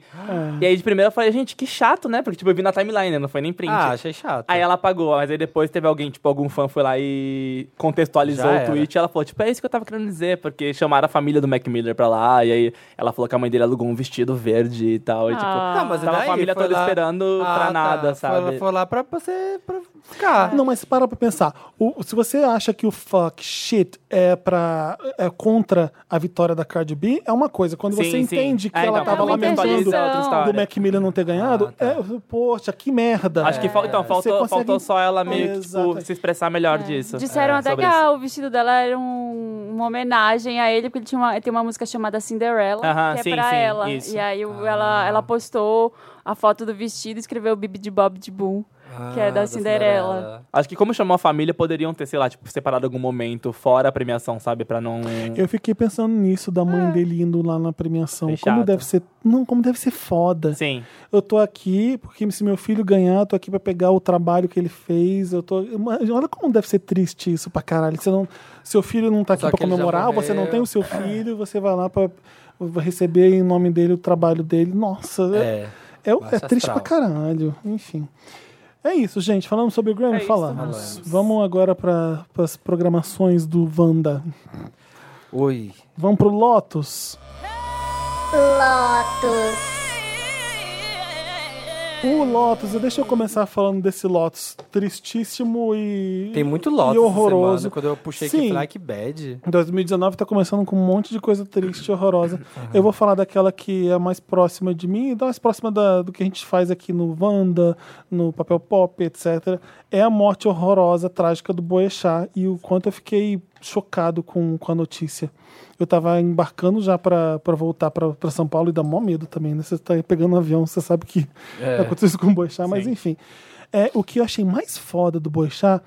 D: E aí de primeira eu falei, gente, que chato, né? Porque tipo, eu vi na timeline, né? não foi nem print.
C: Ah, achei chato.
D: Aí ela apagou, mas aí depois teve alguém, tipo, algum fã foi lá e contextualizou
C: Já
D: o
C: era.
D: tweet. E ela falou, tipo, é isso que eu tava querendo dizer, porque chamaram a família do Mac Miller pra lá. E aí ela falou que a mãe dele alugou um vestido verde e tal. E, tipo,
A: Ah. Tá, mas
D: tava a
C: daí
D: família
C: foi
D: toda
C: lá-
D: esperando
C: Ah,
D: pra
C: tá.
D: nada,
C: Foi-
D: sabe?
C: Foi lá pra você pra ficar.
B: Não, mas para pra pensar. O- se você acha que o fuck shit é pra, é contra a vitória da Cardi B, é uma coisa. Quando você
D: Sim, sim.
B: entende que
D: É,
B: ela
D: então,
B: tava
A: é uma
B: lamentando
A: interjeição.
B: do Mac Miller não ter ganhado,
C: Ah, tá.
B: é, poxa, que merda.
D: Acho que fal- então,
B: Você
D: faltou,
B: consegue-
D: faltou só ela meio que, tipo,
B: Exato.
D: se expressar melhor disso.
A: Disseram
D: É,
A: até que
D: sobre isso.
A: ah, o vestido dela era um- uma homenagem a ele, porque ele tinha uma, tem uma música chamada Cinderella,
D: Aham,
A: que é
D: sim,
A: pra
D: sim,
A: ela.
D: isso. Ah.
A: E aí o- ela, ela postou a foto do vestido e escreveu Bibi de Bob de Boom. que
C: Ah,
A: é da Cinderela.
D: Acho que como chamou a família, poderiam ter, sei lá, tipo, separado algum momento fora a premiação, sabe? Pra não...
B: Eu fiquei pensando nisso, da
D: Ah.
B: mãe dele indo lá na premiação.
D: Foi
B: Como
D: chato.
B: deve ser. Não, como deve ser foda.
D: Sim.
B: Eu tô aqui porque se meu filho ganhar, eu tô aqui pra pegar o trabalho que ele fez. Eu tô. Mas Olha como deve ser triste isso pra caralho. Você não, seu filho não tá aqui
C: Só
B: pra
C: que ele já
B: comemorar,
C: morreu. É.
B: você não tem o seu filho, você vai lá pra receber em nome dele o trabalho dele. Nossa, é,
C: É.
B: é, é
C: baixo
B: triste pra
C: astral.
B: caralho. Enfim. É isso, gente. Falamos sobre o Grammy?
D: É isso,
B: Falamos. Vamos agora para as programações do Wanda.
C: Oi.
B: Vamos pro Lotus. O Lotus, deixa eu começar falando desse Lotus tristíssimo e.
C: Tem muito
B: e
C: Lotus
B: horroroso.
C: essa semana. Quando eu puxei
B: Sim.
C: aqui, falei, "Ah, que bad.
B: 2019 tá começando com um monte de coisa triste e horrorosa. Eu vou falar daquela que é mais próxima de mim, e da mais próxima da- do que a gente faz aqui no Wanda, no Papel Pop, etc. É a morte horrorosa, trágica do Boechat e o quanto eu fiquei chocado com, com a notícia. Eu tava embarcando já pra pra voltar pra pra São Paulo e dá mó medo também, né? Você tá pegando um avião, você sabe que aconteceu isso com o Boechat, mas enfim. É, o que eu achei mais foda do Boechat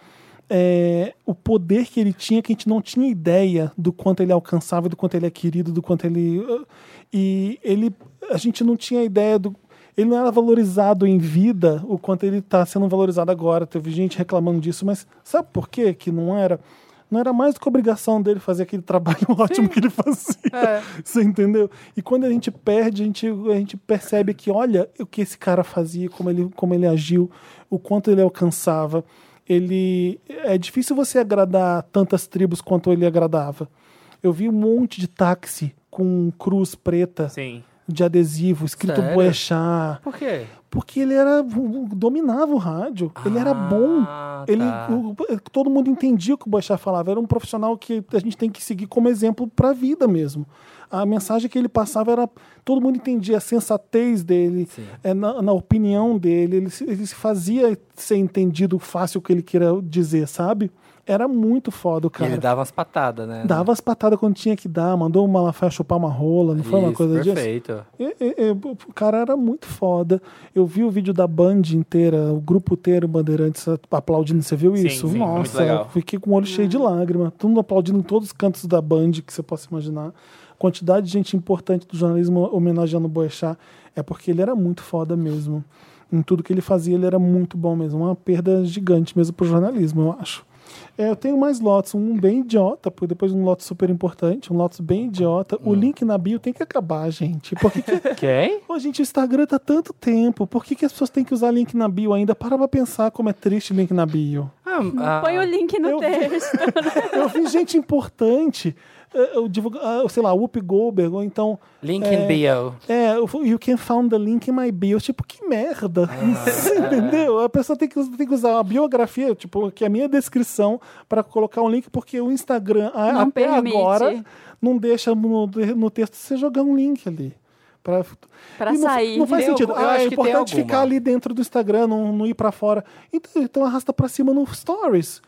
B: é, o poder que ele tinha, que a gente não tinha ideia do quanto ele alcançava, do quanto ele é querido, do quanto ele. uh, E ele. A gente não tinha ideia do. Ele não era valorizado em vida o quanto ele está sendo valorizado agora. Teve gente reclamando disso, mas sabe por quê que não era? Não era mais do que obrigação dele fazer aquele trabalho ótimo que ele fazia. Você entendeu? E quando a gente perde, a gente, a gente percebe que, olha, o que esse cara fazia, como ele, como ele agiu, o quanto ele alcançava. Ele. É difícil você agradar tantas tribos quanto ele agradava. Eu vi um monte de táxi com cruz preta
D: Sim.
B: de adesivo, escrito
C: Sério?
B: Boechat.
C: Por quê?
B: Porque ele era. um, dominava o rádio. ele era bom.
C: tá.
B: Ah, Ele, o- todo mundo entendia o que o Boechat falava. Era um profissional que a gente tem que seguir como exemplo para a vida mesmo. A mensagem que ele passava era. Todo mundo entendia a sensatez dele, é, na, na opinião dele. Ele se, ele se fazia ser entendido fácil o que ele queria dizer, sabe? Era muito foda o
C: E
B: cara.
C: ele dava umas patadas, né?
B: Dava as patadas quando tinha que dar, mandou o Malafaia chupar uma rola, não foi uma
C: Isso,
B: coisa disso?
C: perfeito.
B: E- e- e, É, o cara era muito foda. Eu vi o vídeo da Band inteira, o grupo inteiro, Bandeirantes aplaudindo. Você viu
D: Sim,
B: isso?
D: sim, foi muito
B: Nossa,
D: legal.
B: fiquei com o olho cheio de lágrima. Todo mundo aplaudindo em todos os cantos da Band que você possa imaginar. Quantidade de gente importante do jornalismo homenageando o Boechat é porque ele era muito foda mesmo. Em tudo que ele fazia, ele era muito bom mesmo. Uma perda gigante mesmo pro jornalismo, eu acho. É, eu tenho mais lotes, um bem idiota, porque depois um lote super importante, um lote bem idiota. O link na bio tem que acabar, gente. Por que, que
C: Quem?
B: Pô, gente, o Instagram tá tanto tempo. Por que, que as pessoas têm que usar link na bio ainda? Para pra pensar como é triste link na bio.
C: Ah, ah,
A: Põe o link no
B: Eu vi.
A: texto.
B: Eu vi gente importante, eh, eu divulgo- ah, eu sei lá, Whoopi Goldberg, ou então.
C: Link
B: é,
C: in bio.
B: É, eu- you can find the link in my bio. Tipo, que merda.
C: Ah,
B: Você
C: é.
B: entendeu? A pessoa tem que, us- tem que usar a biografia, tipo, que é a minha descrição, para colocar um link, porque o Instagram, a-
A: Não
B: até
A: permite.
B: agora, não deixa no, no texto você jogar um link ali. Pra,
A: Pra
B: E não, fa-
A: sair.
B: Não faz
C: Tem
B: sentido.
C: algum- eu
B: ah, é
C: acho que tem
B: importante
C: alguma.
B: ficar ali dentro do Instagram, não, não ir pra fora. Então, então arrasta pra cima no Stories.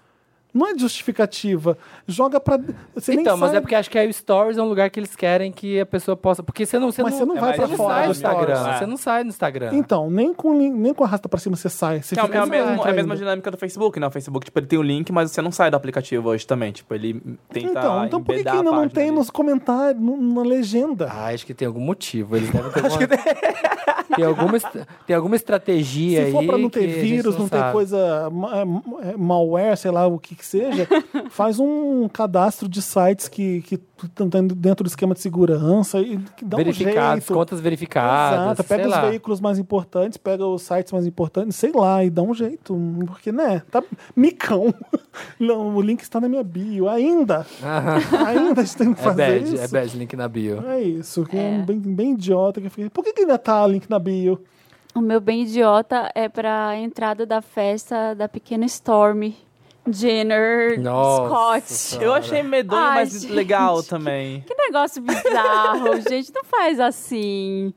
B: Não é justificativa. Joga pra. Você nem
C: então, mas
B: sabe.
C: é porque acho que aí o Stories é um lugar que eles querem que a pessoa possa. Porque você não, você
B: Mas
C: não,
B: você não vai
D: pra fora
C: sai
D: do
C: do Instagram.
D: Stories.
C: Você não sai do Instagram.
B: Então, nem com, lin- nem com arrasta pra cima você sai. Você
D: É,
B: fica
D: é a
B: nesse
D: mesma,
B: momento
D: é a mesma
B: ainda.
D: dinâmica do Facebook, né? O Facebook, tipo, ele tem o link, mas você não sai do aplicativo hoje também. Tipo, ele tenta
B: Então, então por que, que
D: embedar a
B: ainda não
D: página
B: tem
D: ali.
B: nos comentários, no- na legenda?
C: Ah, acho que tem algum motivo. Eles devem ter alguma... tem alguma estra- tem alguma estratégia
B: Se for
C: aí
B: pra não ter
C: que a gente
B: vírus, não, ter
C: sabe.
B: coisa ma- é, malware, sei lá o que que seja, faz um cadastro de sites que estão dentro do esquema de segurança e que dá um
C: verificados,
B: jeito.
C: contas verificadas,
B: Exato, pega
C: sei
B: os
C: lá.
B: veículos mais importantes, pega os sites mais importantes, sei lá, e dá um jeito. Porque, né, tá micão. Não, o link está na minha bio. Ainda,
C: Aham.
B: ainda a gente tem que
C: É
B: fazer
C: bad,
B: isso.
C: é bad link na bio.
B: É isso, que
A: É.
B: um Bem, bem idiota que eu fiquei. Por que, que ainda tá link na bio?
A: O meu bem idiota é pra entrada da festa da pequena Stormy. Jenner,
C: Nossa
A: Scott.
C: Senhora.
D: Eu achei medonho,
A: Ai,
D: mas
A: gente.
D: legal também.
A: Que negócio bizarro, gente. Não faz assim.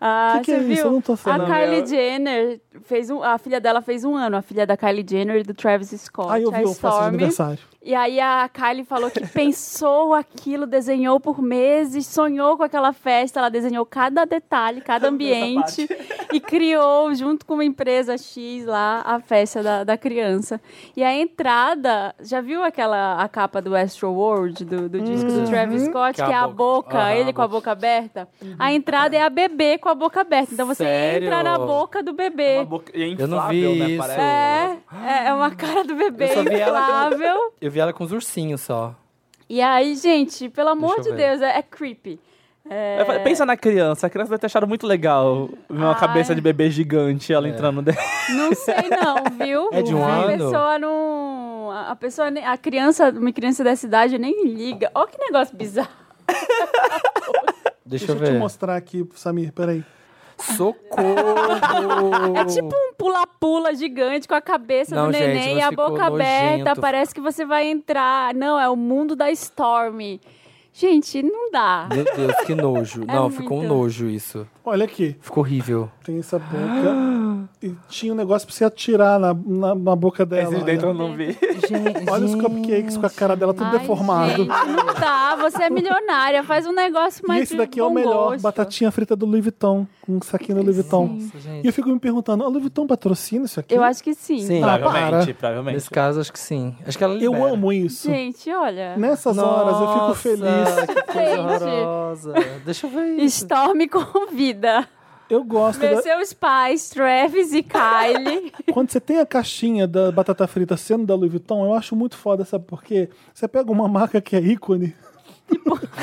A: Ah,
B: Que que é
A: você
B: isso?
A: viu?
B: Eu não tô
A: a
B: sabendo.
A: Kylie
D: Eu-
A: Jenner fez um, a filha dela fez um ano, a filha da Kylie Jenner e do Travis Scott,
B: Aí eu
A: a
B: vi o festa de
A: Stormy.
B: aniversário.
A: E aí a Kylie falou que pensou aquilo, desenhou por meses, sonhou com aquela festa, ela desenhou cada detalhe, cada ambiente e criou junto com uma empresa X lá a festa da, da criança. E a entrada, já viu aquela a capa do Astroworld, do, do disco do Travis Scott,
C: Que
A: que é a
C: a boca-
A: boca,
C: Aham,
A: ele
C: a
A: com a boca aberta? A entrada é a bebê com a boca aberta. Então você
C: Sério?
A: entra na boca do bebê.
D: Uma boca- e é
C: Eu
D: inflável,
C: não vi
D: né?
C: isso.
D: Parece.
A: É, é, é uma cara do bebê
C: Eu só vi ela com-
A: inflável.
C: Eu vi ela com os ursinhos só.
A: E aí, gente, pelo amor
C: Deixa
A: de
C: eu ver.
A: Deus, é, é creepy. É,
D: Eu falei, Pensa na criança, a criança deve ter achado muito legal ver uma
A: Ai.
D: cabeça de bebê gigante ela
C: É.
D: entrando dentro.
A: Não sei não, viu?
C: É de um
A: a
C: ano?
A: Pessoa não, a a pessoa, nem- a criança, uma criança dessa idade nem liga. Ó que negócio bizarro.
B: Deixa,
C: Deixa, eu
B: eu te
C: ver.
B: mostrar aqui, Samir, peraí.
C: Socorro!
A: É tipo um pula-pula gigante com a cabeça
C: Não,
A: do
C: gente,
A: neném e
C: mas
A: a
C: ficou
A: boca aberta.
C: nojento.
A: Parece que você vai entrar. Não, é o mundo da Storm. Gente, não dá.
C: Meu Deus, que nojo. Não, ficou um
A: É muito.
C: nojo isso.
B: Olha aqui,
C: Ficou horrível.
B: tem essa boca. e tinha um negócio pra você atirar na, na, na boca dela.
D: Esses
B: olha.
C: tá
D: dentro eu não vi.
B: Olha os cupcakes com a cara dela tudo
A: Ai,
B: deformado.
A: gente, não dá. Você é milionária. Faz um negócio
B: E
A: mais
B: esse
A: de
B: daqui é o
A: bom
B: melhor,
A: gosto.
B: batatinha frita do Louis Vuitton, com um saquinho do Louis Vuitton.
C: Nossa,
B: E
C: gente.
B: eu fico me perguntando, a Louis Vuitton patrocina isso aqui?
A: Eu acho que sim.
C: Sim,
B: Ah,
D: provavelmente,
B: para.
D: provavelmente.
C: Tá, nesse caso acho que sim. Acho que ela
B: Eu
C: libera.
B: amo isso.
A: Gente, olha.
B: Nessas horas eu fico
C: Nossa,
B: feliz.
C: Que coisa
A: Gente.
C: horrorosa. Deixa eu ver isso.
A: Storm convida.
B: Eu gosto da-
A: Meus pais, Travis e Kylie.
B: Quando você tem a caixinha da batata frita sendo da Louis Vuitton, eu acho muito foda, sabe por quê? Você pega uma marca que é ícone.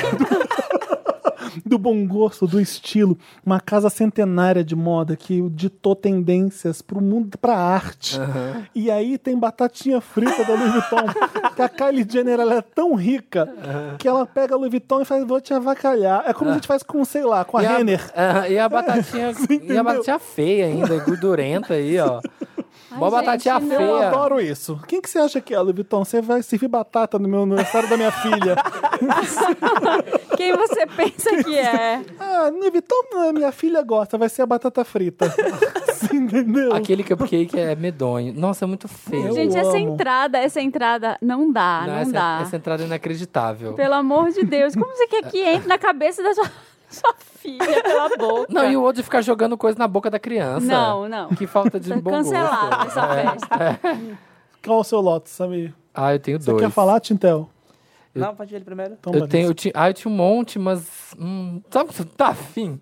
B: Do bom gosto, do estilo, uma casa centenária de moda que ditou tendências pro mundo, pra arte. E aí tem batatinha frita da Louis Vuitton. que a Kylie Jenner ela é tão rica que ela pega a Louis Vuitton e faz, vou te avacalhar. É como a gente faz com, sei lá, com a
C: e
B: Renner.
C: A, ah, e a batatinha, e a
B: entendeu?
C: batatinha feia ainda, gordurenta aí, ó. Mó batatinha
A: gente, não.
C: feia.
B: Eu adoro isso. Quem que você acha que é, Louis Vuitton? Você vai servir batata no meu no aniversário da minha filha.
A: Quem você pensa que é?
B: Ah, Louis Vuitton, ah, minha filha gosta, vai ser a batata frita. Você entendeu?
C: Aquele cupcake é medonho. Nossa, é muito feio.
B: Eu
A: Gente, essa
B: amo.
A: entrada, essa entrada não dá,
C: Não,
A: não,
C: essa,
A: dá.
C: essa entrada é inacreditável.
A: Pelo amor de Deus, como você quer que entre na cabeça da sua, sua filha pela boca?
C: Não, e o outro ficar jogando coisa na boca da criança.
A: Não, não.
C: Que falta de bom
A: Cancelada
C: gosto. É.
A: essa festa.
B: Qual o seu lote, Samir?
C: Ah, eu tenho
B: Você
C: dois.
B: quer falar, Tintel?
D: Não, pode ir ele primeiro.
B: Então,
C: Eu
B: beleza.
C: tenho, eu tinha, ah, eu tinha um monte, mas. Hum, sabe, que você tá afim.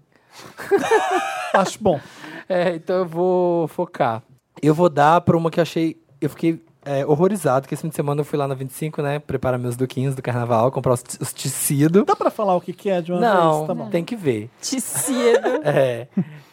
B: Acho bom.
C: É, então eu vou focar. Eu vou dar pra uma que eu achei. Eu fiquei é, horrorizado, que esse fim de semana eu fui lá na 25, né? Preparar meus duquinhos do carnaval, comprar os, os tecidos.
B: Dá pra falar o que que é de uma
C: Não,
B: vez? Tá bom.
C: tem que ver.
A: Tecido.
C: É.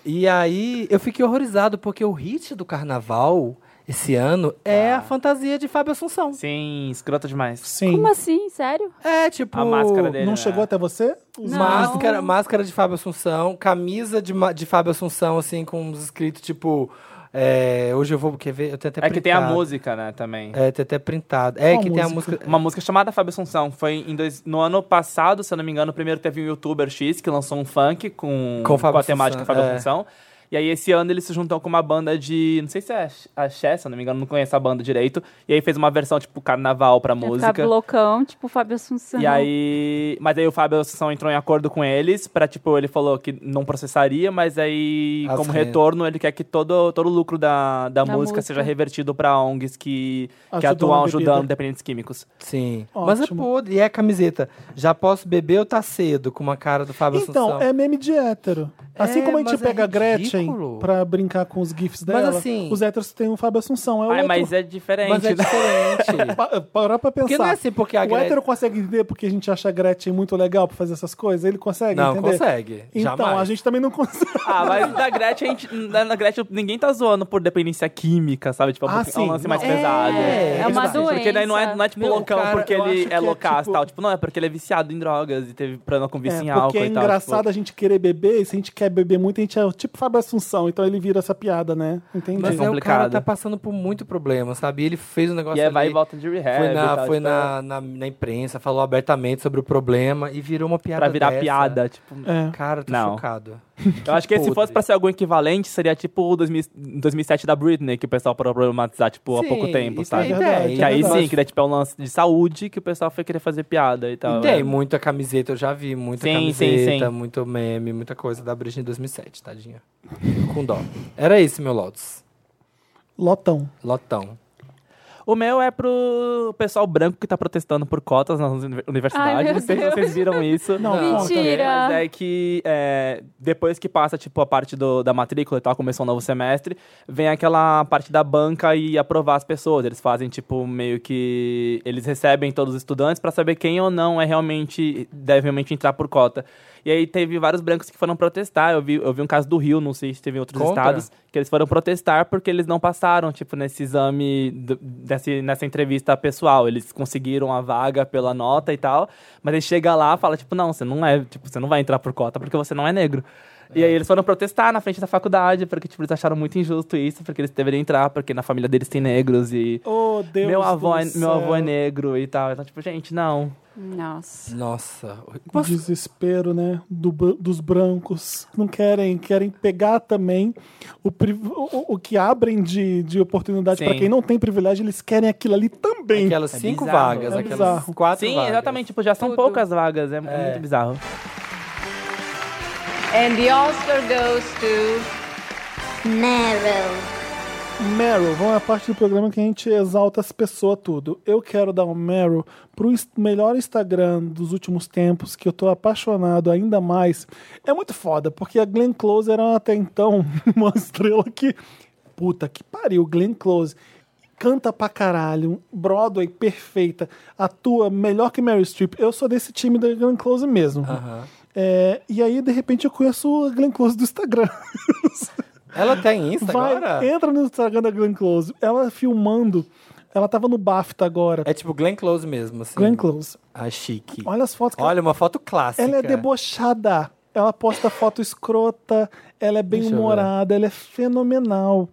C: E aí eu fiquei horrorizado porque o hit do carnaval esse ano é
D: Tá.
C: a fantasia de Fábio Assunção.
D: Sim, escrota demais.
B: Sim.
A: Como assim? Sério?
C: É, tipo.
D: A máscara dele.
B: Não
D: né?
B: chegou até você?
A: Não.
C: Máscara, máscara de Fábio Assunção, camisa de, ma- de Fábio Assunção, assim, com uns escritos tipo. é, hoje eu vou. Quer ver? Eu tenho até
D: É que tem a
C: printado.
D: música, né, também.
C: É, tem até printado. É
B: Qual
C: que tem a
B: música?
C: música.
D: Uma música chamada Fábio Assunção. Foi em dois, no ano passado, se eu não me engano, primeiro teve um youtuber X que lançou um funk com,
C: Com o Fábio
D: a temática
C: Assunção,
D: Fábio
C: é.
D: Assunção. E aí esse ano ele se juntou com uma banda de. Não sei se é axé, se eu não me engano, não conheço a banda direito. E aí fez uma versão, tipo, carnaval pra
A: Vai
D: música.
A: Ficar loucão, tipo Fábio Assunção.
D: E aí. Mas aí o Fábio Assunção entrou em acordo com eles pra, tipo, ele falou que não processaria, mas aí,
C: As
D: como
C: rendas.
D: retorno, ele quer que todo, todo o lucro da,
A: Da
D: da, música,
A: música.
D: seja revertido pra ONGs que, que
B: Ajudam
D: atuam
B: a bebida.
D: ajudando dependentes químicos.
C: Sim.
B: Ótimo.
C: Mas é podre. E é a camiseta. Já posso beber ou tá cedo? Com uma cara do Fábio
B: Então,
C: Assunção.
B: é meme de hétero. Assim
C: É,
B: como a gente
C: mas é
B: pega a Gretchen
C: ridículo.
B: pra brincar com os GIFs
C: Mas
B: dela,
C: assim-
B: os héteros têm o Fábio Assunção. É o
D: Ai,
B: outro.
D: mas é diferente,
C: Mas é
D: né?
C: diferente.
B: Pa- Parar pra pensar.
C: porque não é assim, porque a
B: O hétero
C: Gretchen...
B: consegue entender porque a gente acha a Gretchen muito legal pra fazer essas coisas? Ele consegue
C: Não,
B: entender?
C: consegue.
B: Então,
C: Jamais.
B: a gente também não consegue.
D: Ah, mas da Gretchen, a gente- na, na Gretchen, ninguém tá zoando por dependência química, sabe? Tipo, é um
B: Ah,
D: pouquinho- é um
B: sim.
D: lance mais né?
B: É,
D: pesado.
A: é
C: uma
D: Porque daí não é,
A: doença.
D: não é tipo
C: Meu,
D: loucão
C: cara,
D: porque
C: eu
D: ele
C: acho
D: é
C: que é,
D: loucaço
C: tipo-
D: tal. Tipo, não, é porque ele é viciado em drogas e teve problema com vício em
B: É,
D: álcool
B: porque é
D: e tal.
B: engraçado
D: tipo.
B: a gente querer beber, e se a gente quer beber muito, a gente é o tipo Fábio Assunção, então ele vira essa piada, né? Entendi.
C: Mas é, o cara
D: complicado.
C: tá passando por muito problema, sabe? E ele fez um negócio
D: E é vai e
C: ali,
D: volta de rehab.
C: Foi,
D: e
C: na,
D: tal,
C: foi
D: tipo,
C: na, na, na imprensa, falou abertamente sobre o problema e virou uma piada
D: é, Pra virar
C: dessa.
D: piada, tipo.
B: É.
C: Cara, eu tô
D: Não.
C: chocado.
D: Eu acho que se
C: podre.
D: fosse pra ser algum equivalente, seria tipo o 2000 2007 da Britney, que o pessoal parou pra problematizar, tipo, há
C: Sim,
D: pouco tempo,
C: e
D: sabe?
C: Tem,
B: É verdade,
C: tem,
D: Que aí
B: verdade.
D: sim, que daí, tipo, é um lance de saúde que o pessoal foi querer fazer piada e tal. é.
C: E tem muita camiseta, eu já vi muita
D: Sim,
C: camiseta,
D: sim, sim.
C: muito meme, muita coisa da Britney 2007, tadinha. Com dó. Era esse meu Lotus.
B: Lotão.
C: Lotão.
D: O meu é pro pessoal branco que tá protestando por cotas nas uni-
A: Ai,
D: universidades.
A: meu
D: Não sei se
A: Deus.
D: vocês viram isso.
B: Não,
C: Não.
B: conta.
A: Mentira.
D: Mas é que é, depois que passa, tipo, a parte do- da matrícula e tal, começou um novo semestre, vem aquela parte da banca e aprovar as pessoas. Eles fazem, tipo, meio que. Eles recebem todos os estudantes pra saber quem ou não é realmente. deve realmente entrar por cota. E aí teve vários brancos que foram protestar. Eu vi, eu vi um caso do Rio, não sei se teve em outros
C: Contra?
D: estados, que eles foram protestar porque eles não passaram, tipo, nesse exame, do- desse, nessa entrevista pessoal. Eles conseguiram a vaga pela nota e tal, mas ele chega lá e fala, tipo, não, você não é, tipo, você não vai entrar por cota porque você não é negro. E aí eles foram protestar na frente da faculdade, porque, tipo, eles acharam muito injusto isso, porque eles deveriam entrar, porque na família deles tem negros e...
B: Oh, Deus
D: meu, avô
B: do
D: é, meu
B: céu.
D: avô é negro e tal. Então, tipo, gente, não.
A: Nossa.
C: Nossa.
B: O
C: Posso-
B: desespero, né? do br- dos brancos. Não querem, querem pegar também o, priv- o, o que abrem de, de oportunidade
D: Sim.
B: pra quem não tem privilégio, eles querem aquilo ali também.
C: Aquelas cinco
D: bizarro.
C: vagas,
B: É
C: aquelas
B: bizarro.
C: quatro
D: Sim,
C: vagas.
D: exatamente. Tipo, já são poucas vagas. É, muito bizarro.
E: And the Oscar goes to
F: Meryl.
B: Meryl, vamos à parte do programa que a gente exalta as pessoas tudo. Eu quero dar um Meryl pro ins- melhor Instagram dos últimos tempos, que eu tô apaixonado ainda mais. É muito foda, porque a Glenn Close era até então uma estrela que. Puta que pariu, Glenn Close. Canta pra caralho, Broadway perfeita, atua melhor que Meryl Streep. Eu sou desse time da Glenn Close mesmo.
C: Aham.
B: É, e aí, de repente, eu conheço a Glenn Close do Instagram.
C: Ela tem Insta
B: Vai, é.
C: agora?
B: entra no Instagram da Glenn Close. Ela filmando. Ela tava no BAFTA agora.
C: É tipo Glenn Close mesmo, assim.
B: Glenn Close.
C: Ah, chique.
B: Olha as fotos que
C: Olha, uma foto clássica.
B: ela... ela é debochada. Ela posta foto escrota. Ela é bem
C: Deixa eu ver.
B: humorada. Ela é fenomenal.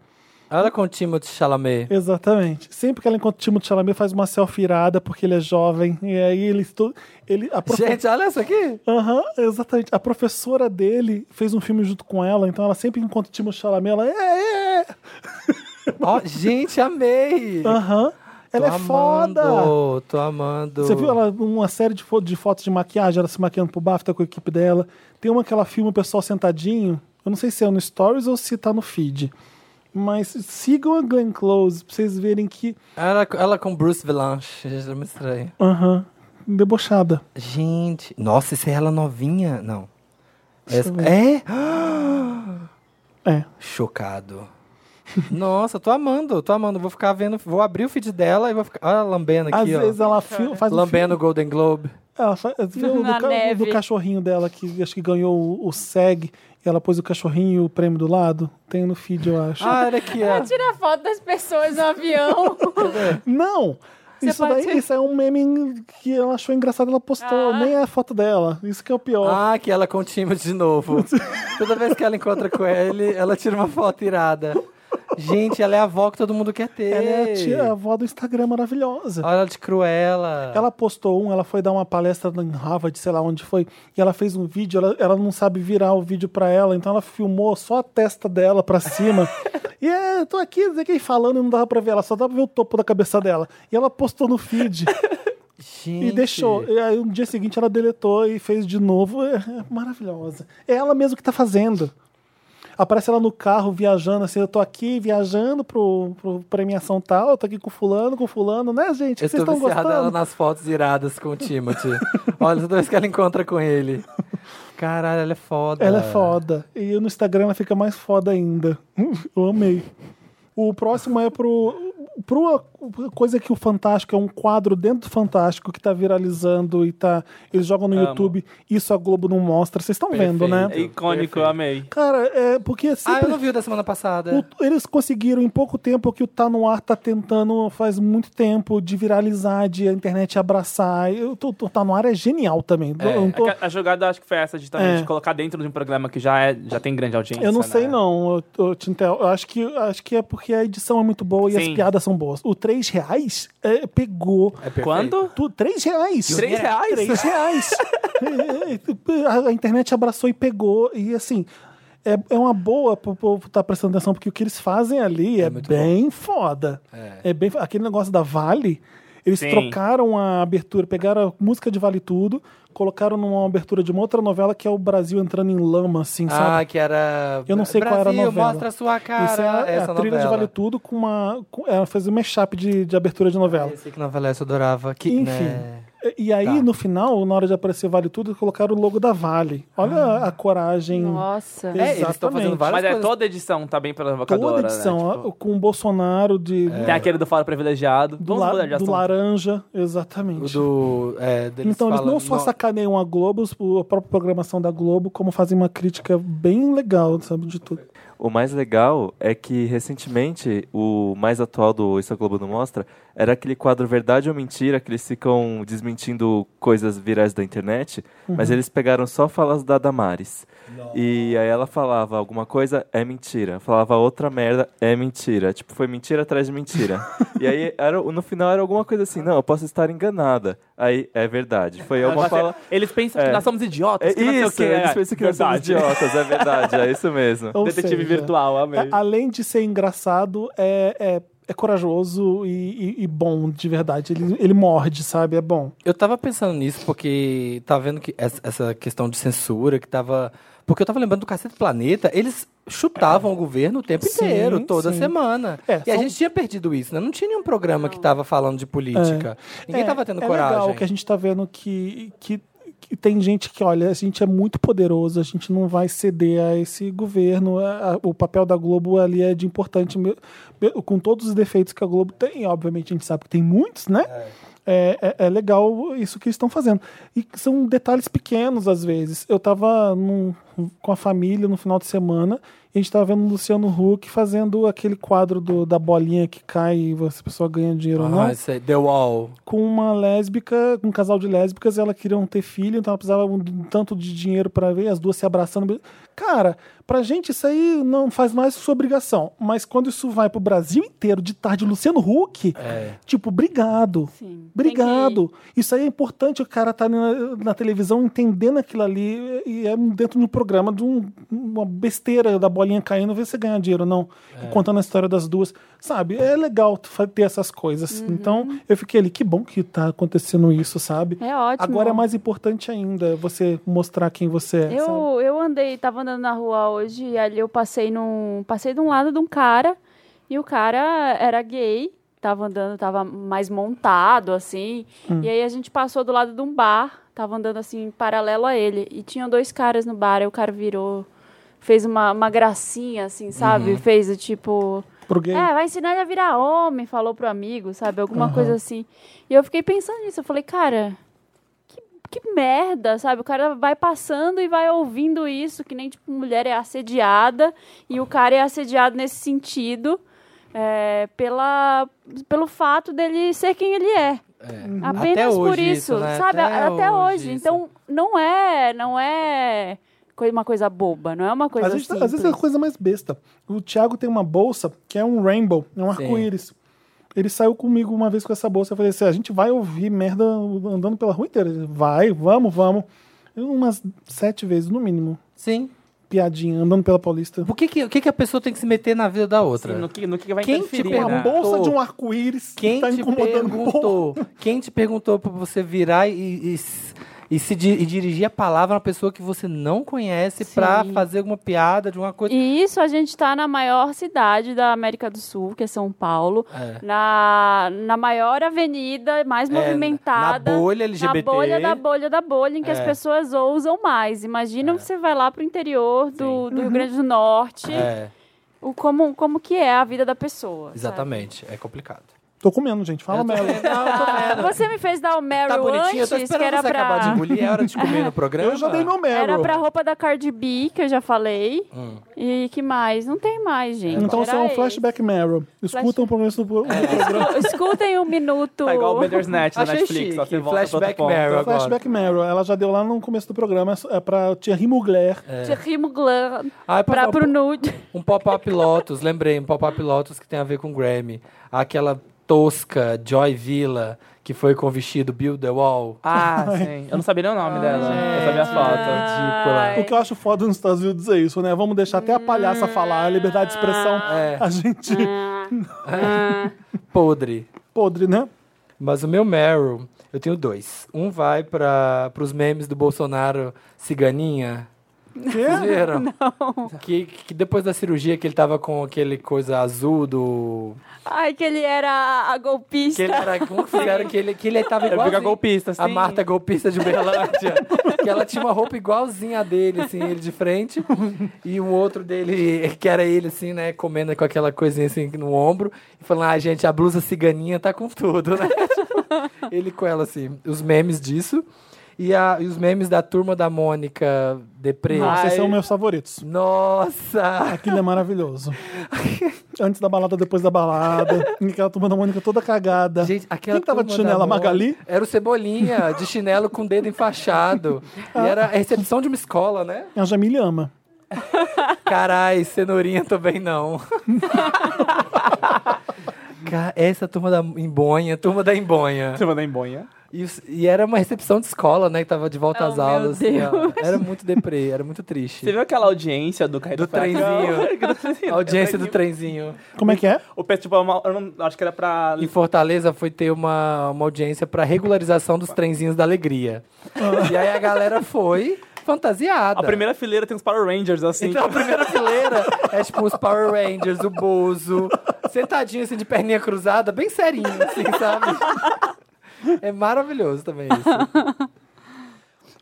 C: Ela com o Timothée Chalamet.
B: Exatamente. Sempre que ela encontra o Timothée Chalamet, faz uma selfie irada porque ele é jovem. E aí ele... estu- ele a profe-
C: Gente, olha essa aqui.
B: Aham, exatamente. A professora dele fez um filme junto com ela, então ela sempre encontra o Timothée Chalamet, ela... É, é, é.
C: Ó, gente, amei.
B: Aham. Ah, Ela
C: Tô
B: é foda!
C: amando, Tô amando.
B: Você viu ela uma série de, fo- de fotos de maquiagem, ela se maquiando pro BAFTA com a equipe dela. Tem uma que ela filma o pessoal sentadinho. Eu não sei se é no Stories ou se tá no feed. Mas sigam a Glenn Close pra vocês verem que.
C: Ela, ela com Bruce Vilanche, gente, é muito estranho.
B: Aham. Debochada.
C: Gente, nossa, isso é ela novinha? Não.
B: Deixa
C: Essa-
B: eu ver.
C: é?
B: É.
C: Chocado. Nossa, tô amando, tô amando. Vou ficar vendo, vou abrir o feed dela e vou ficar. Olha ela lambendo
B: Às
C: aqui, ó.
B: vezes ela fil- faz um
C: Lambendo o Golden Globe.
B: Ela fa- viu do,
A: Na
B: ca-
A: neve.
B: do cachorrinho dela, que acho que ganhou o- o SEG, e ela pôs o cachorrinho e o prêmio do lado. Tem no feed, eu acho.
C: Ah, olha
B: É,
C: aqui, ó.
A: Tira foto das pessoas no avião.
B: Não!
A: Você
B: Isso
A: pode
B: daí
A: ser-
B: isso é um meme que ela achou engraçado, ela postou,
A: Ah.
B: nem é a foto dela. Isso que é o pior.
C: Ah, que ela com o Timo de novo. Toda vez que ela encontra com ele, ela tira uma foto irada. Gente, ela é a avó que todo mundo quer ter.
B: Ela é a, tia, a avó do Instagram maravilhosa.
C: Olha ela de Cruella.
B: Ela postou um, ela foi dar uma palestra em Harvard, sei lá onde foi, e ela fez um vídeo, ela, ela não sabe virar o vídeo pra ela, então ela filmou só a testa dela pra cima. e é, eu tô aqui, não sei quem falando, não dava pra ver ela, só dava pra ver o topo da cabeça dela. E ela postou no feed
C: Gente.
B: e deixou. E aí no dia seguinte ela deletou e fez de novo. É, é maravilhosa. É ela mesma que tá fazendo. Aparece ela no carro viajando, assim, eu tô aqui viajando pro, pro premiação tal, eu tô aqui com fulano, com fulano, né, gente?
C: Eu
B: Vocês
C: tô
B: estão
C: viciada
B: gostando?
C: ela nas fotos iradas com o Timothy. Olha, toda vez que ela encontra com ele. Caralho, ela é foda.
B: Ela é foda. E no Instagram ela fica mais foda ainda. Eu amei. O próximo é pro, pro uma coisa que o Fantástico é um quadro dentro do Fantástico que tá viralizando e tá. Eles jogam no
D: Amo.
B: YouTube, isso a Globo não mostra. Vocês estão vendo,
D: É
B: né?
C: Perfeito.
D: icônico, eu amei.
B: Cara, é porque
C: Ah, eu
B: sempre.
C: não vi o da semana passada.
B: o- eles conseguiram em pouco tempo que o Tá No Ar tá tentando faz muito tempo de viralizar, de a internet abraçar. Eu, o Tá No Ar é genial também. Eu não tô-
D: É que A, a jogada acho que foi essa,
B: É.
D: justamente, de colocar dentro de um programa que já, é, já tem grande audiência.
B: Eu não
D: né?
B: sei, não, ô- ô, Tintel. Eu acho que, acho que é porque a edição é muito boa e as
D: Sim.
B: piadas são boas. O 3 reais é, pegou.
C: É perfeito.
D: Quanto?
B: Tu, 3 reais!
D: Três reais?
B: 3 reais! É, a, a internet abraçou e pegou. E assim, é, é uma boa pro povo estar prestando atenção, porque o que eles fazem ali é,
C: muito
B: bem foda. É. bem, fo- aquele negócio da Vale. Eles
D: Sim.
B: trocaram a abertura, pegaram a música de Vale Tudo, colocaram numa abertura de uma outra novela que é o Brasil entrando em lama, assim, sabe?
C: Ah, que era.
B: Eu não sei
C: Brasil,
B: qual era a novela.
C: mostra a sua cara.
B: Isso é a, é a
C: essa
B: trilha de
C: novela.
B: Vale Tudo com uma. com- ela fez um mashup de, de abertura de novela.
C: Eu sei que novela essa eu adorava. Que,
B: Enfim.
C: né?
B: E, e aí,
C: Tá.
B: no final, na hora de aparecer Vale Tudo, colocaram o logo da Vale. Olha
C: Ah.
B: a- a coragem.
A: Nossa.
C: É, eles estão
B: Exatamente.
C: fazendo várias
D: Mas é,
C: coisas.
D: toda edição tá bem provocadora,
B: Toda
D: né?
B: edição,
D: Tipo,
B: ó, com o Bolsonaro
C: É.
B: de.
D: Tem aquele do Fórum Privilegiado.
B: Do,
D: Vamos
B: la-
D: mudar de
B: do
D: assunto.
B: laranja, exatamente.
C: O do. É, deles
B: então, eles
C: falando-
B: não só sacaneiam a Globo, a própria programação da Globo, como fazem uma crítica bem legal, sabe, de tudo.
G: O mais legal é que recentemente o mais atual do Isso a Globo não mostra era aquele quadro Verdade ou Mentira que eles ficam desmentindo coisas virais da internet, mas
D: Uhum.
G: eles pegaram só falas da Damares. E aí ela falava alguma coisa, é mentira. Falava outra merda, é mentira. Tipo, foi mentira atrás de mentira. e aí era, no final era alguma coisa assim, não, eu posso estar enganada. Aí é verdade. Foi alguma
D: Agora,
G: fala.
D: Eles pensam que
G: É.
D: nós somos idiotas.
G: É
D: que não sei o
G: isso,
D: quê.
G: eles
D: É,
G: pensam que nós somos
D: verdade.
G: idiotas, é verdade, é isso mesmo.
B: Ou
D: Detetive
B: seja,
D: virtual, amei.
B: A- além de ser engraçado, é, é, é corajoso e, e- e bom de verdade. Ele, ele morde, sabe? É bom.
C: Eu tava pensando nisso porque tá vendo que essa- essa questão de censura que tava. Porque eu tava lembrando do Cacete Planeta, eles chutavam o governo o tempo
B: Sim,
C: inteiro, toda
B: sim.
C: semana.
B: É,
C: e a
B: são-
C: gente tinha perdido isso, né? Não tinha nenhum programa que tava falando de política. Ninguém
B: é,
C: tava tendo
B: é
C: coragem.
B: legal que a gente tá vendo que, que, que tem gente que, olha, a gente é muito poderoso, a gente não vai ceder a esse governo. a- a- o papel da Globo ali é de importante, me- me- com todos os defeitos que a Globo tem, e, obviamente a gente sabe que tem muitos, né? É, é, é legal isso que eles estão fazendo. E são detalhes pequenos, às vezes. Eu tava num- com a família no final de semana e a gente tava vendo o Luciano Huck fazendo aquele quadro do- da bolinha que cai e você- a pessoa ganha dinheiro ou não
C: Ah, isso aí, The Wall.
B: com uma lésbica, com um casal de lésbicas, e elas queriam ter filho, então ela precisava um tanto de dinheiro pra ver, as duas se abraçando. Cara, pra gente isso aí não faz mais sua obrigação. Mas quando isso vai pro Brasil inteiro, de tarde, Luciano Huck, tipo, obrigado.
A: Sim.
B: Obrigado. Isso aí é importante o cara tá na, na televisão entendendo aquilo ali e é dentro de um programa de um- uma besteira da bolinha caindo, ver se ganha dinheiro ou não.
A: É.
B: E contando a história das duas. Sabe, é legal tu fa- ter essas coisas.
A: Uhum.
B: Então, eu fiquei ali, que bom que tá acontecendo isso, sabe?
A: É ótimo.
B: Agora é mais importante ainda você mostrar quem você é, sabe?
A: Eu, eu andei, tava andando na rua hoje e ali eu passei num. Passei de um lado de um cara e o cara era gay, tava andando, tava mais montado, assim.
B: Hum.
A: E aí a gente passou do lado de um bar, tava andando assim, em paralelo a ele. E tinham dois caras no bar, aí o cara virou. Fez uma, uma gracinha, assim, sabe?
B: Uhum.
A: Fez o tipo.
B: Pro gay.
A: É, vai ensinar ele a virar homem, falou pro amigo, sabe? Alguma coisa assim. E eu fiquei pensando nisso. Eu falei, cara, que, que merda, sabe? O cara vai passando e vai ouvindo isso, que nem, tipo, mulher é assediada, e o cara é assediado nesse sentido, é, pela, pelo fato dele ser quem ele é.
B: Hum.
A: Apenas
C: Até
A: por
C: hoje
A: isso,
C: isso, né?
A: sabe?
C: Até
A: Até, hoje.
C: hoje isso.
A: Então, não é, não é coi- uma coisa boba, não é uma coisa
B: Às vezes,
A: simples.
B: às vezes é a coisa mais besta. O Thiago tem uma bolsa que é um rainbow, é um
C: Sim.
B: arco-íris. Ele saiu comigo uma vez com essa bolsa. Eu falei assim: a gente vai ouvir merda andando pela rua inteira. Ele, vai, vamos, vamos. Umas sete vezes, no mínimo.
C: Sim.
B: Piadinha, andando pela Paulista.
C: Por que que, o que que a pessoa tem que se meter na vida da outra?
D: Sim, no, que, no que vai
C: Quem te
D: interferir,
C: pergunta?
D: né?
B: Uma bolsa de um arco-íris
C: Quem
B: tá
C: te
B: incomodando um pouco.
C: perguntou? Quem te perguntou pra você virar e, e, s- e se di- e dirigir a palavra a uma pessoa que você não conhece
A: Sim.
C: pra fazer alguma piada de uma coisa?
A: E isso a gente está na maior cidade da América do Sul, que é São Paulo,
C: É.
A: na, na maior avenida mais
C: É,
A: movimentada.
C: Na bolha LGBT.
A: Na bolha da bolha da bolha, em que as
C: É.
A: pessoas ousam mais. Imagina que você vai lá pro interior do,
B: Uhum.
A: do Rio Grande do Norte,
C: É,
A: o como, como que é a vida da pessoa. sabe?
C: exatamente. É complicado.
B: Tô comendo, gente. Fala
C: Eu tô-
B: merda.
C: Não, eu tô
A: Ah,
C: vendo.
A: Você me fez dar o Meryl
C: Tá bonitinho, eu tô
A: antes, que
C: esperando
A: era
C: você acabar de
A: pra,
C: engolir. É hora de comer no programa?
B: Eu já dei meu Meryl.
A: era pra roupa da Cardi B, que eu já falei.
C: Hum.
A: E que mais? Não tem mais, gente.
B: Então isso
A: Era
B: é um
A: esse.
B: flashback Meryl. Escutam o começo do
C: É.
A: Escutem um minuto.
D: Tá igual o Bender's Net da
C: Achei
D: Netflix. Só
C: chique.
D: você volta pra outro
C: Flashback
D: ponto.
C: Meryl. agora.
B: Flashback Meryl. Ela já deu lá no começo do programa. é só- É pra Thierry Mugler.
C: É.
A: Thierry Mugler
C: Ah, é
A: pra pro nude.
C: Um pop-up Lotus, lembrei, um pop-up Lotus que tem a ver com Grammy. Aquela tosca Joy Villa, que foi com o vestido Build the Wall.
D: Ah, sim. Eu não sabia nem o nome dela, gente. Eu sabia as fotos.
C: Ridícula.
A: Ai.
B: O que eu acho foda nos Estados Unidos é isso, né? Vamos deixar até a palhaça falar, a liberdade de expressão.
C: É.
B: A gente.
C: Podre.
B: Podre, né?
C: Mas o meu Meryl, eu tenho dois. Um vai para os memes do Bolsonaro ciganinha. Vocês viram? Não. Que, que depois da cirurgia que ele tava com aquele coisa azul do.
A: Ai, que ele era a- a golpista.
C: Que ele era. Como que fizeram? Que ele, que ele tava
D: Eu vi a
C: igual.
D: golpista,
C: A
D: assim.
C: Marta é golpista de Berlândia. que ela tinha uma roupa igualzinha a dele, assim, ele de frente. E um outro dele, que era ele, assim, né, comendo com aquela coisinha assim no ombro. E falando, ah, gente, a blusa ciganinha tá com tudo, né? Tipo, ele com ela, assim, os memes disso. E, a- e os memes da turma da Mônica Deprê.
B: Nossa,
D: Ai.
B: esses são meus favoritos.
C: Nossa!
B: Aquilo é maravilhoso. Antes da balada, depois da balada. E Aquela turma da Mônica toda cagada.
C: Gente, aquela
B: Quem tava de
C: turma da
B: chinela,
C: Mônica-
B: Magali?
C: Era o Cebolinha, de chinelo com o dedo enfaixado. E
B: Ah.
C: era a recepção de uma escola, né?
B: A Jamile ama.
C: Carai, cenourinha também não. Ca- Essa turma da Embonha, turma da Embonha.
D: Você manda em bonha.
C: E, os- e era uma recepção de escola, né? Que tava de volta
A: Oh,
C: às
A: meu
C: aulas. assim, ó. Era muito deprê, era muito
D: Você
C: triste.
D: viu aquela audiência do
C: Do
D: Caído
C: trenzinho.
D: do trenzinho.
C: A audiência do trenzinho.
B: Como é que é?
D: O Pet tipo, uma- eu não, acho que era pra...
C: Em Fortaleza foi ter uma, uma audiência pra regularização dos trenzinhos da alegria.
A: Ah.
C: E aí a galera foi fantasiada.
D: A primeira fileira tem os Power Rangers, assim.
C: Então a primeira fileira é tipo os Power Rangers, o Bozo, sentadinho assim de perninha cruzada, bem serinho, assim, sabe? É maravilhoso também isso.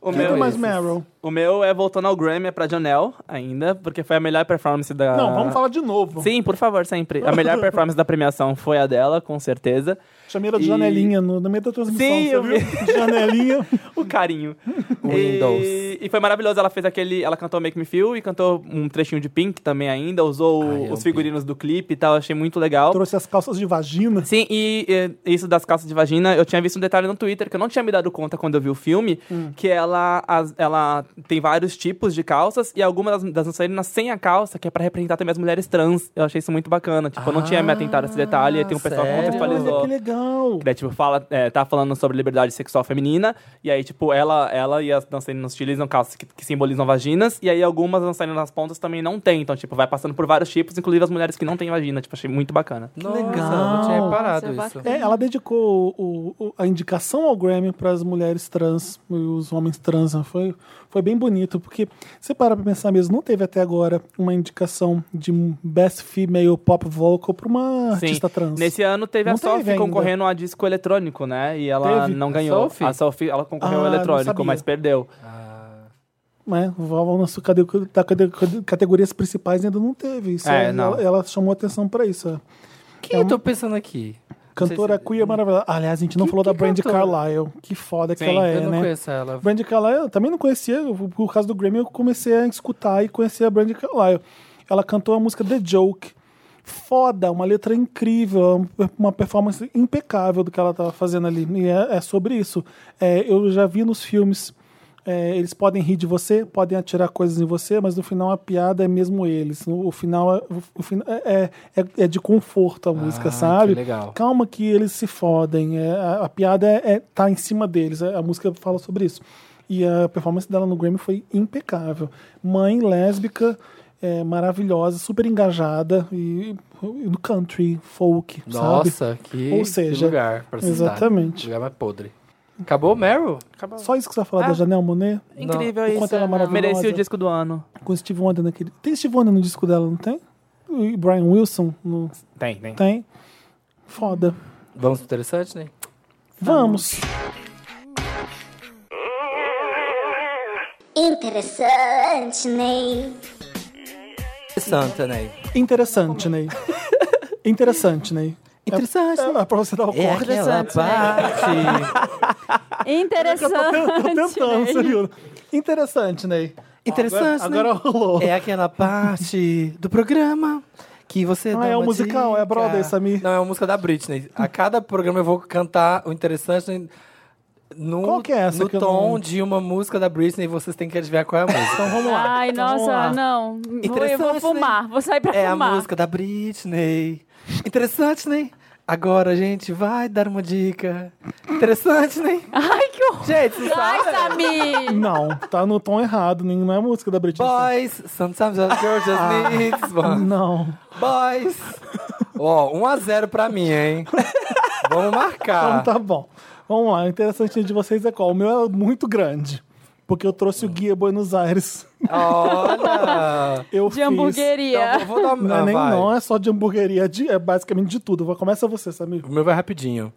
D: o,
B: Quem tem
D: meu,
B: mais
C: esses.
B: Meryl?
D: o meu é voltando ao Grammy, é pra Janelle ainda, porque foi a melhor performance da...
B: Não, vamos falar de novo.
D: Sim, por favor, sempre. A melhor performance da premiação foi a dela, com certeza.
B: Chamei ela de
D: E-
B: janelinha no, no meio da transmissão.
D: Sim,
B: você
D: eu
B: viu?
D: vi.
B: Janelinha.
D: O carinho.
C: Windows.
D: E, e foi maravilhoso. Ela fez aquele. Ela cantou Make Me Feel e cantou um trechinho de Pink também ainda. Usou
C: Ai, amo
D: os figurinos do clipe e tal. Achei muito legal.
B: Trouxe as calças de vagina.
D: Sim, e, e isso das calças de vagina, eu tinha visto um detalhe no Twitter que eu não tinha me dado conta quando eu vi o filme, que ela, as- ela tem vários tipos de calças e algumas das, das dançarinas sem a calça, que é pra representar também as mulheres trans. Eu achei isso muito bacana. Tipo, eu não tinha me atentado a esse detalhe, e tem um pessoal que
C: sério?
B: Olha,
D: contextualizou.
B: que legal.
D: Daí, tipo, fala, é, tá falando sobre liberdade sexual feminina, e aí, tipo, ela, ela e as dançarinas utilizam calças que, que simbolizam vaginas, e aí algumas dançarinas nas pontas também não têm. Então, tipo, vai passando por vários tipos, inclusive as mulheres que não têm vagina. Tipo, achei muito bacana.
C: Nossa,
B: legal.
C: não tinha
A: Nossa,
C: reparado isso.
A: bacana.
B: É, ela dedicou o- o- a indicação ao Grammy para as mulheres trans e os homens trans. né? Foi, foi bem bonito, porque você para pra pensar mesmo, não teve até agora uma indicação de um Best Female Pop Vocal para uma
D: Sim.
B: artista trans.
D: Nesse ano teve
B: Não
D: a Sophie
B: teve ainda.
D: concorrendo a disco eletrônico, né? E ela
B: Teve?
D: não
C: A
D: ganhou.
C: Sophie?
D: A Sophie, ela concorreu ao
B: Ah, não
D: eletrônico,
B: sabia.
D: mas perdeu.
C: Ah,
B: Né? Vão nas cade- da cade- categorias principais ainda não teve. Isso
D: É,
B: aí,
D: não.
B: Ela, ela chamou atenção para isso. é.
C: quem eu tô pensando aqui?
B: Cantora
D: se-
B: queer maravilhosa. Aliás, a gente não
C: Que-
B: falou
C: que
B: da Brand
C: cantora?
B: Carlyle. Que foda que
D: Sim,
B: ela é,
C: eu não
B: né?
C: conheço ela.
B: Brandy Carlyle, eu também não conhecia, eu- por causa do Grammy eu comecei a escutar e conhecer a Brandy Carlyle. Ela cantou a música The Joke. Foda, uma letra incrível, uma performance impecável do que ela estava fazendo ali. E é, é sobre isso. É, eu já vi nos filmes. é, eles podem rir de você, podem atirar coisas em você, mas no final a piada é mesmo eles. O, o final, é, o- o fina- é, é- é de conforto a música,
C: Ah,
B: sabe?
C: que legal.
B: calma que eles se fodem. É, a, a piada é, é- tá em cima deles. A, a música fala sobre isso. E a performance dela no Grammy foi impecável. Mãe lésbica, é, maravilhosa, super engajada e, e do country, folk, sabe?
C: Nossa, que,
B: Ou
C: que
B: seja,
C: lugar pra se estar.
B: exatamente.
C: Lugar mais podre. Acabou, Meryl?
D: Acabou.
B: Só isso que você vai falar
D: Ah.
B: da Janelle Monet?
D: Incrível
B: O
D: isso.
B: quanto ela é maravilhosa.
D: Mereci o disco do ano.
B: Com Steve Wonder naquele. Tem Steve Wonder no disco dela, não tem? E Brian Wilson? No...
D: Tem, tem.
B: Tem. Foda.
C: Vamos pro interessante, né?
B: Vamos.
F: Interessante, Ney.
C: Interessante, né?
B: Interessante, Ney. Interessante, Ney.
C: Interessante.
B: É, é pra você dar o
C: É
B: corte.
C: aquela
A: né?
C: parte.
B: Tô
A: Interessante.
B: tentando,
A: né?
B: você viu? Interessante, Ney.
C: Interessante, né?
B: Agora rolou.
C: É aquela parte do programa que você
B: Ah,
C: dá
B: é
C: uma
B: um musical,
C: dica.
B: é a Broadway, Samir.
C: Não, é uma música da Britney. A cada programa eu vou cantar o interessante no,
B: Qual que é essa
C: no
B: que eu
C: tom
B: não-
C: de uma música da Britney e vocês têm que adivinhar qual é a música. então vamos lá.
A: Ai,
C: Então, vamos
A: nossa,
C: lá.
A: não. Vou, eu vou
C: Interessante,
A: fumar,
C: né?
A: vou sair pra
C: É a
A: fumar.
C: música da Britney. Interessante, né? Agora a gente vai dar uma dica. Interessante, né?
A: Ai, que horror.
C: Gente, vocês
A: Ai,
C: sabem?
A: Samir.
B: Não, tá no tom errado, nem- não é a música da Britney.
C: Boys, sometimes a girl
B: Ah.
C: just needs one.
B: Não. Então
C: Boys. Ó, 1x0 pra mim, hein? Vamos
B: Então
C: marcar.
B: tá bom. Vamos lá, o interessante de vocês é qual? O meu é muito grande. Porque eu trouxe o guia Buenos Aires.
C: Olha.
B: Eu
A: De
B: fiz-
A: hamburgueria.
C: Então, eu vou dar
B: Não, é
C: ah,
B: nem,
C: vai.
B: não é só de hamburgueria, é, de- é basicamente de tudo. Vou- Começa você, Samir.
C: O meu vai rapidinho.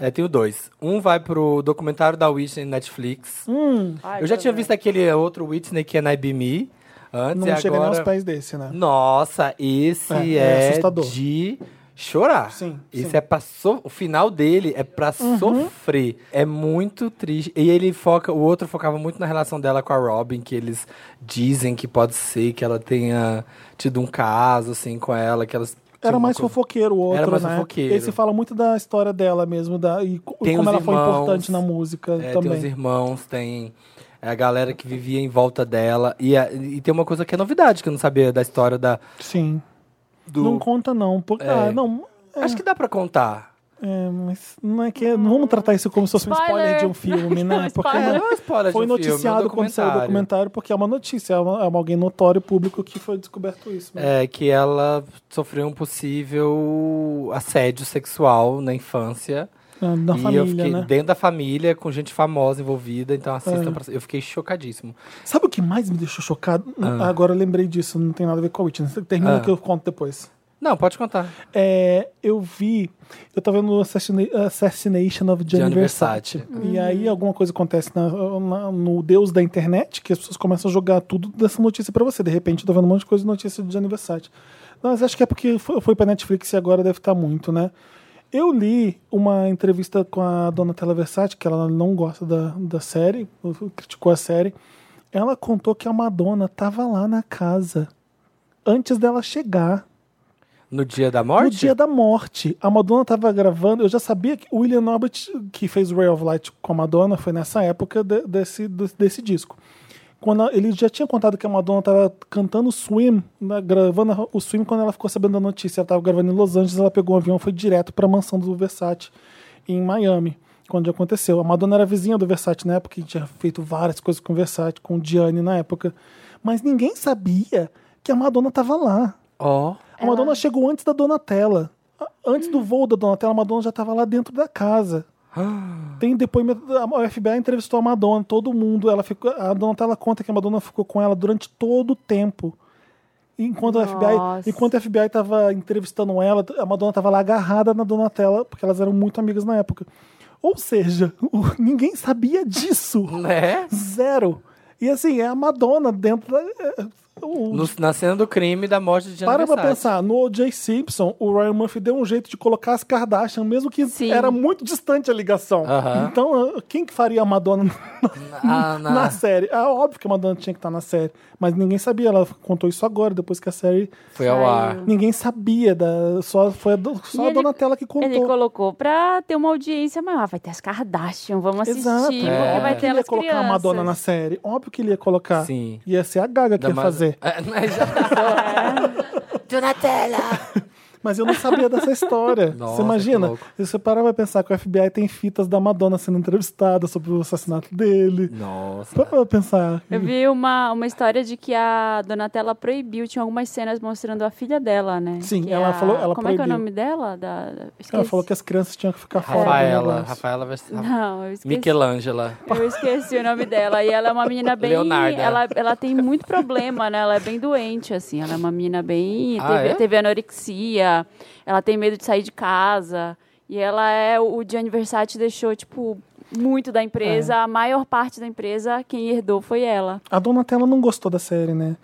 C: É, tenho dois. Um vai pro documentário da Whitney na Netflix.
B: Hum.
C: eu já tinha visto aquele outro Whitney que é na IBME antes
B: Não
C: e
B: chega nem aos
C: agora.
B: pés desse, né?
C: Nossa, esse
B: É,
C: é,
B: é assustador.
C: de chorar.
B: Sim,
C: Esse
B: sim.
C: é pra so... O final dele é pra sofrer. É muito triste. E ele foca. O outro focava muito na relação dela com a Robin, que eles dizem que pode ser que ela tenha tido um caso, assim, com ela, que elas.
B: Era
C: tinham
B: mais
C: uma coisa-
B: fofoqueiro o outro,
C: Era mais
B: né?
C: fofoqueiro.
B: Esse fala muito da história dela mesmo, da, e co-
C: Tem
B: como
C: os
B: ela foi
C: irmãos,
B: importante na música
C: É,
B: também.
C: Tem os irmãos, tem a galera que vivia em volta dela. E, a- e tem uma coisa que é novidade, que eu não sabia da história da.
B: Sim.
C: Do...
B: Não conta, não. Porque, ah, não. É,
C: Acho que dá pra contar.
B: é, mas não é que. Não vamos tratar isso como se fosse um spoiler
A: Spoiler.
B: de um filme, né?
A: Não,
B: Porque
A: spoiler.
B: não-
C: não é spoiler de
B: foi
C: um filme, é um
B: noticiado quando saiu o documentário, porque é uma notícia, é, uma- é uma alguém notório público que foi descoberto isso. né?
C: É, que ela sofreu um possível assédio sexual na infância.
B: Na- Na
C: e
B: família,
C: eu fiquei
B: né?
C: dentro da família, com gente famosa envolvida, então assista
B: É.
C: pra- Eu fiquei chocadíssimo.
B: Sabe o que mais me deixou chocado?
C: Ah.
B: Agora eu lembrei disso, não tem nada a ver com a Whitney. Termina
C: Ah.
B: que eu conto depois.
C: Não, pode contar.
B: É, eu vi. Eu tava vendo o Assassina- Assassination of Gianni
C: Gianni
B: Versace.
C: Versace.
B: E aí alguma coisa acontece na- na- no Deus da internet que as pessoas começam a jogar tudo dessa notícia pra você. De repente eu tô vendo um monte de coisa de notícia de Gianni Versace. Não, Mas acho que é porque foi, foi pra Netflix e agora deve estar muito, né? Eu li uma entrevista com a Donatella Versace, que ela não gosta da, da série, criticou a série. Ela contou que a Madonna tava lá na casa antes dela chegar.
C: No dia da morte?
B: No dia da morte. A Madonna tava gravando. Eu já sabia que o William Norbert, que fez Ray of Light com a Madonna, foi nessa época de- desse, do- desse disco. Quando a- ele já tinha contado que a Madonna tava cantando Swim, né, gravando o Swim, quando ela ficou sabendo da notícia. Ela tava gravando em Los Angeles, ela pegou um avião e foi direto pra mansão do Versace, em Miami, quando aconteceu. A Madonna era vizinha do Versace na época, e tinha feito várias coisas com o Versace, com o Gianni na época. Mas ninguém sabia que a Madonna tava lá.
C: Ó.
B: A Madonna chegou antes da Donatella. A- Antes do voo da Donatella, a Madonna já estava lá dentro da casa. Tem depoimento. da- A FBI entrevistou a Madonna, todo mundo. Ela ficou, a Donatella conta que a Madonna ficou com ela durante todo o tempo. E Enquanto a, FBI,
A: Nossa.
B: enquanto a FBI estava entrevistando ela, a Madonna estava lá agarrada na Donatella, porque elas eram muito amigas na época. Ou seja, o- ninguém sabia disso.
C: Né?
B: Zero. E assim, é a Madonna dentro da. é, o-
C: No- na cena do crime da morte de
A: Então,
C: Jana
B: para pra
C: Versace.
B: pensar, no O.J. Simpson, o Ryan Murphy deu um jeito de colocar as Kardashian, mesmo que
A: Sim.
B: era muito distante a ligação.
C: Aham.
B: Então, quem que faria a Madonna
C: Ah, na-
B: na série? É óbvio que a Madonna tinha que estar na série, mas ninguém sabia. Ela contou isso agora, depois que a série.
C: Foi ao ar.
B: Ninguém sabia, da, só foi a, do- só
A: E
B: a
A: ele-
B: Donatella que contou.
A: Ele colocou pra ter uma audiência maior. Ah, vai ter as Kardashian, vamos assistir,
B: Exato.
A: porque
C: É.
A: vai
B: que
A: ter
B: ele ia
A: elas
B: colocar a
A: crianças.
B: Madonna na série. Óbvio que ele ia colocar.
C: Sim.
B: Ia ser a Gaga que
C: Da
B: ia
C: Mas-
B: fazer.
C: É, mas já pensou?
B: Mas eu não sabia dessa história.
C: Nossa,
B: você imagina?
C: que louco.
B: Se você parar vai pensar que o FBI tem fitas da Madonna sendo entrevistada sobre o assassinato dele.
C: Nossa.
B: Para pra pensar.
A: Eu vi uma, uma história de que a Donatella proibiu, tinha algumas cenas mostrando a filha dela, né?
B: Sim,
A: Que
B: ela
A: a-
B: falou- ela
A: Como é que é
B: proibiu.
A: o nome dela? Da... da- Esqueci.
B: Ela falou que as crianças tinham que ficar fora. do
C: Rafaela.
B: negócio.
C: Rafaela Versace.
A: Não, eu esqueci.
C: Michelangela.
A: Eu esqueci o nome dela. E ela é uma menina bem.
C: Leonarda.
A: Ela, ela tem muito problema, né? Ela é bem doente, assim. Ela é uma menina bem.
C: Ah,
A: teve,
C: é?
A: teve anorexia, ela tem medo de sair de casa. E ela é. O Gianni Versace deixou, tipo, muito da empresa.
B: É.
A: A maior parte da empresa, quem herdou foi ela.
B: A Donatella não gostou da série, né?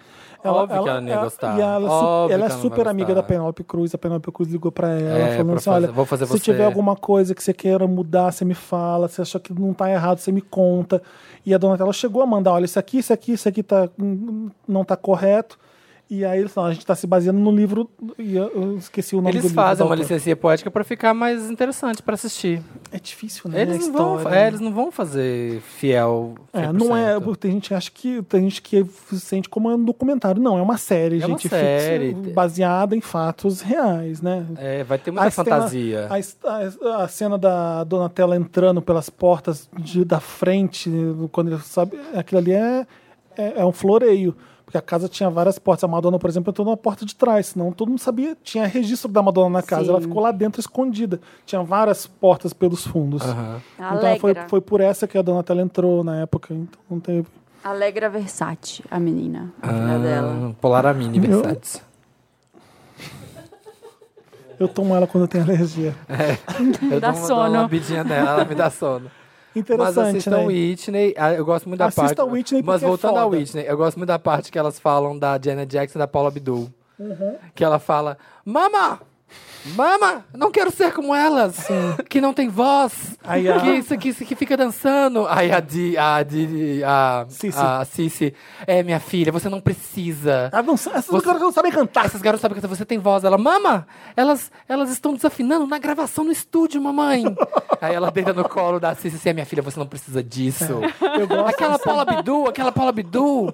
C: Óbvio que ela não ia gostar.
B: E ela, é su- ela
C: Óbvio
B: é
C: que ela não
B: super
C: vai
B: amiga
C: gostar.
B: da Penélope Cruz. A Penélope Cruz ligou pra ela,
C: É,
B: falando
C: pra
B: assim: olha,
C: fazer- vou fazer
B: se
C: você."
B: tiver alguma coisa que você queira mudar, você me fala. Se achou que não tá errado, você me conta. E a Donatella chegou a mandar: olha, isso aqui, isso aqui, isso aqui tá, hum, não tá correto. E aí eles falaram, a gente tá se baseando no livro. E eu, eu esqueci o nome do
C: Eles
B: livro. da
C: fazem uma
B: autora.
C: licencia poética pra ficar mais interessante pra assistir.
B: É difícil, né? a
C: Eles não, vão,
B: história.
C: é, eles não vão fazer fiel.
B: É, não é.
C: 100%.
B: Tem gente que acha que tem gente que se sente como um documentário. Não, é uma série,
C: É uma
B: gente,
C: série.
B: ficção baseada em fatos reais, né?
C: É, vai ter muita
B: A cena-
C: fantasia.
B: a es- a, a cena da Donatella entrando pelas portas de- da frente, quando ele sabe. Aquilo ali é, é, é um floreio. Porque a casa tinha várias portas. A Madonna, por exemplo, entrou numa porta de trás. Senão todo mundo sabia. Tinha registro da Madonna na casa.
A: Sim.
B: Ela ficou lá dentro escondida. Tinha várias portas pelos fundos.
C: Aham.
B: Então foi,
A: Alegra.
B: foi por essa que a Donatella entrou na época. Então não teve.
A: Alegra Versace, a menina. A filha dela.
C: Ah, Polaramini
B: Eu-
C: Versace.
B: Eu tomo ela quando eu tenho alergia.
C: Eu
A: Dá
C: dou uma- dou
A: sono.
C: uma lambidinha nela, ela me dá sono. Mas
B: Interessante,
C: assistam
B: né?
C: Whitney, ah, eu gosto muito da
B: Assista
C: parte.
B: a Whitney
C: mas
B: porque é
C: voltando à
B: foda.
C: Whitney, eu gosto muito da parte que elas falam da Janet Jackson e da Paula Abdul.
B: Uhum.
C: Que ela fala: Mama! Mama! Não quero ser como elas! Que não tem voz!
B: Aí a-
C: Que isso que, isso que fica dançando! Aí a Di, a Di, a,
B: Cici.
C: a Cici, é minha filha, você não precisa.
B: Ah, não, essas
C: Você-
B: caras não sabem cantar.
C: Essas garotas sabem que você tem voz. Ela, mama, elas, elas estão desafinando na gravação no estúdio, mamãe. Aí ela deita no colo da Cici assim, "É, minha filha, você não precisa disso.
B: Eu gosto
C: Aquela Paula Abdul, aquela Paula Abdul,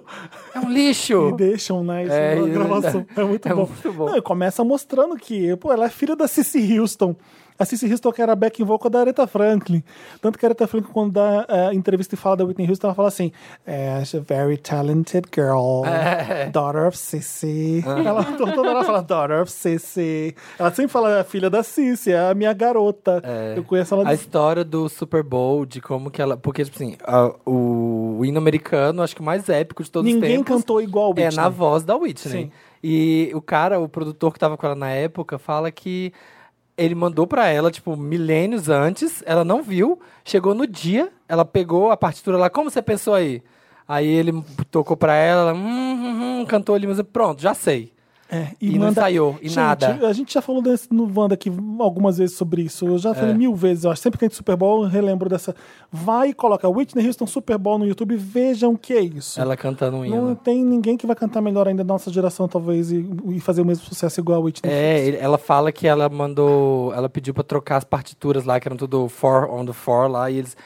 C: é um
B: e
C: lixo.
B: deixam, né? Isso
C: É,
B: na
C: e-
B: gravação. É muito
C: é
B: bom.
C: muito bom.
B: Não, e começa mostrando que, pô, ela é filha da Cissy Houston. A Cissy Houston que era back in vocal da Aretha Franklin. Tanto que a Aretha Franklin, quando dá eh, entrevista e fala da Whitney Houston, ela fala assim, é, she's a very talented girl,
C: É.
B: daughter of Cissy. Ela, toda hora ela fala, daughter of Cissy. Ela sempre fala, "É a filha da Cissy, é a minha garota.
C: É.
B: Eu conheço ela de
C: A história do Super Bowl, de como que ela... Porque, tipo assim, a- o, o hino americano, acho que o mais épico de todos os tempos...
B: Ninguém cantou igual Whitney.
C: É, na voz da Whitney.
B: né? Sim.
C: E o cara, o produtor que tava com ela na época, fala que ele mandou pra ela, tipo, milênios antes, ela não viu, chegou no dia, ela pegou a partitura lá, como você pensou aí? Aí ele tocou pra ela, ela hum, hum, hum, cantou ali, mas pronto, já sei.
B: É,
C: E não ensaiou, e
B: Gente,
C: nada.
B: A gente já falou desse, no Wanda aqui algumas vezes sobre isso. Eu já
C: É.
B: falei mil vezes, eu acho. Sempre que a gente Super Bowl, eu relembro dessa. Vai e coloca Whitney Houston Super Bowl no YouTube, vejam o que é isso.
C: Ela cantando um
B: não
C: hino.
B: tem ninguém que vai cantar melhor ainda da nossa geração, talvez, e, e fazer o mesmo sucesso igual a Whitney.
C: É, ele- ela fala que ela mandou, ela pediu pra trocar as partituras lá, que eram tudo four on the four lá, e eles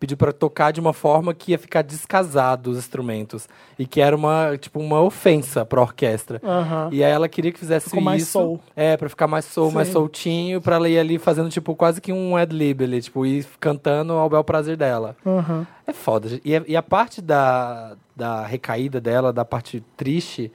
C: pediu pra tocar de uma forma que ia ficar descasado os instrumentos e que era uma, tipo, uma ofensa pra orquestra.
B: Aham.
C: E aí ela queria que fizesse
B: Ficou mais
C: isso.
B: soul.
C: É, pra ficar mais soul, mais
B: Sim.
C: soltinho, pra ela ir ali fazendo tipo quase que um ad lib ali, tipo, ir cantando ao bel prazer dela.
B: Aham.
C: É foda. gente. E, a- e a parte da, da recaída dela, da parte triste,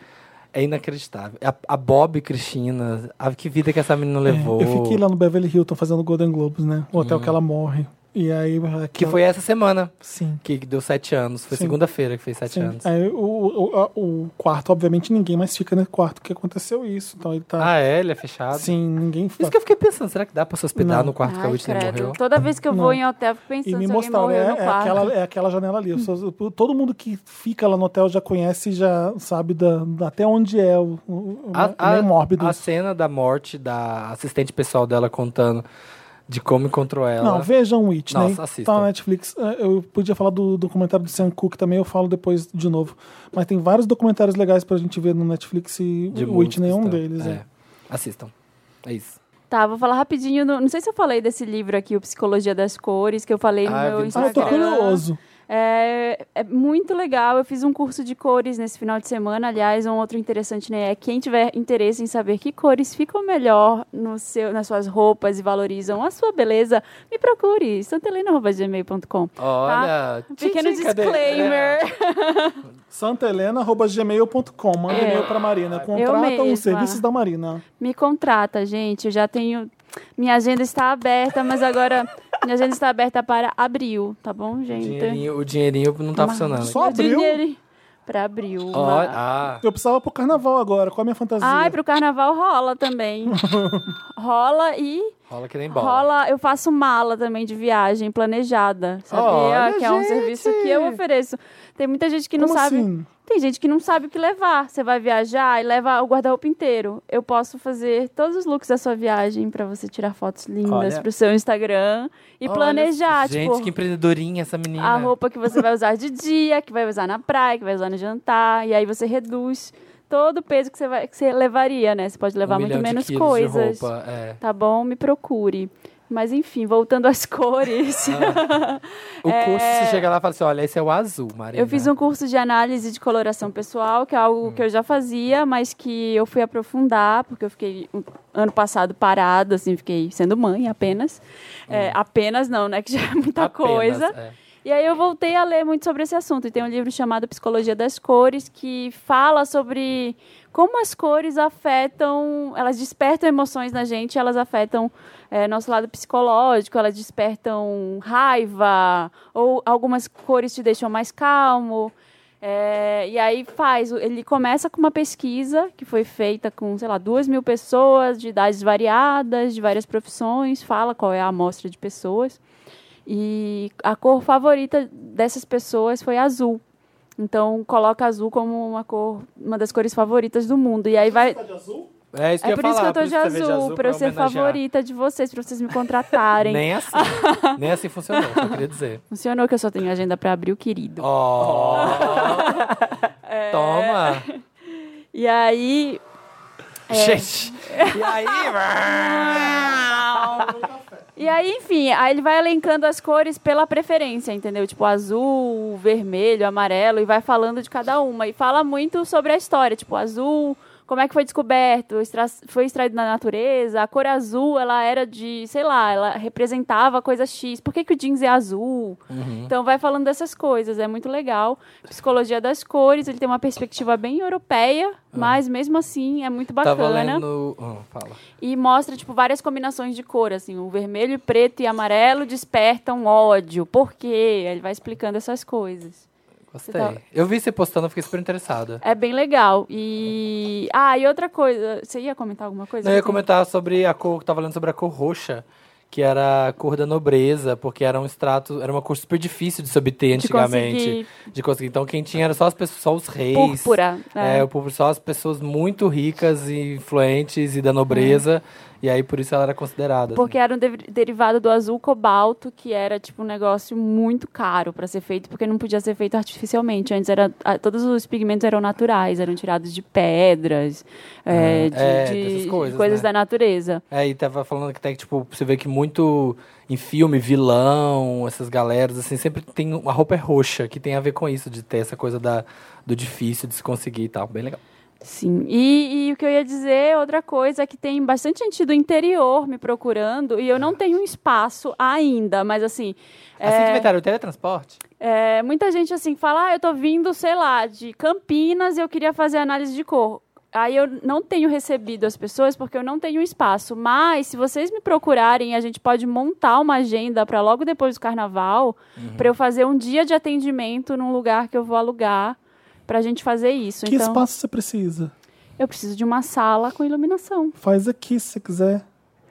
C: é inacreditável. A, a Bob Cristina, a, que vida que essa menina
B: É,
C: levou. Hum.
B: Eu fiquei lá no Beverly Hilton fazendo Golden Globes, né? O hotel que ela morre. E aí.
C: Que foi essa semana,
B: Sim.
C: que deu sete anos. Foi
B: Sim.
C: segunda-feira que fez sete
B: Sim. É.
C: anos.
B: Aí o, o, a- o quarto, obviamente, ninguém mais fica no quarto que aconteceu isso. Então ele tá.
C: Ah, é? Ele é fechado?
B: Sim, ninguém
C: Isso que eu fiquei pensando, será que dá pra se hospedar
B: Não.
C: no quarto que a
A: Ai,
C: Whitney
A: credo.
C: morreu?
A: Toda vez que eu
B: Não.
A: vou em hotel, eu fico
B: E
A: pensando
B: me
A: se alguém
B: mostraram,
A: morreu
B: é,
A: no
B: é
A: quarto.
B: aquela, é aquela janela ali. As pessoas- todo mundo que fica lá no hotel já conhece, já sabe da, da- até onde é. O, o,
C: A,
B: é meio mórbido.
C: a
B: isso.
C: cena da morte da assistente pessoal dela contando de como encontrou ela.
B: Não, vejam Whitney.
C: Nossa, assistam.
B: Tá na Netflix. Eh, Eu podia falar do documentário do Sam Cooke também, eu falo depois de novo. Mas tem vários documentários legais pra gente ver no Netflix e
C: de
B: o Whitney é um
C: músicos, tá?
B: deles. É.
C: Assistam. É isso.
A: Tá, vou falar rapidinho. no- não sei se eu falei desse livro aqui, o Psicologia das Cores, que eu falei no
C: Ah, eu
A: meu
C: vi-
B: Ah,
A: Instagram.
B: eu tô curioso.
A: É, é muito legal. Eu fiz um curso de cores nesse final de semana. Aliás, um outro interessante né, é quem tiver interesse em saber que cores ficam melhor no seu, nas suas roupas e valorizam a sua beleza, me procure, santelena.gmail.com.
C: Olha,
A: Tá. Pequeno
C: tchim, tchim, cadê?
B: É,
C: É,
A: disclaimer.
B: santahelena.gmail.com Manda e-mail pra Marina. Contrata
A: É. mesma.
B: os serviços da Marina.
A: Me contrata, gente. Eu já tenho. Minha agenda está aberta, mas agora minha agenda está aberta para abril, tá bom,
C: O
A: gente?
C: dinheirinho, o dinheirinho não tá funcionando.
B: Só abril?
A: Para abril.
C: Olha,
A: mas-
C: ah,
B: Eu precisava pro carnaval agora. Qual é a minha fantasia?
A: Ai, pro carnaval rola também. rola e
C: rola que nem bola.
A: rola. Eu faço mala também de viagem planejada, sabia?
C: Olha,
A: que é um
C: gente!
A: serviço que eu ofereço. Tem muita gente que não
B: Como
A: sabe.
B: assim?
A: Tem gente que não sabe o que levar. Você vai viajar e leva o guarda-roupa inteiro. Eu posso fazer todos os looks da sua viagem pra você tirar fotos lindas
D: Olha.
A: pro seu Instagram e
C: Olha,
A: planejar,
C: Gente,
A: tipo,
C: que empreendedorinha essa menina.
A: a roupa que você vai usar de dia, que vai usar na praia, que vai usar no jantar, e aí você reduz todo o peso que você, vai, que você levaria, né? Você pode
C: Um
A: levar muito
C: milhão de
A: menos
C: quilos
A: coisas.
C: De roupa, é.
A: Tá bom? Me procure. Mas enfim, voltando às cores.
C: Ah. O
A: É.
C: curso, você chega lá e fala assim, olha, esse é o azul, Marina.
A: Eu fiz um curso de análise de coloração pessoal, que é algo que eu já fazia, mas que eu fui aprofundar, porque eu fiquei um- ano passado parada, assim, fiquei sendo mãe apenas. É, apenas não, né? Que já é muita
C: Hum. Apenas,
A: coisa.
C: é.
A: E aí eu voltei a ler muito sobre esse assunto. E tem um livro chamado Psicologia das Cores que fala sobre como as cores afetam, elas despertam emoções na gente, elas afetam eh, nosso lado psicológico, elas despertam raiva, ou algumas cores te deixam mais calmo. É, e aí faz, ele começa com uma pesquisa que foi feita com, sei lá, duas mil pessoas de idades variadas, de várias profissões, fala qual é a amostra de pessoas. E a cor favorita dessas pessoas foi azul. Então coloca azul como uma cor, uma das cores favoritas do mundo. E aí vai.
C: É isso que
A: É
C: eu
A: por
C: ia
A: isso que
C: falar,
A: eu tô
C: por
A: de
C: você veio
A: azul, pra eu ser
C: homenagear.
A: favorita de vocês, pra vocês me contratarem.
C: Nem assim. Nem assim funcionou, só queria dizer.
A: Funcionou que eu só tenho agenda pra abrir o querido.
C: Ó.
A: É.
C: Toma.
A: E aí. É,
C: Gente. E aí,
A: E aí, enfim, aí ele vai elencando as cores pela preferência, entendeu? Tipo azul, vermelho, amarelo, e vai falando de cada uma. E fala muito sobre a história, tipo azul, como é que foi descoberto, extra- foi extraído na natureza. A cor azul, ela era de, sei lá, ela representava a coisa X. Por que, que o jeans é azul?
C: Uhum.
A: Então vai falando dessas coisas, é muito legal. Psicologia das cores, ele tem uma perspectiva bem europeia, mas mesmo assim é muito bacana
C: Ah. tava lendo... Ah, fala.
A: e mostra tipo várias combinações de cor, assim, o vermelho, preto e amarelo despertam ódio. Por quê? Ele vai explicando essas coisas. Você
C: Gostei.
A: tá-
C: Eu vi você postando, eu fiquei super interessada.
A: É bem legal. E ah, e outra coisa, você ia comentar alguma coisa?
C: Não, eu ia comentar sobre a cor, tava lendo sobre a cor roxa, que era a cor da nobreza, porque era um extrato, era uma cor super difícil de se obter
A: De
C: antigamente.
A: conseguir.
C: De conseguir. Então quem tinha era só as pessoas, só os reis.
A: Púrpura, né?
C: É, o púrpura, só as pessoas muito ricas e influentes e da nobreza.
A: Uhum.
C: E aí por isso ela era considerada.
A: Porque era um de- derivado do azul cobalto, que era tipo um negócio muito caro para ser feito, porque não podia ser feito artificialmente. Antes era ah, todos os pigmentos eram naturais, eram tirados de pedras, é, de,
C: é,
A: de-
C: dessas
A: de
C: coisas,
A: coisas,
C: né?
A: da natureza.
C: É, e tava falando que tem, tipo, você vê que muito em filme, vilão, essas galeras, assim, sempre tem uma roupa é roxa, que tem a ver com isso, de ter essa coisa da, do difícil de se conseguir e tal. Bem legal.
A: Sim, e, e o que eu ia dizer, outra coisa, é que tem bastante gente do interior me procurando e eu não tenho um espaço ainda, mas assim.
C: Assim que
A: é,
C: inventaram o teletransporte?
A: é, muita gente assim fala: ah, eu tô vindo, sei lá, de Campinas e eu queria fazer análise de cor. Aí eu não tenho recebido as pessoas porque eu não tenho espaço. Mas se vocês me procurarem, a gente pode montar uma agenda para logo depois do carnaval,
C: Uhum.
A: para eu fazer um dia de atendimento num lugar que eu vou alugar pra gente fazer isso.
B: Que
A: então,
B: espaço você precisa?
A: eu preciso de uma sala com iluminação.
B: Faz aqui se você quiser.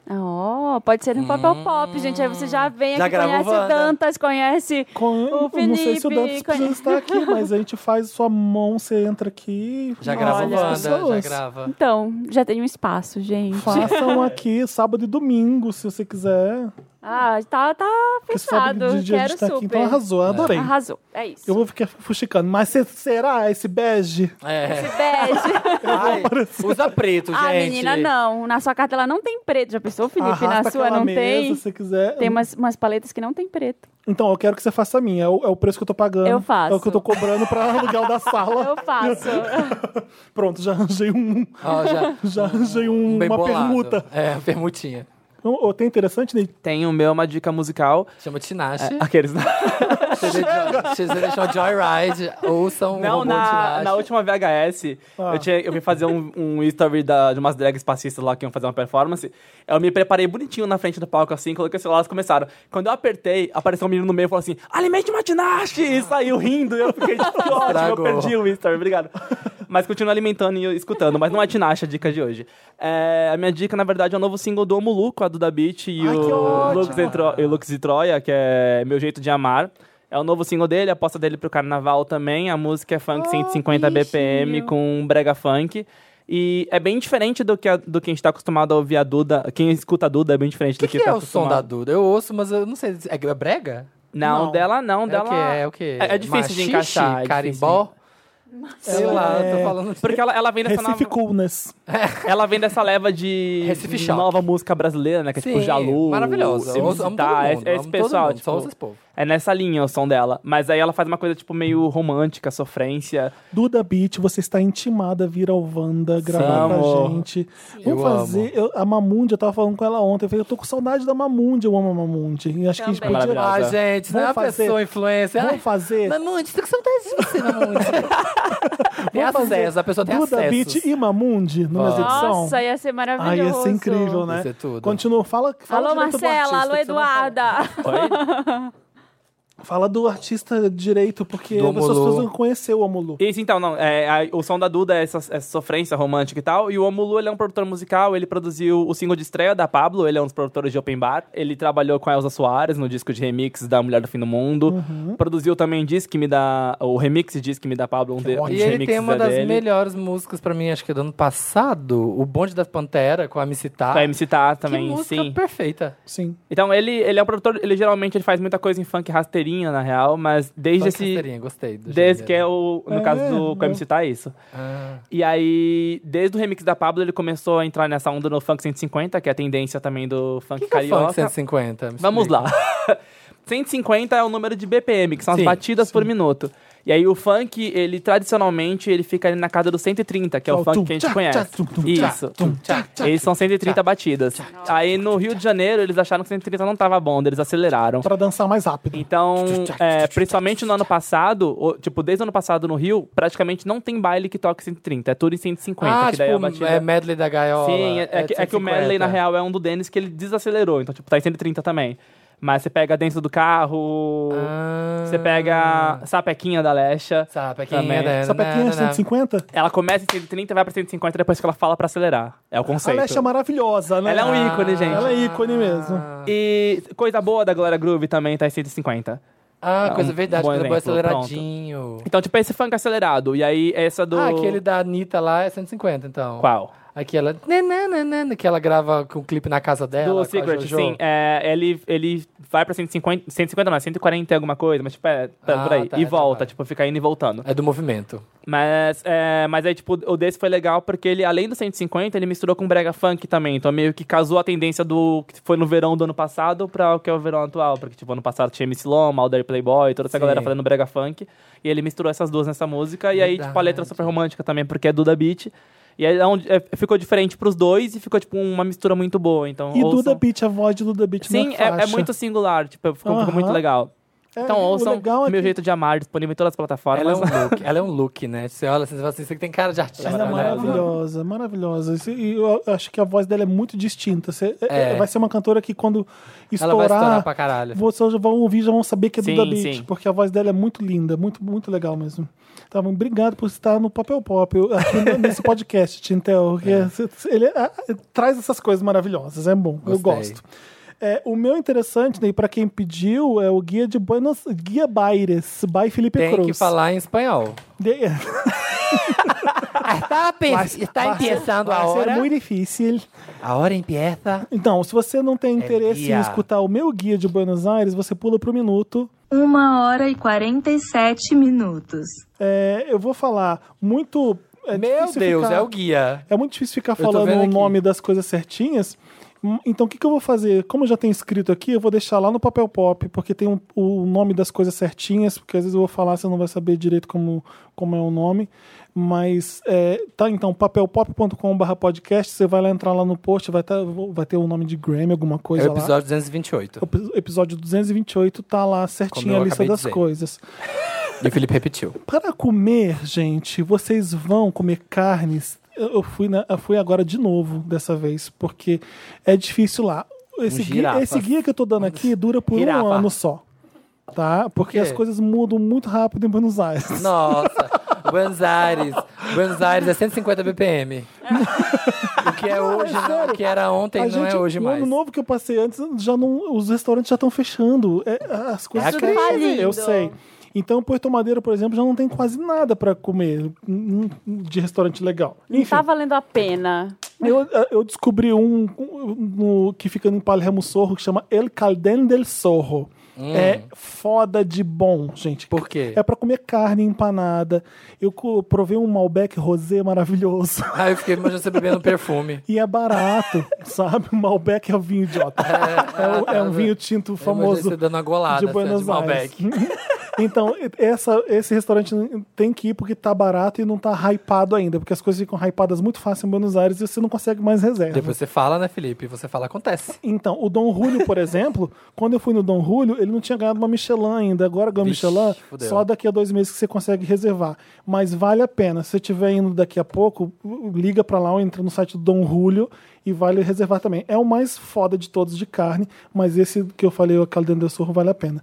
A: Ó, Oh, pode ser no papel pop, gente. Aí você já vem
C: Hum. Já
A: aqui,
C: gravou
A: conhece
C: Wanda.
A: o Dantas, conhece
B: Com-
A: O
B: eu não sei se o
A: Felipe
B: Dantas precisa
A: conhe-
B: estar aqui, mas a gente faz sua mão, você entra aqui.
C: Já
B: e
C: grava
A: Olha.
C: Wanda,
B: as
C: já
B: pessoas.
C: grava.
A: Então, já tem um espaço, gente.
B: Façam aqui sábado e domingo, se você quiser.
A: Ah, tá, tá
B: Porque você sabe
A: fechado.
B: que dia a
A: Quero
B: gente tá
A: super.
B: aqui, então arrasou, eu adorei.
A: Arrasou. É isso.
B: Eu vou ficar fuxicando. Mas cê- será esse bege?
C: É.
A: Beijo.
C: Ai, usa preto, gente.
A: ah, menina, não. Na sua carta ela não tem preto. Já pensou, Felipe?
B: Arrasta
A: Na sua
B: aquela
A: não
B: mesa, assim.
A: tem.
B: Se você quiser.
A: Tem umas, umas paletas que não tem preto.
B: Então, eu quero que você faça a minha. É o, é o preço que eu tô pagando.
A: Eu faço.
B: É o que eu tô cobrando pra alugar o da sala.
A: Eu faço.
B: Pronto, já arranjei um.
C: Ó, já,
B: Já arranjei um-
C: bem
B: uma
C: bolado.
B: permuta.
C: É, permutinha.
B: Então, ô, tem interessante, Ney?
D: Tem o meu, uma dica musical.
C: Chama Tinashe.
D: Aqueles.
C: CD Jo- CD Joy- é um Joyride. Ouçam o
D: Não,
C: robô
D: na,
C: Tinashe.
D: na última VHS,
B: Ah.
D: eu, tinha, eu vim fazer um, um story da, de umas drags passistas lá que iam fazer uma performance. Eu me preparei bonitinho na frente do palco, assim, coloquei o celular, elas começaram. Quando eu apertei, apareceu um menino no meio e falou assim: Alimente uma tinache! E saiu rindo. Eu fiquei tipo, que ótimo, eu
C: Estragou.
D: perdi o story, obrigado. Mas continuo alimentando e escutando, mas não é tinache a dica de hoje. É, a minha dica, na verdade, é o novo single do Omulu com a Duda Beat e
B: Ai, que
D: o
B: ótimo.
D: Lux e Tro- e Lux e Troia, que é Meu Jeito de Amar. É o novo single dele, a aposta dele pro carnaval também. A música é funk 150 BPM com brega funk. E é bem diferente do que, a, do que a gente tá acostumado a ouvir a Duda. Quem escuta a Duda é bem diferente
C: O que,
D: do que,
C: que
D: tá
C: é o som
D: acostumado.
C: da Duda? Eu ouço, mas eu não sei. É brega?
D: Não,
B: Não.
D: dela não,
C: É
D: dela.
C: o que? É o que?
D: É- é difícil de encaixar, é
C: Carimbó? Sei
B: Ela
C: lá, eu
B: é-
C: tô falando assim. de...
D: Porque ela, ela vem dessa
B: Recife
D: nova,
B: Coolness.
D: Ela vem dessa leva de
C: Recife Choque.
D: nova música brasileira, né? Que é tipo
C: Sim,
D: Jalu.
C: Maravilhosa. Eu amo todo mundo,
D: tá,
C: amo
D: esse, esse
C: todo
D: pessoal.
C: mundo,
D: tipo,
C: só ouço esse povo.
D: é nessa linha o som dela. Mas aí ela faz uma coisa, tipo, meio romântica, sofrência.
B: Duda Beat, você está intimada a vir ao Wanda gravar com
D: amor.
B: a gente.
C: Eu
B: Vamos fazer. eu- a Mamundi, eu tava falando com ela ontem. Eu falei, eu tô com saudade da Mamundi, eu amo a Mamundi. E acho que
A: Também.
B: a gente podia.
D: Maravilhosa.
C: Ah, gente, não é uma
B: Vamos fazer-
C: pessoa influencer.
B: Vamos fazer.
C: Mamundi, tô com saudade de você, tá Mamundi. tem acesso, a pessoa tem
B: Duda
C: acesso.
B: Beat e Mamundi numa
C: Vamos.
B: edição.
A: Nossa, ia ser maravilhoso.
B: Ai, ia ser incrível, né?
C: Isso é tudo.
B: Continua, fala, fala
A: Alô,
B: direito do
A: Marcela.
B: artista,
A: Alô,
B: que você não fala.
A: Eduarda.
D: Oi?
B: Fala do artista direito, porque
C: Do
B: as pessoas
C: Omolu.
B: precisam conhecer o Omolu.
D: Isso, então, não. é, a- o som da Duda é essa, essa sofrência romântica e tal. E o Omulu, ele é um produtor musical. Ele produziu o single de estreia da Pablo. Ele é um dos produtores de Open Bar. Ele trabalhou com a Elza Soares no disco de remix da Mulher do Fim do Mundo.
C: Uhum.
D: Produziu também Disque Me Dá... O remix de Disque Me Dá Pablo. Um, de, um
C: E ele tem uma das
D: dele.
C: melhores músicas pra mim, acho que do ano passado. O Bonde da Pantera, com a MC Tá.
D: Com a MC Tá
C: que
D: também,
C: música
D: sim.
C: perfeita.
B: Sim.
D: Então, ele, ele é um produtor... Ele geralmente ele faz muita coisa em funk rasteirinha, na real. Mas desde
C: Funk
D: esse...
C: rasteirinha, Gostei. do gênero.
D: Desde
C: né?
D: que é o... No
B: É,
D: caso do... Com a
B: é.
D: MC Tá, é isso.
C: Ah.
D: E aí, desde o remix da Pablo, ele começou a entrar nessa onda no funk 150, que é a tendência também do funk
C: que que é
D: carioca.
C: funk 150? Me
D: Vamos
C: explica.
D: lá. 150 é o número de BPM, que são
C: Sim,
D: as batidas por minuto. E aí o funk, ele tradicionalmente, ele fica ali na casa dos 130, que é o
B: Tchau,
D: funk
B: tum,
D: que a gente
B: tchá,
D: conhece.
B: tchá, tum, tum, tchá,
D: Isso.
B: tum, tchá, tchá,
D: Eles são 130 batidas. Aí no Rio de Janeiro, eles acharam que 130 não tava bom, daí eles aceleraram.
B: Pra dançar mais rápido.
D: Então, é, principalmente no ano passado, o- tipo, desde o ano passado no Rio, praticamente não tem baile que toque 130, é tudo em 150,
C: Ah,
D: que daí
C: tipo,
D: a batida...
C: é medley da gaiola.
D: Sim, é, é que, é que o
C: 150.
D: medley, na real, é um do Dennis que ele desacelerou, então, tipo, tá em 130 também. Mas você pega dentro do carro,
C: Ah.
D: você pega Sapequinha da Lecha,
C: Sapequinha
D: Também.
C: da-
B: Essa pequinha é
C: na- na- na-
B: 150?
D: ela começa em 130 e vai pra 150 depois que ela fala pra acelerar, é o
B: A
D: conceito.
B: Leste é maravilhosa, né?
D: Ela é um ícone, gente.
B: Ela é ícone mesmo.
D: E coisa boa da Glória Groove também tá em 150.
C: Ah,
D: É
C: coisa
D: um
C: verdade,
D: bom
C: coisa boa
D: exemplo, pronto.
C: aceleradinho.
D: Então, tipo, esse funk acelerado, e aí essa do...
C: Ah, aquele da Anitta lá é 150, então.
D: Qual?
C: Aquela. né, nananana, Que ela grava com o clipe na casa dela. com
D: Do
C: a
D: Secret,
C: Jojo.
D: sim. É, ele, ele vai pra 150, 150 não, é 140 e alguma coisa, mas tipo, é, tá
C: Ah,
D: por aí.
C: tá,
D: e
C: tá,
D: volta,
C: tá.
D: tipo, fica indo e voltando.
C: É do movimento.
D: Mas, é, mas aí, tipo, o desse foi legal porque ele, além do 150, ele misturou com brega funk também. Então meio que casou a tendência do que foi no verão do ano passado pra o que é o verão atual. Porque, tipo, ano passado tinha MC Loma, Alder Playboy, toda essa
C: Sim.
D: galera fazendo brega funk. E ele misturou essas duas nessa música. E aí, tipo, a letra é
C: Verdade.
D: super romântica também, porque é Duda Beat. E aí é onde- é, ficou diferente pros dois e ficou, tipo, uma mistura muito boa. Então,
B: E
D: ouçam.
B: Duda Beat, a voz de Duda Beat na
D: Sim, é, é
B: faixa.
D: muito singular, tipo, ficou, ficou
B: Aham.
D: muito legal.
B: É,
D: Então
B: o
D: ouçam
B: legal é
D: Meu
B: que-
D: Jeito de Amar, disponível em todas as plataformas.
C: Ela é um look, ela é um look, né? Você olha, você fala assim, você tem cara de artista.
B: Ela é
C: né?
B: maravilhosa, maravilhosa. Esse- E eu acho que a voz dela é muito distinta. Você- é-
C: É.
B: Vai ser uma cantora que quando
C: Ela vai
B: estourar,
C: estourar pra caralho.
B: vocês já vão ouvir, já vão saber que é
D: Sim,
B: Duda Beat,
D: sim.
B: porque a voz dela é muito linda, muito, muito legal mesmo. Tá bom, obrigado por estar no Papel Pop, eu- aqui no- nesse podcast, Tintel. porque
C: É.
B: c- c- Ele ah, traz essas coisas maravilhosas, é bom, eu
C: Gostei.
B: gosto. É, o meu interessante, né, para quem pediu, é o Guia de Buenos... Guia Baires, by Felipe
C: Tem
B: Cruz.
C: que falar em espanhol.
B: De- é,
C: Ah, tá, Está,
B: Vai ser- vai ser muito difícil.
C: A hora empieza.
B: Então, se você não tem interesse em
C: É guia.
B: escutar o meu guia de Buenos Aires, você pula pro minuto.
H: Uma hora e 47 minutos.
B: É, eu vou falar muito. é
C: Meu
B: difícil
C: Deus,
B: ficar-
C: é o guia.
B: É muito difícil ficar
C: tô
B: falando
C: vendo
B: o
C: aqui.
B: nome das coisas certinhas. Hum, Então, o que, que eu vou fazer? Como eu já tem escrito aqui, eu vou deixar lá no papel pop, porque tem um- o nome das coisas certinhas, porque às vezes eu vou falar, você não vai saber direito como, como é o nome. Mas, é, tá, então, papelpop.com.br podcast, você vai lá entrar lá no post, vai, tá- vai ter o nome de Grammy, alguma
C: É
B: coisa
C: o
B: lá.
C: episódio 228.
B: O epi- episódio 228 tá lá
C: Como
B: certinho
C: eu
B: a lista
C: acabei de
B: das
C: dizer.
B: coisas.
C: E o Felipe repetiu.
B: Para comer, gente, vocês vão comer carnes. Eu eu fui, na- eu fui agora de novo dessa vez, porque é difícil lá. Esse, guia,
C: Um girafa.
B: esse guia que eu tô dando aqui dura por um
C: Girafa.
B: ano só. Tá? Porque
C: quê?
B: as coisas mudam muito rápido em Buenos Aires.
C: Nossa, Buenos Aires. Buenos Aires é 150 BPM. o que é hoje, não, o que era ontem,
B: A
C: não
B: gente-
C: é hoje
B: o
C: mais.
B: ano novo que eu passei antes, já não, os restaurantes já estão fechando. É, as coisas
C: É
B: estão
A: incrível.
B: Eu sei. Então, Porto Madeira, por exemplo, já não tem quase nada para comer hum, hum, de restaurante legal.
A: Não
B: Enfim,
A: tá valendo a pena.
B: eu, eu descobri um, um, no- que fica no Palermo Sorro que chama El Calden del Sorro. É foda de bom, gente.
C: Hum. Por quê?
B: É para comer carne empanada. Eu co- provei um Malbec rosé maravilhoso.
C: Aí eu fiquei imaginando você bebendo perfume.
B: E é barato, sabe? Malbec é um vinho idiota. É, um- é um vinho tinto famoso
C: Você dando uma golada
B: de
C: assim,
B: Buenos
C: de
B: Aires.
C: Malbec.
B: então, essa- esse restaurante tem que ir porque tá barato e não tá hypado ainda, porque as coisas ficam hypadas muito fácil em Buenos Aires e você não consegue mais reserva.
C: Depois você fala, né, Felipe? Você fala, acontece.
B: Então, o Dom Julio, por exemplo, quando eu fui no Dom Julio, ele não tinha ganhado uma Michelin ainda. Agora ganhou
C: Vixe,
B: Michelin,
C: fudeu.
B: só daqui a dois meses que você consegue reservar. Mas vale a pena. Se você estiver indo daqui a pouco, liga pra lá ou entra no site do Dom Julio e vale reservar também. É o mais foda de todos de carne, mas esse que eu falei, o Caldeno del Sorro, vale a pena.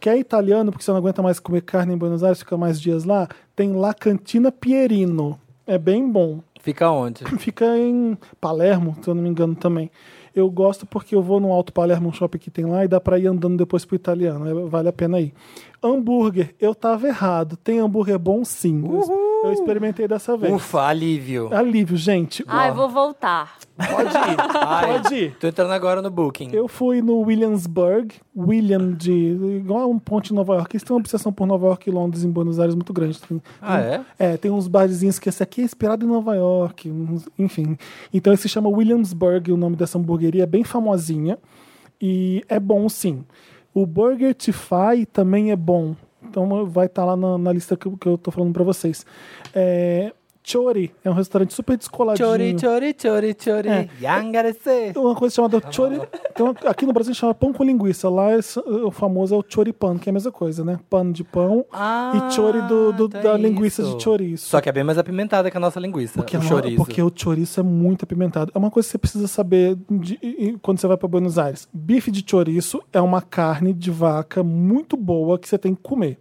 B: Quer italiano, porque você não aguenta mais comer carne em Buenos Aires, fica mais dias lá, tem lá Cantina Pierino. É bem bom
C: Fica onde?
B: fica em Palermo, se eu não me engano também. Eu gosto porque eu vou no Alto Palermo, um shopping que tem lá, e dá pra ir andando depois pro italiano. é- Vale a pena ir. Hambúrguer, eu tava errado. Tem hambúrguer bom sim. Eu- Eu experimentei dessa vez.
C: Ufa, alívio.
B: Alívio, gente.
A: Ai, vou voltar.
C: Pode ir.
B: Pode ir.
C: Tô entrando agora no Booking.
B: Eu fui no Williamsburg, William de. igual a um ponte em Nova York. Eles têm uma obsessão por Nova York e Londres em Buenos Aires muito grande. Tem-
C: Ah, é?
B: É, tem uns barzinhos que esse aqui é inspirado em Nova York, uns- enfim. Então esse se chama Williamsburg, o nome dessa hamburgueria, é bem famosinha. E é bom sim. O Burger Tify também é bom. Então vai estar lá na, na lista que, eu- que eu tô falando pra vocês. É, Chori é um restaurante super descoladinho.
C: Chori, chori, chori, chori.
B: É.
C: Yangarese.
B: Tem uma coisa chamada
C: Tá
B: chori. tem uma- aqui no Brasil chama pão com linguiça. Lá é s- o famoso é o choripan, que é a mesma coisa, né? Pano de pão
C: Ah,
B: e chori do, do-
C: então é
B: da linguiça
C: isso.
B: de chouriço.
C: Só que é bem mais apimentada que a nossa linguiça.
B: Porque,
C: o
B: é uma-
C: chorizo.
B: porque o chouriço é muito apimentado. É uma coisa que você precisa saber de- e- e quando você vai para Buenos Aires. Bife de chouriço é uma carne de vaca muito boa que você tem que comer.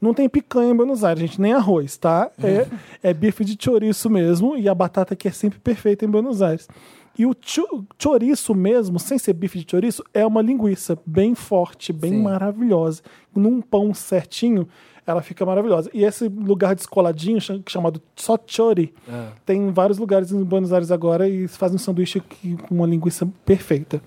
B: Não tem picanha em Buenos Aires, gente, nem arroz, tá? É, é bife de chouriço mesmo e a batata que é sempre perfeita em Buenos Aires. E o cho- chouriço mesmo, sem ser bife de chouriço, é uma linguiça bem forte, bem
C: Sim.
B: maravilhosa. Num pão certinho, ela fica maravilhosa. E esse lugar descoladinho, cha- chamado só chori,
C: Ah.
B: tem vários lugares em Buenos Aires agora e faz um sanduíche que- com uma linguiça perfeita.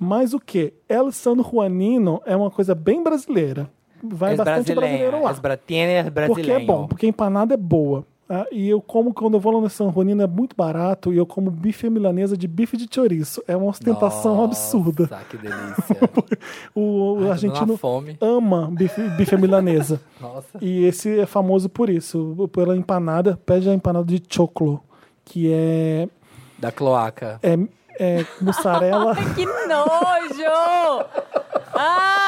B: Mas o que? El San Juanino é uma coisa bem brasileira. Vai
C: As
B: é bastante brasileiro
C: brasileiras,
B: lá.
C: As bratinas
B: Porque é bom, porque a empanada é boa. Ah, e eu como, quando eu vou lá no San Juanino, é muito barato. E eu como bife milanesa de bife de chouriço. É uma ostentação absurda.
C: Nossa, que delícia.
B: O, o
C: Ai, tô dando
B: argentino
C: uma fome.
B: ama bife, bife milanesa.
C: Nossa.
B: E esse é famoso por isso, pela empanada. Pede a empanada de choclo, que é,
C: Da cloaca.
B: é, é mussarela.
A: Que nojo! Ah!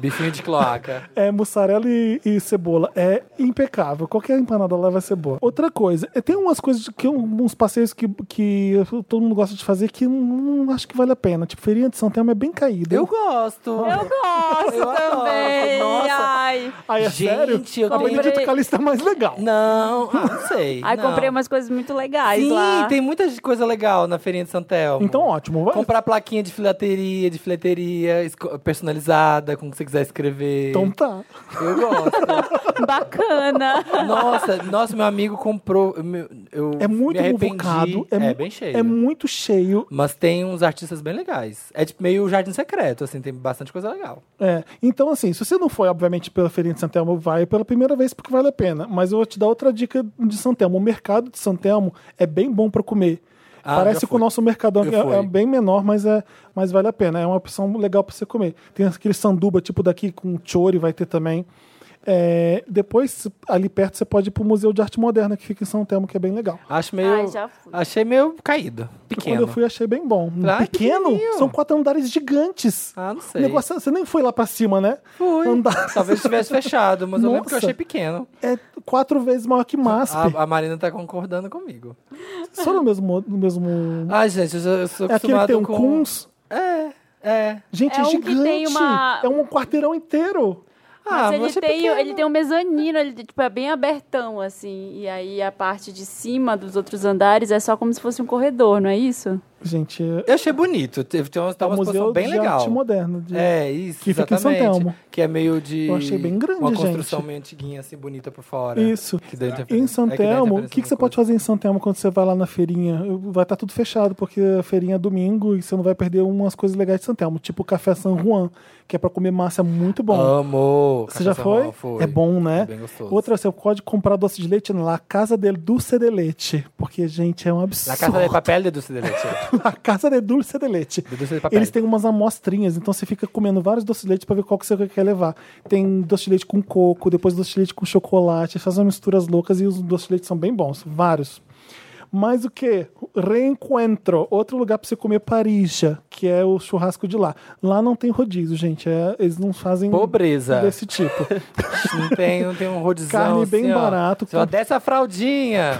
C: Bifinho de cloaca.
B: É mussarela e, e cebola. É impecável. Qualquer empanada leva cebola. Outra coisa, é, tem umas coisas de que eu- uns passeios que, que todo mundo gosta de fazer que não, não acho que vale a pena. Tipo, feirinha de São Telmo é bem caída.
C: Eu gosto.
A: Eu gosto
C: Eu adoro.
A: também.
C: Nossa.
A: Ai,
B: Ai, é
C: Gente,
B: sério?
C: eu
B: a
A: tenho-
B: Benedito Calista é mais legal.
C: Não, ah, não sei.
A: Ai
C: não.
A: comprei umas coisas muito legais
C: Sim,
A: lá.
C: tem muita coisa legal na feirinha de Santelmo.
B: Então, ótimo. Vai.
C: Comprar plaquinha de filateria, de fileteria, esco- personalizada, com o que você quiser escrever.
B: Então tá.
C: Eu gosto.
A: Bacana.
C: nossa, nossa, meu amigo comprou. eu me- Eu
B: É muito
C: me arrependi.
B: convocado.
C: É,
B: mu-
C: bem cheio.
B: É muito cheio.
C: Mas tem uns artistas bem legais. É tipo meio Jardim Secreto, assim, tem bastante coisa legal.
B: É. Então, assim, se você não foi, obviamente, pela Feirinha de Santelmo, vai pela primeira vez porque vale a pena. Mas eu vou te dar outra dica de Santelmo. O mercado de Santelmo é bem bom pra comer.
C: Ah, já
B: Parece
C: fui.
B: com o nosso mercadão,
C: Eu
B: que é,
C: fui.
B: é bem menor, mas, é, mas vale a pena. É uma opção legal pra você comer. Tem aquele sanduba, tipo daqui, com chori, vai ter também. É, depois, ali perto, você pode ir pro Museu de Arte Moderna, que fica em São Telmo, que é bem legal.
C: Acho meio.
A: Ai, já fui.
C: Achei meio caído.
B: Quando
C: Pequeno.
B: eu fui, achei bem bom. Um
C: Ah, que
B: pequeno?
C: pequenininho.
B: São quatro andares gigantes.
C: Ah, não
B: O
C: sei.
B: negócio, é- você nem foi lá pra cima, né?
C: Fui.
B: Andar-
C: Talvez tivesse fechado, mas eu lembro que eu
B: Nossa.
C: achei pequeno.
B: É quatro vezes maior que MASP.
C: A, a Marina tá concordando comigo.
B: Só no mesmo. No mesmo...
C: Ai, gente, eu, sou- eu sou
B: é aquele que
C: acostumado
B: tem um
C: com...
B: Kunz.
C: É, é.
B: Gente, é,
A: É um que
B: gigante.
A: tem uma-
B: É um quarteirão inteiro.
C: Ah,
A: Mas ele,
C: achei
A: tem,
C: pequeno.
A: ele tem um mezanino, ele tipo, é bem abertão, assim. E aí a parte de cima dos outros andares é só como se fosse um corredor, não é isso?
B: Gente, é
C: Eu achei bonito. Teve, tem uma, tá
B: o
C: uma exposição
B: Museu
C: bem
B: de
C: legal.
B: Arte Moderna. de-
C: É, isso,
B: Que fica em São
C: exatamente.
B: Telmo.
C: Que é meio de...
B: Eu achei bem grande,
C: Uma construção
B: gente.
C: meio antiguinha, assim, bonita por fora.
B: Isso.
C: Que dá interferência-
B: Em
C: é
B: São
C: que dá
B: Telmo, o
C: interferência
B: que, que
C: no
B: você pode
C: corpo.
B: fazer em São Telmo quando você vai lá na feirinha? Vai estar tudo fechado, porque a feirinha é domingo e você não vai perder umas coisas legais de São Telmo, tipo o Café San Juan, que é pra comer massa muito bom.
C: Ah, Amo.
B: Você já
C: Café
B: foi?
C: São Paulo,
B: É bom, né?
C: É bem gostoso.
B: Outra, você pode comprar doce de leite na La Casa del Dulce de Leite. Porque, gente, é um
C: Na
B: absurdo.
C: Casa de Papel de Dulce de Leite.
B: La Casa de Dulce de Leite.
C: De Dulce de Papel.
B: Eles têm umas amostrinhas, então você fica comendo vários doces de leite pra ver qual que você quer levar. Tem doce de leite com coco, depois doce de leite com chocolate, faz umas misturas loucas e os doces de leite são bem bons, vários. Mas o que? Reencontro, outro lugar pra você comer parija, que é o churrasco de lá. Lá não tem rodízio, gente, é- eles não fazem
C: Pobreza.
B: desse tipo.
C: Não tem, não tem um rodizão
B: Carne bem
C: assim, ó.
B: barato,
C: Só
B: com-
C: desce a fraldinha.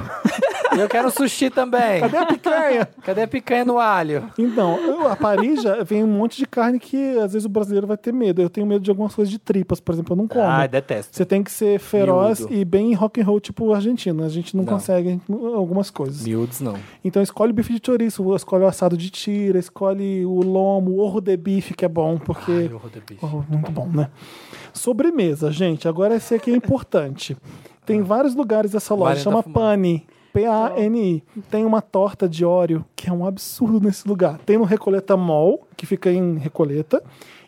C: Eu quero sushi também. Cadê a picanha? Cadê a picanha no alho?
B: Então, eu- a parija vem um monte de carne que às vezes o brasileiro vai ter medo. Eu tenho medo de algumas coisas de tripas, por exemplo, eu não como.
C: Ai, detesto.
B: Você tem que ser feroz
C: Ah, Miúdo.
B: e bem rock and roll, tipo argentino. A gente não,
C: Não.
B: consegue algumas coisas.
C: Miúdos não.
B: Então escolhe o bife de chouriço, escolhe o assado de tira, escolhe o lomo, o orro de bife, que é bom, porque...
C: Ai, horror do bicho.
B: Oh, muito bom, né? Sobremesa, gente. Agora esse aqui é importante. Tem
C: Ah.
B: vários lugares essa loja.
C: Marina tá
B: Chama
C: fumando.
B: Pani. P-A-N-I. Tem uma torta de óleo que é um absurdo nesse lugar. Tem no Recoleta Mall, que fica em Recoleta.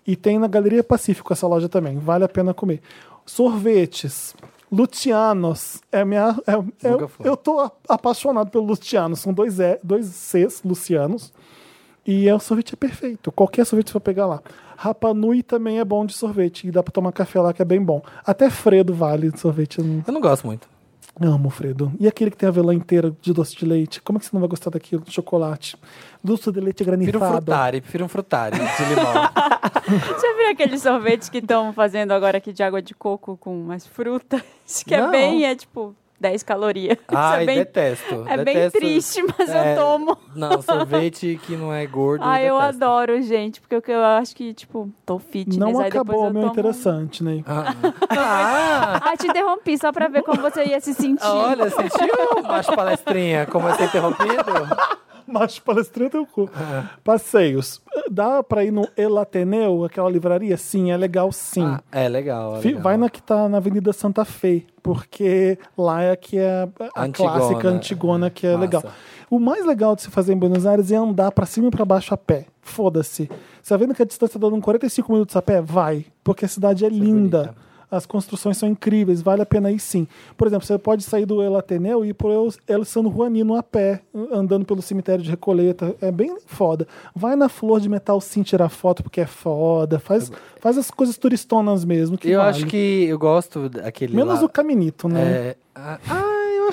B: E tem na Galeria Pacífico essa loja também. Vale a pena comer. Sorvetes. Lucianos. É minha, é- é-
C: Nunca fui.
B: eu tô a- apaixonado pelo Lucianos. São dois, e, dois Cs, Lucianos. E é, o sorvete é perfeito. Qualquer sorvete você vai pegar lá. Rapa Nui também é bom de sorvete. E dá pra tomar café lá, que é bem bom. Até Fredo vale de sorvete. Eu não-
C: Eu não gosto muito.
B: eu amo o Fredo. E aquele que tem a vela inteira de doce de leite? Como é que você não vai gostar daquilo? Chocolate. Doce de leite
C: Prefiro um
B: granitado.
C: frutari, prefiro um frutari de limão.
A: Você viu aqueles sorvetes que estão fazendo agora aqui de água de coco com umas frutas? Que
C: Não.
A: é bem, é tipo, 10 calorias. Isso
C: Ai,
A: é bem,
C: detesto.
A: é bem
C: detesto.
A: triste, mas
C: É,
A: eu tomo.
C: Não, sorvete que não é gordo.
A: Ai, Ah, eu
C: detesto.
A: adoro, gente, porque eu, eu acho que, tipo, tô fitness,
B: Não
A: aí depois
B: acabou
A: eu
B: o meu
A: tomo... um.
B: interessante, né? Ney.
C: Ah,
A: Ah, te interrompi, só pra ver como você ia se sentir.
C: ah, olha, sentiu, macho palestrinha, como eu ser interrompido?
B: Macho palestrante teu cu.
A: É.
B: Passeios. Dá pra ir no Elateneu, aquela livraria? Sim, é legal sim.
C: Ah, é legal. é
B: Fi-
C: legal.
B: Vai na que tá na Avenida Santa Fé, porque lá é que é a
C: Antigona. né?
B: clássica antigona que é
C: Massa.
B: legal. O mais legal de se fazer em Buenos Aires é andar pra cima e pra baixo a pé. Foda-se. Você tá vendo que a distância tá dando 45 minutos a pé? Vai, porque a cidade é linda.
C: bonita.
B: As construções são incríveis, vale a pena ir sim. Por exemplo, você pode sair do El Ateneu e ir pro El- El San Juanino a pé, andando pelo cemitério de Recoleta. É bem foda. Vai na Flor de Metal sim tirar foto, porque é foda. Faz, faz as coisas turistonas mesmo. Que
C: Eu
B: vale.
C: acho que eu gosto daquele
B: Menos
C: lá.
B: o Caminito, né?
C: É, ah, ah, eu eu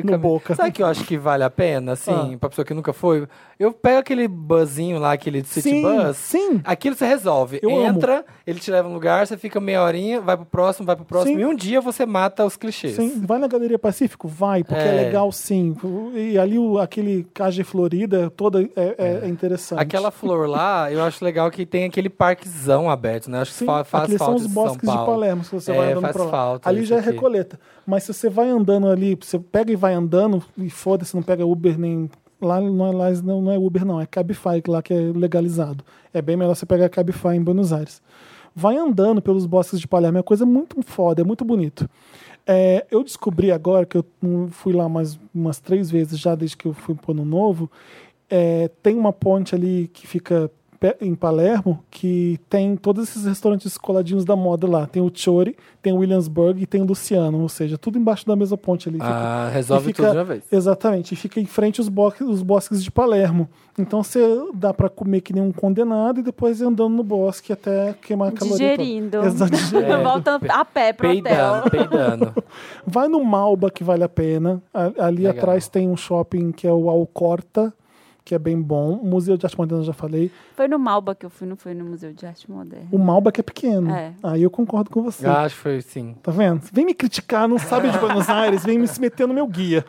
B: No
C: Cam-
B: Boca. Ah.
C: Sabe que eu acho que vale a pena, assim, pra pessoa que nunca foi? Eu pego aquele buzinho lá, aquele de City
B: Sim,
C: Bus.
B: sim.
C: Aquilo você resolve.
B: Eu amo.
C: Entra, ele te leva a um lugar, você fica meia horinha, vai pro próximo, vai pro próximo.
B: Sim.
C: E um dia você mata os clichês.
B: Sim, vai na Galeria Pacífico? Vai, porque é,
C: É.
B: legal sim. E ali o, aquele Cage Florida toda é, é- é interessante.
C: Aquela flor lá, eu acho legal que tem aquele parquezão aberto, né? Acho que
B: Sim,
C: fa- faz
B: aqueles
C: falta
B: são os
C: em São
B: bosques de
C: Paulo.
B: Palermo, se você
C: É,
B: vai andando
C: faz
B: pra lá.
C: falta
B: ali
C: isso
B: já é
C: aqui.
B: recoleta. Mas se você vai andando ali, você pega e vai andando, e foda-se, não pega Uber nem. Lá não é, lá não, não é Uber, não, é Cabify lá que é legalizado. É bem melhor você pegar Cabify em Buenos Aires. Vai andando pelos bosques de Palermo, é uma coisa muito foda, é muito bonito. É, eu descobri agora, que eu hum, fui lá mais umas três vezes já desde que eu fui pro Ano Novo, é, tem uma ponte ali que fica pe- em Palermo, que tem todos esses restaurantes coladinhos da moda lá. Tem o Chori, tem o Williamsburg e tem o Luciano, ou seja, tudo embaixo da mesma ponte ali.
C: Ah,
B: E
C: resolve
B: fica-
C: tudo de uma vez.
B: Exatamente, e fica em frente os, bo os bosques de Palermo. Então você dá para comer que nem um condenado e depois ir andando no bosque até queimar a caloria. toda.
A: Digerindo.
B: Exato, digerindo.
A: Voltando a pé pro hotel.
C: É, Peidando, peidando.
B: Vai no Malba que vale a pena. A- Ali
C: Legal.
B: atrás tem um shopping que é o Alcorta, que é bem bom. O Museu de Arte Moderna eu já falei.
A: Foi no Malba que eu fui, não foi no Museu de Arte Moderna.
B: O Malba que é pequeno.
A: É.
B: Aí eu concordo com você.
C: Eu acho que foi assim. sim.
B: Tá vendo? Vem me criticar, não sabe de Buenos Aires, vem me se meter no meu guia.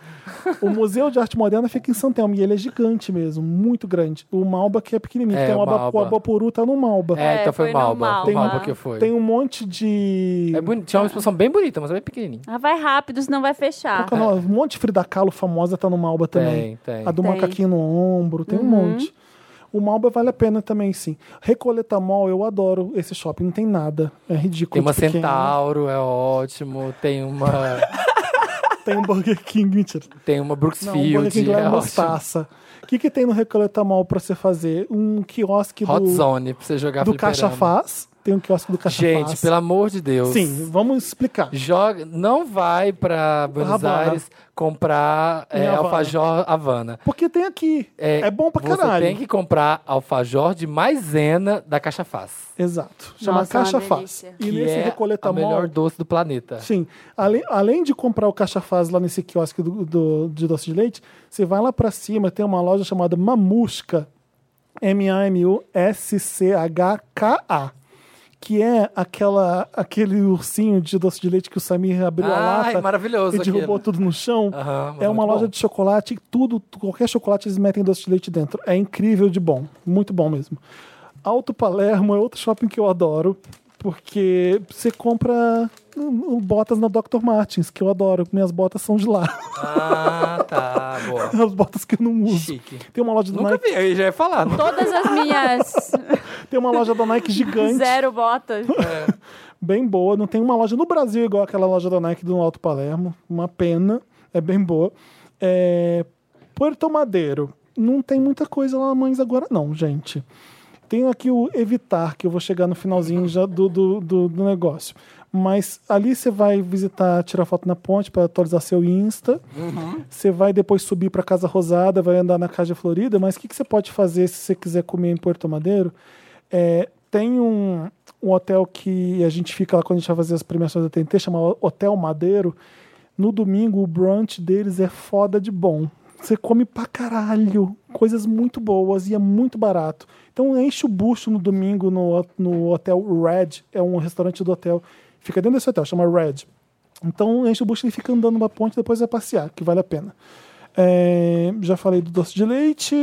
B: O Museu de Arte Moderna fica em Santelmo e ele é gigante mesmo, muito grande. O Malba que é pequenininho,
C: É,
B: tem o
C: o
B: Abapu-
C: Malba.
B: o Abapuru tá no Malba.
C: É,
A: É,
C: então foi,
A: foi no
C: Malba. Foi
A: Malba.
C: Malba que eu fui.
B: Tem um monte de.
C: É boni- Tinha uma exposição bem bonita, mas é bem pequenininha.
A: Ah, vai rápido, senão vai fechar.
B: Qual que é o nome? Um monte de Frida Kahlo famosa tá no Malba também.
C: Tem, tem.
B: A do
A: Tem. Uhum.
B: macaquinho no ombro, tem um monte. O Malba vale a pena também, sim. Recoleta Mall, eu adoro esse shopping, não tem nada. É ridículo.
C: Tem uma
B: de pequeno.
C: Centauro, é ótimo. Tem uma,
B: Tem um Burger King, mentira.
C: tem uma
B: Não, o Burger
C: Brooksfield,
B: King lá é
C: é ótimo.
B: mostaça. O que, que tem no Recoleta Mall pra você fazer? Um quiosque
C: Hot
B: do,
C: Zone, pra você jogar
B: do
C: fliperama.
B: Caixa Faz. Tem um quiosque do Caixa
C: Gente,
B: Faz.
C: pelo amor de Deus.
B: Sim, vamos explicar.
C: Joga, não vai pra Buenos
B: Havana.
C: Aires comprar
B: Em
C: é,
B: Havana.
C: alfajor Havana.
B: Porque tem aqui. É, bom pra caralho.
C: Você tem que comprar alfajor de maisena da Caixa Faz.
B: Exato. Chama
A: Nossa, é
B: Caixa
A: uma
B: Faz.
A: delícia.
B: E
C: que
B: nesse
C: é
B: Recoleta
C: a melhor
B: Mall
C: doce do planeta.
B: Sim. Além, além de comprar o caixa fase lá nesse quiosque do, do- de doce de leite, você vai lá pra cima, tem uma loja chamada Mamusca. M-A-M-U-S-C-H-K-A. Que é aquela, aquele ursinho de doce de leite que o Samir abriu a
C: Ai,
B: lata
C: maravilhoso
B: e derrubou
C: aquilo.
B: tudo no chão.
C: Aham, mas
B: é uma
C: muito
B: loja
C: bom.
B: de chocolate e tudo, qualquer chocolate eles metem doce de leite dentro. É incrível de bom, muito bom mesmo. Alto Palermo é outro shopping que eu adoro, porque você compra hum, botas na Dr. Martins, que eu adoro, minhas botas são de lá,
C: Ah, tá, boa.
B: as botas que eu não uso.
C: Chique.
B: Tem uma loja do
C: Nunca
B: Nike,
C: vi, eu já ia falar. Não
A: Todas as minhas
B: tem uma loja da Nike gigante,
A: zero botas.
C: É.
B: bem boa. Não tem uma loja no Brasil igual aquela loja da Nike do Alto Palermo. Uma pena. É bem boa. É... Puerto Madeiro. Não tem muita coisa lá, mas agora não, gente. Tenho aqui o Evitar, que eu vou chegar no finalzinho já do, do, do, do negócio. Mas ali você vai visitar, tirar foto na ponte para atualizar seu Insta. Você vai depois subir para Casa Rosada, vai andar na Casa Florida. Mas o que, que você pode fazer se você quiser comer em Puerto Madeiro? É, tem um, um hotel que a gente fica lá quando a gente vai fazer as premiações da TNT, chama Hotel Madeiro. No domingo, o brunch deles é foda de bom. Você come pra caralho, coisas muito boas e é muito barato. Então enche o bucho no domingo no, no hotel Red, é um restaurante do hotel. Fica dentro desse hotel, chama Red. Então enche o bucho e fica andando na ponte, depois vai passear, que vale a pena. É, já falei do doce de leite,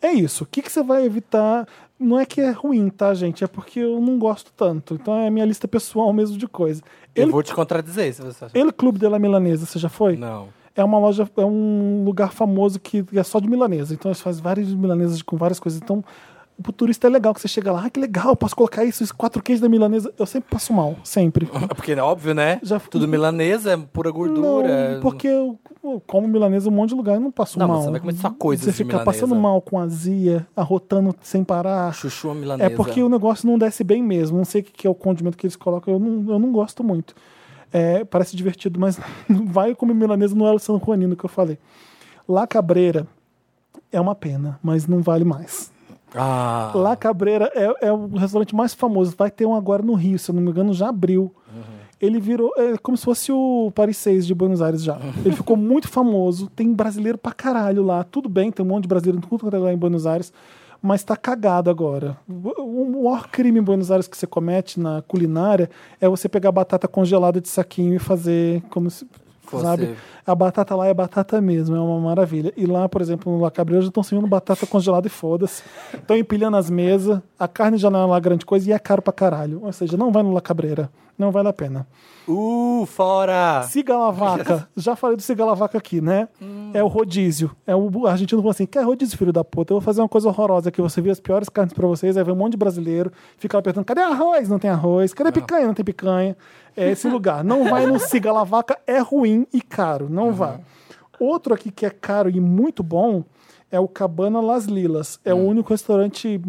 B: é isso. O que, que você vai evitar? Não é que é ruim, tá, gente? É porque eu não gosto tanto. Então é a minha lista pessoal mesmo de coisa.
C: Eu
B: Ele,
C: vou te contradizer se você achar.
B: ele Clube de la Milanesa, você já foi?
C: Não.
B: É uma loja, é um lugar famoso que é só de milanesa. Então eles fazem várias milanesas com várias coisas. Então, pro turista é legal que você chega lá, ah, que legal, posso colocar isso, esses quatro queijos da milanesa. Eu sempre passo mal, sempre.
C: Porque é óbvio, né?
B: Já-
C: Tudo milanesa, é pura gordura.
B: Não, porque eu eu como milanesa um monte de lugar e não passo
C: Não,
B: mal.
C: mas você vai comer só coisas
B: Você
C: de
B: fica
C: milanesa.
B: passando mal com azia, arrotando sem parar.
C: Chuchu é milanesa.
B: É porque o negócio não desce bem mesmo. Não sei o que que é o condimento que eles colocam, eu não, eu não gosto muito. É, parece divertido, mas vai comer milanesa no El San Juanino que eu falei. La Cabreira é uma pena, mas não vale mais.
C: Ah,
B: La Cabreira é, é o restaurante mais famoso. Vai ter um agora no Rio, se eu não me engano, já abriu. Ele virou é, como se fosse o Paris 6 de Buenos Aires já. Ele ficou muito famoso, tem brasileiro pra caralho lá. Tudo bem, tem um monte de brasileiro em tudo quanto é lugar em Buenos Aires, mas tá cagado agora. O maior crime em Buenos Aires que você comete na culinária é você pegar batata congelada de saquinho e fazer como se.
C: Fosse.
B: Sabe? A batata lá é batata mesmo, é uma maravilha. E lá, por exemplo, no La Cabreira já estão servindo batata congelada e foda-se. Estão empilhando as mesas, a carne já não é lá grande coisa e é caro pra caralho. Ou seja, não vai no La Cabreira. Não vale a pena.
C: Uh, fora!
B: Siga la vaca. Já falei do siga la vaca aqui, né? É o rodízio. É o argentino falou assim: quer rodízio, filho da puta? Eu vou fazer uma coisa horrorosa que você vê as piores carnes pra vocês, aí vem um monte de brasileiro, fica lá perguntando: cadê arroz? Não tem arroz. Cadê picanha? Não tem picanha. É esse lugar. Não vai no siga la vaca, é ruim e caro. Não vá. Outro aqui que é caro e muito bom é o Cabana Las Lilas. É o único restaurante,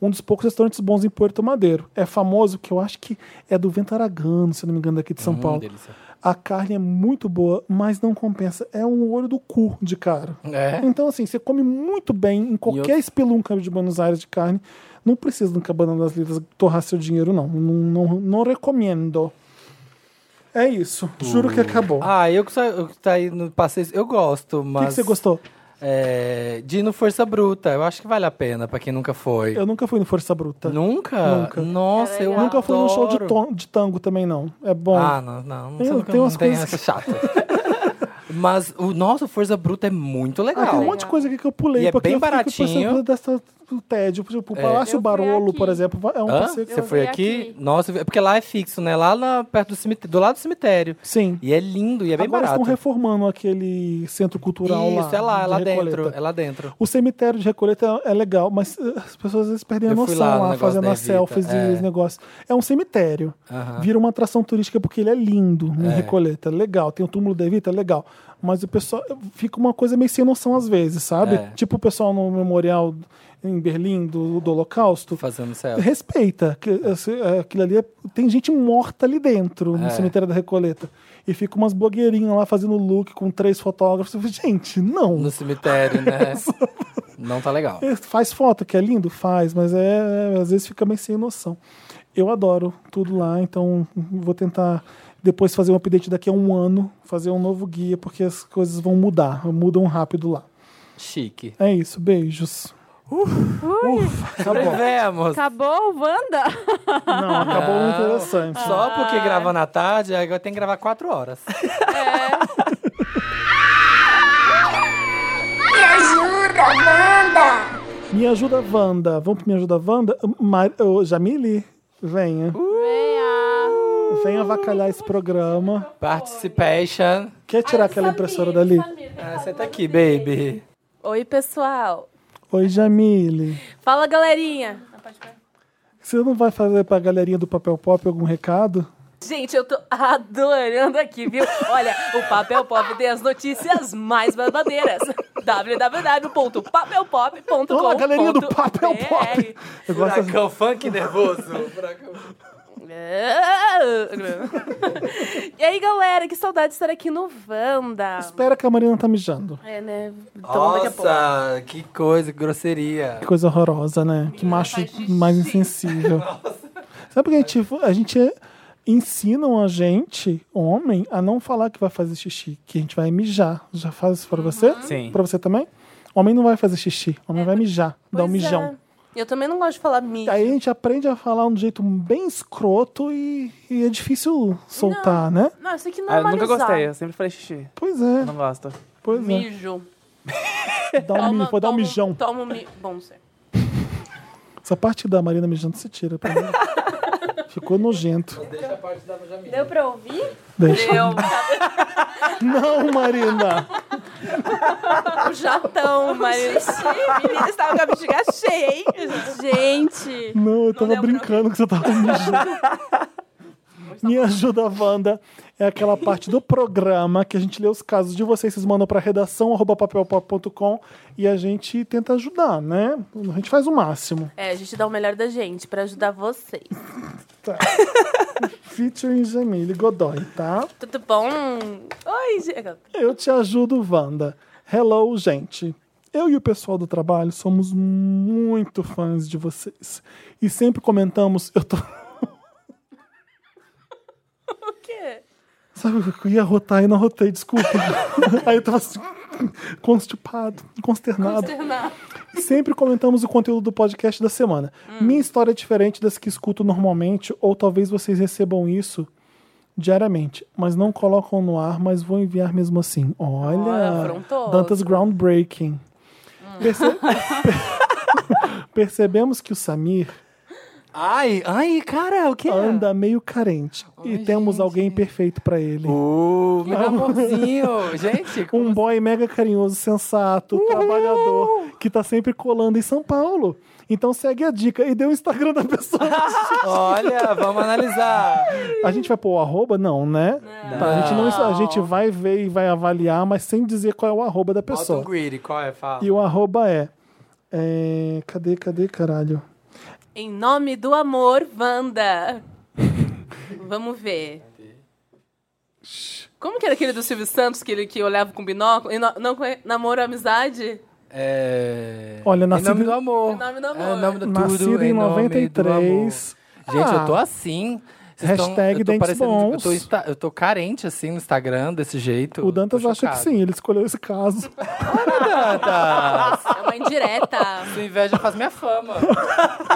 B: um dos poucos restaurantes bons em Porto Madeiro. É famoso, que eu acho que é do Vento Aragano, se não me engano, daqui de São Paulo.
C: delícia.
B: A carne é muito boa, mas não compensa. É um olho do cu de caro.
C: É?
B: Então, assim, você come muito bem em qualquer espelunca de Buenos Aires de carne. Não precisa um do Cabana Las Lilas torrar seu dinheiro, não. Não, não, não recomendo. É isso. Juro que acabou. O
C: Ah, eu que, sa- eu que tá aí no passeio, eu gosto, mas...
B: que que você gostou?
C: É, de ir no Força Bruta, eu acho que vale a pena pra quem nunca foi.
B: Eu nunca fui no Força Bruta.
C: Nunca?
B: Nunca.
C: Nossa,
A: É
C: eu
B: Nunca fui num show de,
C: adoro.
B: ton- de tango também, não. É bom.
C: Ah, não, não. Você
B: Eu
C: nunca,
B: tenho
C: não
B: umas
C: tem
B: coisas
C: essa chata. Mas o nosso Força Bruta é muito
B: Ah, tem
C: legal.
B: um monte de coisa aqui que eu pulei.
C: E é
B: porque
C: bem
B: eu fico
C: baratinho. É.
B: pensando dessa, do tédio. Por exemplo, o Palácio
A: Eu fui
B: Barolo,
A: aqui.
B: por exemplo, é um
C: Hã?
B: passeio. que-
C: Você
A: Eu
C: foi
A: vi
C: aqui?
A: aqui.
C: Nossa, é porque lá é fixo, né? Lá na- perto do cemitério, do lado do cemitério.
B: Sim.
C: E é lindo e é bem
B: Agora
C: barato.
B: estão reformando aquele centro cultural lá.
C: Isso, é lá, é
B: de
C: lá
B: Recoleta.
C: dentro. É lá dentro.
B: O cemitério de Recoleta é é legal, mas eh, as pessoas às vezes perdem a
C: Eu fui
B: noção
C: lá
B: lá,
C: no negócio
B: fazendo
C: da
B: as
C: Evita,
B: selfies
C: é.
B: e os negócios. É um cemitério.
C: Aham.
B: Vira uma atração turística porque ele é lindo no
C: É.
B: Recoleta. Legal. Tem o túmulo da Evita, legal. Mas o pessoal fica uma coisa meio sem noção às vezes, sabe?
C: É.
B: Tipo o pessoal no memorial em Berlim do, do Holocausto.
C: Fazendo céu.
B: É. Respeita. que, assim, é, Aquilo ali é- tem gente morta ali dentro, no
C: É.
B: cemitério da Recoleta. E fica umas blogueirinhas lá fazendo look com três fotógrafos. Eu falei, Gente, não.
C: No cemitério, né? Não tá legal.
B: É, Faz foto, que é lindo? Faz, mas é, é, às vezes fica meio sem noção. Eu adoro tudo lá, então vou tentar depois fazer um update daqui a um ano, fazer um novo guia, porque as coisas vão mudar, mudam rápido lá.
C: Chique.
B: É isso, beijos.
C: Sobrevivemos.
A: Acabou, Wanda?
B: Não, acabou o interessante.
C: Só porque
B: Ah.
C: grava na tarde, agora tem que gravar quatro horas.
F: Me ajuda, Wanda!
B: Me ajuda, Wanda. Vamos pro Me Ajuda, Wanda? Hum, Mar... Ô, Jamile, venha. Venha avacalhar esse programa.
C: Participation.
B: Quer tirar aquela impressora dali?
C: Ah, senta aqui, baby.
I: Oi, pessoal.
B: Oi, Jamile.
I: Fala, galerinha.
B: Você não vai fazer pra galerinha do Papel Pop algum recado?
I: Gente, eu tô adorando aqui, viu? Olha, o Papel Pop tem as notícias mais verdadeiras. www.papelpop.com.br
B: Olá, galerinha do Papel Pop. Eu gosto assim.
C: Furacão funk nervoso. Furacão.
I: e aí, galera, que saudade de estar aqui no Wanda.
B: Espera que a Marina tá mijando.
I: É, né? Então, daqui a pouco.
C: Nossa, que coisa, que grosseria.
B: Que coisa horrorosa, né? Que macho mais insensível. Sabe que a gente, a gente é- ensinam a gente, homem, a não falar que vai fazer xixi, que a gente vai mijar. Já faz isso pra
I: Uhum.
B: você?
D: Sim.
B: Pra você também? Homem não vai fazer xixi, homem vai mijar, dá um
I: Pois é.
B: mijão.
I: Eu também não gosto de falar mijo.
B: Aí a gente aprende a falar de um jeito bem escroto e, e é difícil soltar, né?
I: Não, isso aqui não
D: Ah,
I: é
D: eu nunca gostei, eu sempre falei xixi.
B: Pois
D: Eu
B: é,
D: não gosto.
B: pois é.
I: Mijo.
B: Dá
I: Ah,
B: um, mi- pode dar um mijão.
I: Toma um mi... Bom, não sei.
B: Essa parte da Marina mijando você tira pra mim. Ficou nojento.
A: Deu pra ouvir?
B: Deixa.
I: Eu,
B: Não, Marina!
I: o Um jatão, mas... Menina, estava com a bexiga cheia, hein?
A: Gente,
B: Não, eu tava
I: deu
B: brincando que você tava mijando. Me ajuda, Wanda. É aquela parte do programa que a gente lê os casos de vocês, vocês mandam pra redação arroba papelpop.com e a gente tenta ajudar, né? A gente faz o máximo.
I: É, a gente dá o melhor da gente pra ajudar vocês.
B: Featuring Jamile Godoy, tá?
I: Tudo bom? Oi, gente.
B: Eu te ajudo, Wanda. Hello, gente. Eu e o pessoal do trabalho somos muito fãs de vocês. E sempre comentamos. Eu tô.
I: O quê?
B: Sabe, eu ia rotar e não rotei, desculpa. Aí eu tava assim, constipado, consternado. Sempre comentamos o conteúdo do podcast da semana. Minha história é diferente das que escuto normalmente, ou talvez vocês recebam isso diariamente, mas não colocam no ar, mas vou enviar mesmo assim.
I: Olha,
B: Olha,
I: afrontoso.
B: Dantas groundbreaking. Perce- Percebemos que o Samir
C: Ai, ai, cara, o que é?
B: anda meio carente e temos alguém perfeito pra ele.
C: Uh, me dá um amorzinho. Gente, como assim?
B: Um boy mega carinhoso, sensato, trabalhador, que tá sempre colando em São Paulo. Então segue a dica e dê o Instagram da pessoa.
C: Olha, vamos analisar.
B: a gente vai pôr o arroba? Não, né? Tá, a, gente não- a gente vai ver e vai avaliar, mas sem dizer qual é o arroba da
C: Bota um
B: pessoa.
C: greedy, qual é? Fala.
B: E o arroba é. é, cadê, cadê, caralho?
I: Em nome do amor, Wanda. Vamos ver. Como que era aquele do Silvio Santos, que ele que olhava com binóculo? E no- não, como é? namoro, amizade?
C: É...
B: Olha,
C: Em nome
B: nascido-
C: do amor.
I: Em nome do amor.
C: É, em nome do tudo,
B: Nascido em
C: nome do
B: 93.
C: amor. Gente,
B: Ah.
C: eu tô assim. Vocês tão-
B: Hashtag
C: eu tô
B: dentes
C: parecendo- eu
B: bons.
C: tô esta- Eu tô carente, assim, no Instagram, desse jeito.
B: O Dantas
C: Tô
B: acha que
C: chocado.
B: sim, ele escolheu esse caso.
C: Dantas!
I: É uma indireta.
C: Sua inveja faz minha fama.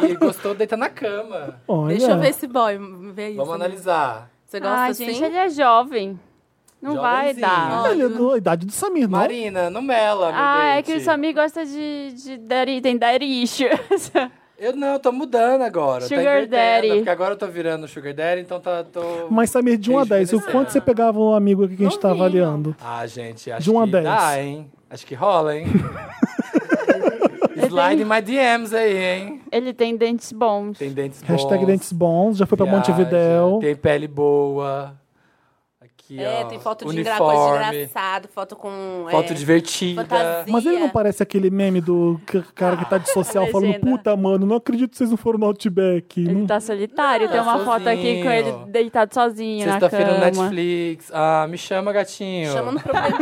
C: E gostou deitar na cama.
B: Olha.
I: Deixa eu ver esse boy. Vê isso.
B: né?
C: Vamos analisar.
I: Você gosta
A: Ai,
I: assim?
A: gente, ele é jovem. Não vai
C: Jovenzinho.
A: dar.
B: Ele
I: Olha.
B: é da idade do Samir, não?
C: Marina, não mela, meu
A: Ah, é
C: dente.
A: que o Samir gosta de, de daddy, tem daddy issues.
C: Eu não, eu tô mudando agora. tá
A: Sugar
C: invertendo,
A: daddy.
C: Porque agora eu tô virando Sugar Daddy, então tá. Tô...
B: Mas Samir, de 1 a
C: Tem
B: 10, o
C: diferença.
B: quanto você pegava um amigo aqui que a gente tá
I: Novinho.
B: avaliando?
C: Ah, gente, acho
B: De um a
C: que
B: dez.
C: dá, hein? Acho que rola, hein? Slide in my DMs aí, hein?
A: Ele tem dentes bons.
C: Tem dentes bons.
B: Hashtag dentes bons, já foi pra
C: viaja,
B: Montevidéu.
C: Tem pele boa. Aqui,
I: É,
C: ó.
I: tem foto de engra... coisa
C: uniforme,
I: de engraçado, foto com...
C: Foto
I: é,
C: divertida.
I: fantasia.
B: Mas ele não parece aquele meme do c- cara que tá de social
A: a
B: falando,
A: legenda.
B: puta, mano, não acredito que vocês não foram no Outback.
A: Ele
B: Não-
A: tá solitário, tem
C: tá
A: uma foto aqui com ele
C: sozinho.
A: deitado sozinho na
C: Sexta-feira no
A: cama.
C: Netflix. Ah, me chama, gatinho.
I: Chama no problema.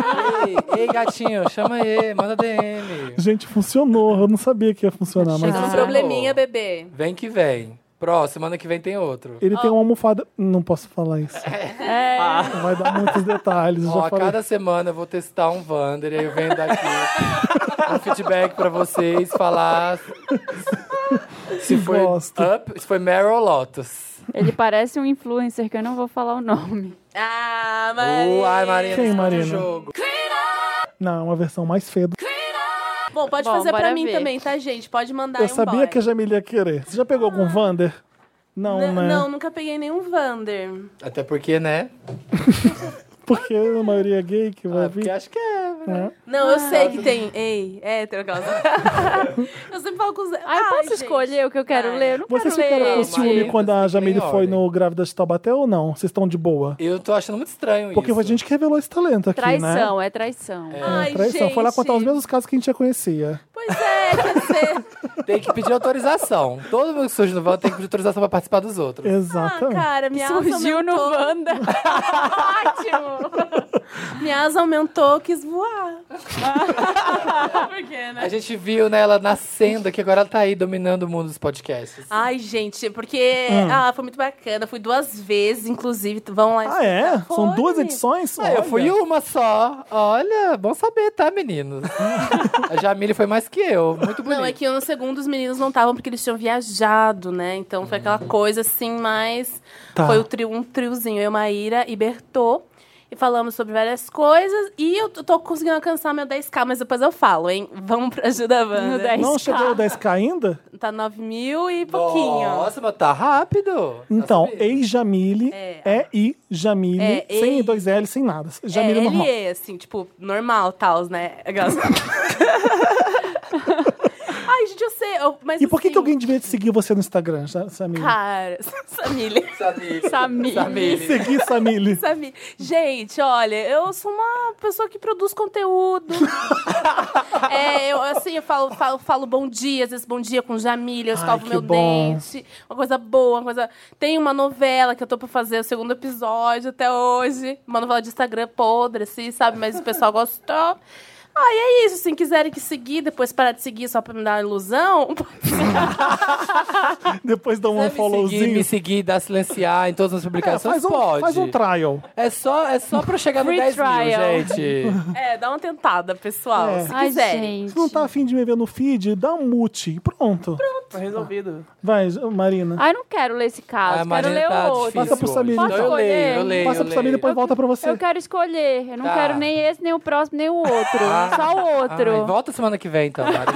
C: Ei, ei, gatinho, chama aí, manda DM.
B: Gente, funcionou. Eu não sabia que ia funcionar, mas
I: Chama no
A: Ah.
I: probleminha, bebê.
C: Vem que vem. Próximo, ano que vem tem outro.
B: ele tem uma almofada. Não posso falar isso.
A: É,
C: Ah.
B: Vai dar muitos detalhes.
C: Ó,
B: já
C: a
B: falei.
C: cada semana eu vou testar um Wander, aí eu venho daqui um feedback pra vocês, falar se foi
B: Gosto.
C: Up, se foi Meryl ou Lotus.
A: ele parece um influencer que eu não vou falar o nome.
I: Ah, mas...
C: Uh, ai, Marina,
B: Quem,
C: escuta o
B: Marina?
C: jogo.
B: Não, é uma versão mais feia. do-
I: Bom, pode
A: Bom,
I: fazer pra
A: bora
I: mim
A: ver.
I: também, tá, gente? Pode mandar
B: Eu
I: um
B: sabia
I: boy.
B: que a Jamília ia querer. Você já pegou algum Vander? Não,
I: N-
B: né?
I: Não, nunca peguei nenhum Vander.
C: Até porque, né?
B: Porque a maioria é gay que vai
C: Ah, porque
B: vir.
C: acho que é. né?
I: Não,
A: Ah.
I: eu sei que tem. Ei, hétero, aquelas. eu sempre falo com os.
A: Ah, eu posso
I: gente.
A: escolher o que eu quero
I: Ai.
A: ler? Eu não
B: Vocês
A: quero
B: ficaram
A: ler
B: com né?
A: esse.
B: ciúme quando a
C: Vocês têm
B: Jamile foi
C: ordem.
B: no Grávida de Taubaté ou não? Vocês estão de boa?
C: Eu tô achando muito estranho
B: Porque
C: isso.
B: foi a gente que revelou esse talento aqui, né?
A: Traição, é traição.
I: Ai,
B: É, traição. Foi lá
I: gente.
B: contar os mesmos casos que a gente já conhecia.
I: Pois é, quer dizer.
C: Tem que pedir autorização. Todo mundo que surge no Wander tem que pedir autorização pra participar dos outros.
I: Ah,
B: Exatamente.
I: cara, minha asa
A: Surgiu no
I: aumentou.
A: Wanda.
I: Ótimo. minha asa aumentou, eu quis voar. Por quê,
C: A gente viu, né, ela nascendo aqui, agora ela tá aí dominando o mundo dos podcasts.
I: Ai, gente, porque.
B: Hum.
I: Ah, foi muito bacana. Fui duas vezes, inclusive. Vão lá.
B: Ah, é?
I: escutar.
B: São duas
I: Foi.
B: edições?
C: Ah, eu
B: Olha.
C: fui uma só. Olha, bom saber, tá, meninos? a Jamile foi mais que eu. Muito bonito.
I: Não, é que no segundo os meninos não estavam porque eles tinham viajado, né? Então foi aquela coisa assim, mas
B: Tá.
I: foi o trio, um triozinho, eu, Maíra e Bertô. E falamos sobre várias coisas. E eu tô conseguindo alcançar meu 10k, mas depois eu falo, hein? Vamos pra ajuda
A: No
I: Wanda.
A: 10K.
B: Não chegou o 10k ainda?
I: Tá 9 mil e um pouquinho.
C: Nossa, mas tá rápido.
B: Então,
C: tá subindo.
B: ei Jamile, é I Jamile,
I: É,
B: sem
I: ei.
B: dois L, sem nada.
I: É,
B: Jamile normal.
I: LE, assim, tipo, normal, tals, né? Aquelas- Ai, gente, eu sei. eu- mas
B: E por que,
I: assim,
B: que alguém devia te seguir você no Instagram, Sa- Samile?
I: Cara, Samile.
A: Samir.
B: Seguir Samile.
I: Sabe? Gente, olha, eu sou uma pessoa que produz conteúdo. é, eu assim, eu falo, falo, falo bom dia, às vezes bom dia com Jamília, eu
B: Ai,
I: escovo
B: que
I: meu
B: bom.
I: dente. Uma coisa boa, uma coisa. Tem uma novela que eu tô pra fazer o segundo episódio até hoje. Uma novela de Instagram podre, assim, sabe? Mas o pessoal gostou. Ah, e é isso. Se quiserem que seguir, depois parar de seguir só pra me dar uma ilusão.
B: Depois dá um
C: Quiser me seguir,
B: followzinho.
C: me seguir, dar silenciar em todas as publicações,
B: faz, um,
C: pode.
B: faz um trial.
C: é, só, é só pra eu chegar no
A: Free
C: 10
A: trial.
C: mil, gente.
I: É, dá uma tentada, pessoal.
B: É.
I: Se
A: Ai,
I: quiserem.
A: gente.
B: Se não tá afim de me ver no feed, dá um mute. Pronto.
D: Tá resolvido.
B: Vai, Marina.
A: Ai, não quero ler esse
C: Ah,
A: caso. quero
C: Marina
A: ler
C: tá
A: o outro.
C: difícil
B: pro
C: hoje.
B: Samir,
C: Então
A: então.
C: eu
A: Pode
C: leio, eu
A: escolher.
C: leio.
B: Passa
C: eu
B: pro Samir e
C: leio.
B: depois
A: Eu
B: volta pra você.
A: Eu quero escolher. Eu não
C: Tá.
A: quero nem esse, nem o próximo, nem o outro. Só o
C: Ai,
A: outro.
C: volta semana que vem, então. Mari.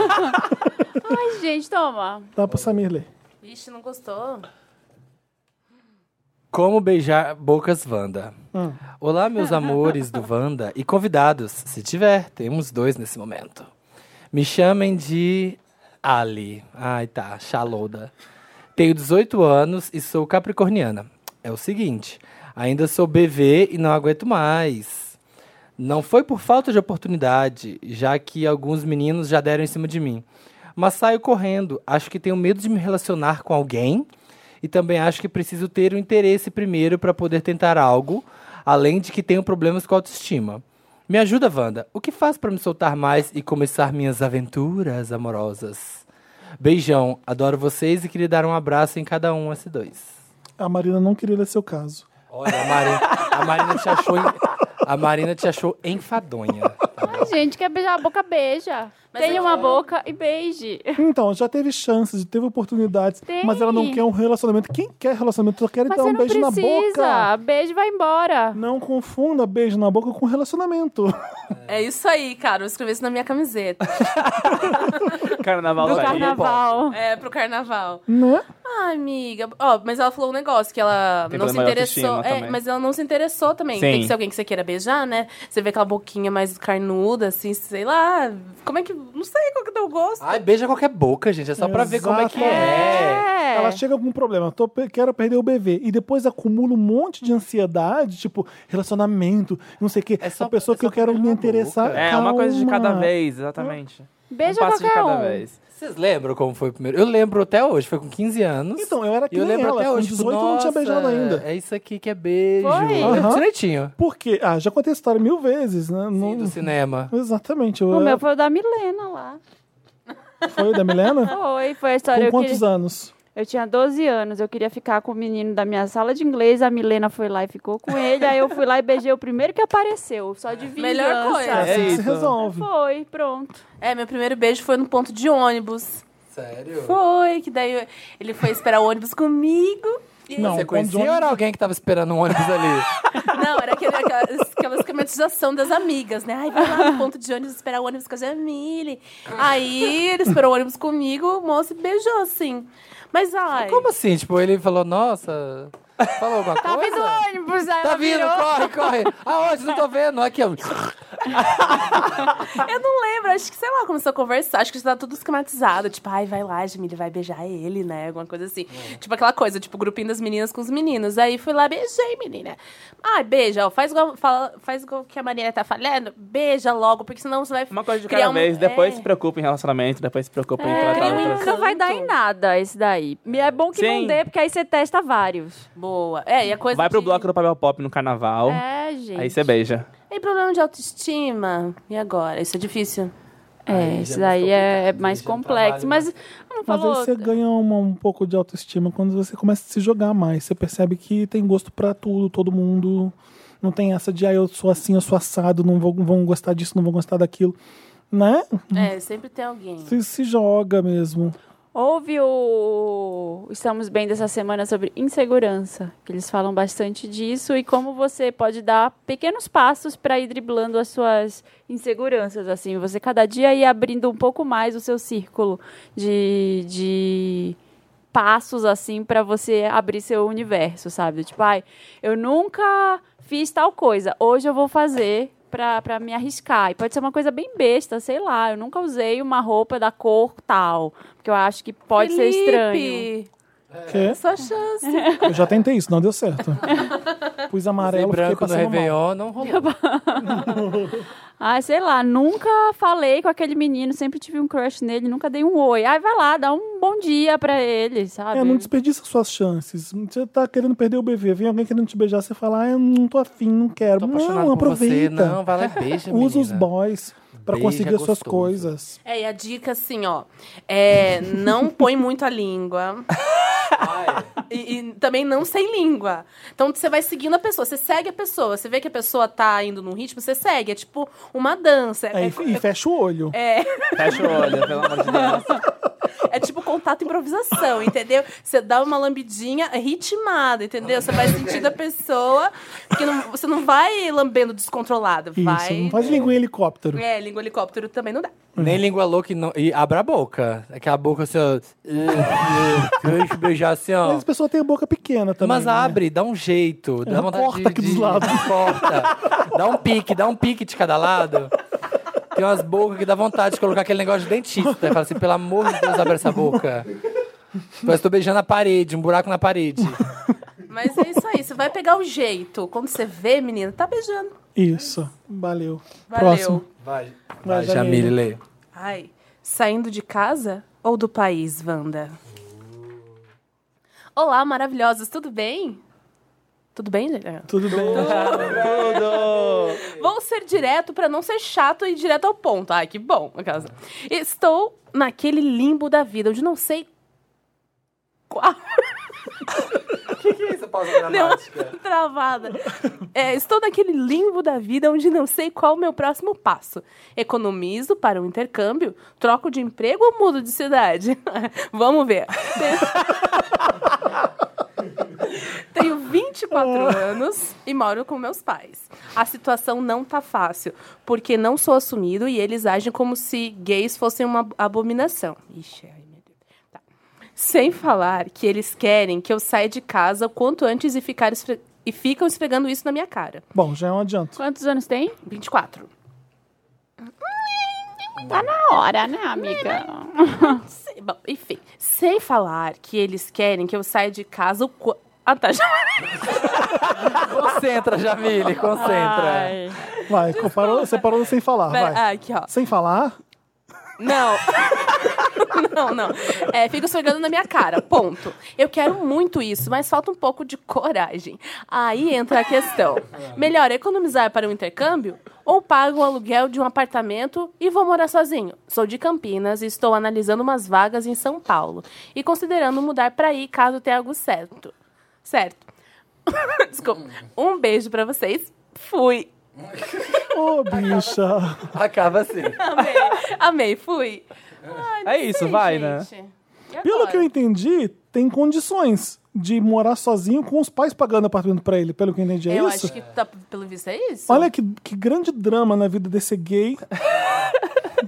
A: Ai, gente, toma.
B: Dá pro Samir ler.
I: Ixi, não gostou?
C: Como beijar bocas Wanda.
B: Hum.
C: Olá, meus amores do Wanda e convidados, se tiver, temos dois nesse momento. Me chamem de Ali. Ai, tá, Xalouda. Tenho 18 anos e sou capricorniana. É o seguinte, ainda sou BV e não aguento mais. Não foi por falta de oportunidade, já que alguns meninos já deram em cima de mim. Mas saio correndo, acho que tenho medo de me relacionar com alguém e também acho que preciso ter o interesse primeiro para poder tentar algo, além de que tenho problemas com a autoestima. Me ajuda, Wanda. O que faz para me soltar mais e começar minhas aventuras amorosas? Beijão, adoro vocês e queria dar um abraço em cada um, S2.
B: A Marina não queria ler seu caso.
C: Olha, a Marina, a Marina te achou. en- A Marina te achou enfadonha. tá bom?
A: Ai, gente, quer beijar a boca, beija.
I: Mas
A: Tenha
I: eu-
A: uma boca e beije.
B: Então, já teve chances, já teve oportunidades,
A: Tem.
B: mas ela não quer um relacionamento. Quem quer relacionamento só quer
A: Mas
B: dar
A: você
B: um
A: não
B: beijo na boca.
A: precisa. Beijo e vai embora.
B: Não confunda beijo na boca com relacionamento.
I: É isso aí, cara. Vou escrever isso na minha camiseta.
D: Carnaval
A: No
D: vai.
A: carnaval.
I: é, pro carnaval.
B: Né?
I: Ah, amiga. Ó, mas ela falou um negócio que ela
D: Tem
I: não
D: problema
I: se
D: de
I: interessou.
D: autoestima
I: É,
D: também.
I: mas ela não se interessou também. Tem
D: Sim.
I: que ser alguém que você queira beijar, né? Você vê aquela boquinha mais carnuda, assim, sei lá. Como é que. Não sei qual que dá o gosto.
C: Ai, beija qualquer boca, gente. É só pra ver como é que é.
A: É.
B: Ela chega com um problema, tô, pe- quero perder o bebê. E depois acumula um monte de ansiedade, tipo, relacionamento, não sei o quê.
C: É só-
B: a pessoa
C: é
B: que
C: só
B: eu quero
C: beijar
B: me
C: na
B: interessar.
C: boca.
D: É, uma coisa de cada
B: Calma.
D: vez, exatamente.
A: Beija
D: um passo de
A: qualquer
D: cada
A: um.
D: vez.
C: Vocês lembram como foi o primeiro? Eu lembro até hoje, foi com 15 anos.
B: Então, eu era
C: E
B: que
C: eu
B: nem
C: lembro
B: ela,
C: até
B: com
C: hoje.
B: 18 eu
C: tipo,
B: não tinha
C: "Nossa,
B: beijado ainda.
C: É isso aqui que é beijo.
A: Foi?
B: Aham.
C: Direitinho.
B: Por quê? Ah, já contei essa história mil vezes, né?
C: Sim, do cinema.
B: Exatamente. Eu
A: O meu
B: era...
A: foi o da Milena lá.
B: Foi da Milena?
A: Foi, foi a história.
B: com
A: eu
B: quantos
A: queria-
B: anos?
A: Eu tinha 12 anos, eu queria ficar com o menino da minha sala de inglês, a Milena foi lá e ficou com ele, aí eu fui lá e beijei o primeiro que apareceu, só de vingança.
I: Melhor
B: É
I: coisa.
B: assim que se
D: isso.
A: então.
B: resolve.
A: Foi, pronto.
I: É, meu primeiro beijo foi no ponto de ônibus.
C: Sério?
I: Foi, que daí eu- ele foi esperar o ônibus comigo. E-
B: Não,
C: Você
B: quando
C: conhecia
B: ônibus-
C: ou era alguém que tava esperando um ônibus ali?
I: Não, era aquele, aquela, aquela esquematização das amigas, né? Ai, vai lá no ponto de ônibus esperar o ônibus com a Jamile. Aí ele esperou o ônibus comigo, o moço beijou, assim. Mas ai.
C: Como assim? Tipo, ele falou, nossa. Falou alguma
A: Tá
C: coisa?
A: vindo o ônibus, aí
C: Tá
A: ela
C: vindo,
A: virou.
C: corre, corre. Aonde? Não tô vendo. Aqui, ó.
I: Eu não lembro, acho que, sei lá, começou a conversar, acho que já tá tudo esquematizado. Tipo, ai, vai lá, Jamile, vai beijar ele, né? Alguma coisa assim.
D: É.
I: Tipo aquela coisa, tipo, grupinho das meninas com os meninos. Aí fui lá, beijei, menina. Ai, beija, ó, faz igual, fala- faz igual que a Marina tá falando, beija logo, porque senão você vai.
D: Uma coisa de
I: criar
D: cada
I: um-
D: vez, depois
I: é.
D: se preocupa em relacionamento, depois se preocupa em tratar
A: É,
D: outras
A: nunca vai dar em nada esse daí. E É bom que não
D: Sim.
A: dê, porque aí você testa vários.
I: Boa. É, e a coisa.
D: Vai pro
I: de-
D: bloco do papel pop no carnaval.
A: É, gente.
D: Aí você beija.
I: Tem problema de autoestima. E agora? Isso é difícil?
A: É,
C: Aí já
A: isso
C: é mais
A: daí é, é
C: complicado,
A: mais
C: aí já é um
A: complexo.
C: trabalho,
A: Mas, não
B: Mas
A: falou...
B: aí você ganha uma- um pouco de autoestima quando você começa a se jogar mais. Você percebe que tem gosto pra tudo, todo mundo. Não tem essa de, ah, eu sou assim, eu sou assado, não vou- vão gostar disso, não vão gostar daquilo. Né?
I: É, sempre tem alguém.
B: Você se joga mesmo.
A: Houve o Estamos Bem dessa semana sobre insegurança. que Eles falam bastante disso e como você pode dar pequenos passos para ir driblando as suas inseguranças. Assim, você cada dia ir abrindo um pouco mais o seu círculo de, de passos assim para você abrir seu universo, sabe? Tipo, ai, eu nunca fiz tal coisa, hoje eu vou fazer pra, pra me arriscar. E pode ser uma coisa bem besta, sei lá, eu nunca usei uma roupa da cor tal, porque eu acho que pode ser estranho.
I: Felipe,
A: É.
B: Que
I: Sua chance.
B: eu já tentei isso, não deu certo. Pus
C: Usei
B: amarelo, fiquei
C: branco no
B: passando mal.
C: Réveillon, não rolou.
A: Ai, sei lá, nunca falei com aquele menino, sempre tive um crush nele, nunca dei um oi. Ai, vai lá, dá um bom dia pra ele, sabe?
B: É, não desperdiça suas chances. Você tá querendo perder o bebê. Vem alguém querendo te beijar, você fala, ah, eu não tô afim, não quero.
C: Tô apaixonado
B: não,
C: por você.
B: aproveita.
C: Não, vai lá e beija,
B: Usa os
C: menina.
B: boys pra
C: Beija
B: conseguir as suas
C: gostoso.
B: coisas.
I: É, e a dica assim, ó. É, não põe muito a língua. E, e também não sem língua. Então você vai seguindo a pessoa, você segue a pessoa, você vê que a pessoa tá indo num ritmo, você segue. É tipo uma dança. É,
B: Aí,
I: é-
B: e fecha o olho.
D: Fecha o olho, pelo amor de Deus.
I: é tipo contato e improvisação, entendeu? Você dá uma lambidinha é ritmada, entendeu? Você vai sentindo a pessoa, porque não- você não vai lambendo descontrolado.
B: Isso,
I: Vai.
B: não faz língua em helicóptero.
I: É, língua helicóptero também não dá.
C: Nem língua louca e, não, e abre a boca. Aquela boca assim, ó. Deixa eu beijar assim, ó.
B: Mas as pessoas têm a boca pequena também.
C: Mas
B: né?
C: abre, dá um jeito. Dá
B: Ela
C: vontade
B: corta
C: de,
B: aqui
C: de-
B: dos lados.
C: Corta. Dá um pique, dá um pique de cada lado. Tem umas bocas que dá vontade de colocar aquele negócio de dentista. Fala assim, pelo amor de Deus, abre essa boca. Parece que tô beijando a parede, um buraco na parede.
I: Mas é isso aí, você vai pegar o jeito. Quando você vê, menina, tá beijando.
B: Isso. Valeu.
I: Valeu.
B: Próximo.
C: Vai,
B: Vai,
C: vai Jamile,
B: Jamile.
C: lê.
I: Ai, saindo de casa ou do país, Wanda? Olá, maravilhosos, tudo bem? Tudo bem, gente?
B: Tudo bem.
I: Vou ser direto pra não ser chato e direto ao ponto. Ai, que bom, no caso. Estou naquele limbo da vida, onde não sei qual. Deu uma travada. É, estou naquele limbo da vida onde não sei qual o meu próximo passo. Economizo para um intercâmbio? Troco de emprego ou mudo de cidade? Vamos ver. Tenho 24 anos e moro com meus pais. A situação não tá fácil, porque não sou assumido e eles agem como se gays fossem uma abominação. Ixi, ai meu Deus. Tá. Sem falar que eles querem que eu saia de casa o quanto antes e, ficar esfre- e ficam esfregando isso na minha cara.
B: Bom, já é um adianto.
A: Quantos anos tem?
I: 24.
A: Tá na hora, né, amiga?
I: Sei- Bom, enfim. Sem falar que eles querem que eu saia de casa o quanto. Ah, tá. Já...
C: Concentra, Jamile, concentra.
A: Ai.
B: Vai, parou, você parou sem falar.
I: Pera-
B: Vai.
I: ah, aqui, ó.
B: Sem falar?
I: Não. não, não. É, fica esfregando na minha cara, ponto. Eu quero muito isso, mas falta um pouco de coragem. Aí entra a questão. Melhor economizar para um intercâmbio ou pago o aluguel de um apartamento e vou morar sozinho? Sou de Campinas e estou analisando umas vagas em São Paulo e considerando mudar para aí caso tenha algo certo. Certo. Desculpa. Um beijo para vocês. Fui.
B: Ô, bicha.
C: Acaba assim.
I: Amei. Amei, fui. Ai, não
D: É isso, vai, né?
I: gente. E
B: Pelo
I: agora?
B: que eu entendi, tem condições de morar sozinho com os pais pagando apartamento pra ele. Pelo que eu entendi, é
I: eu
B: isso?
I: acho que tá, pelo visto é isso.
B: Olha que, que grande drama na vida desse gay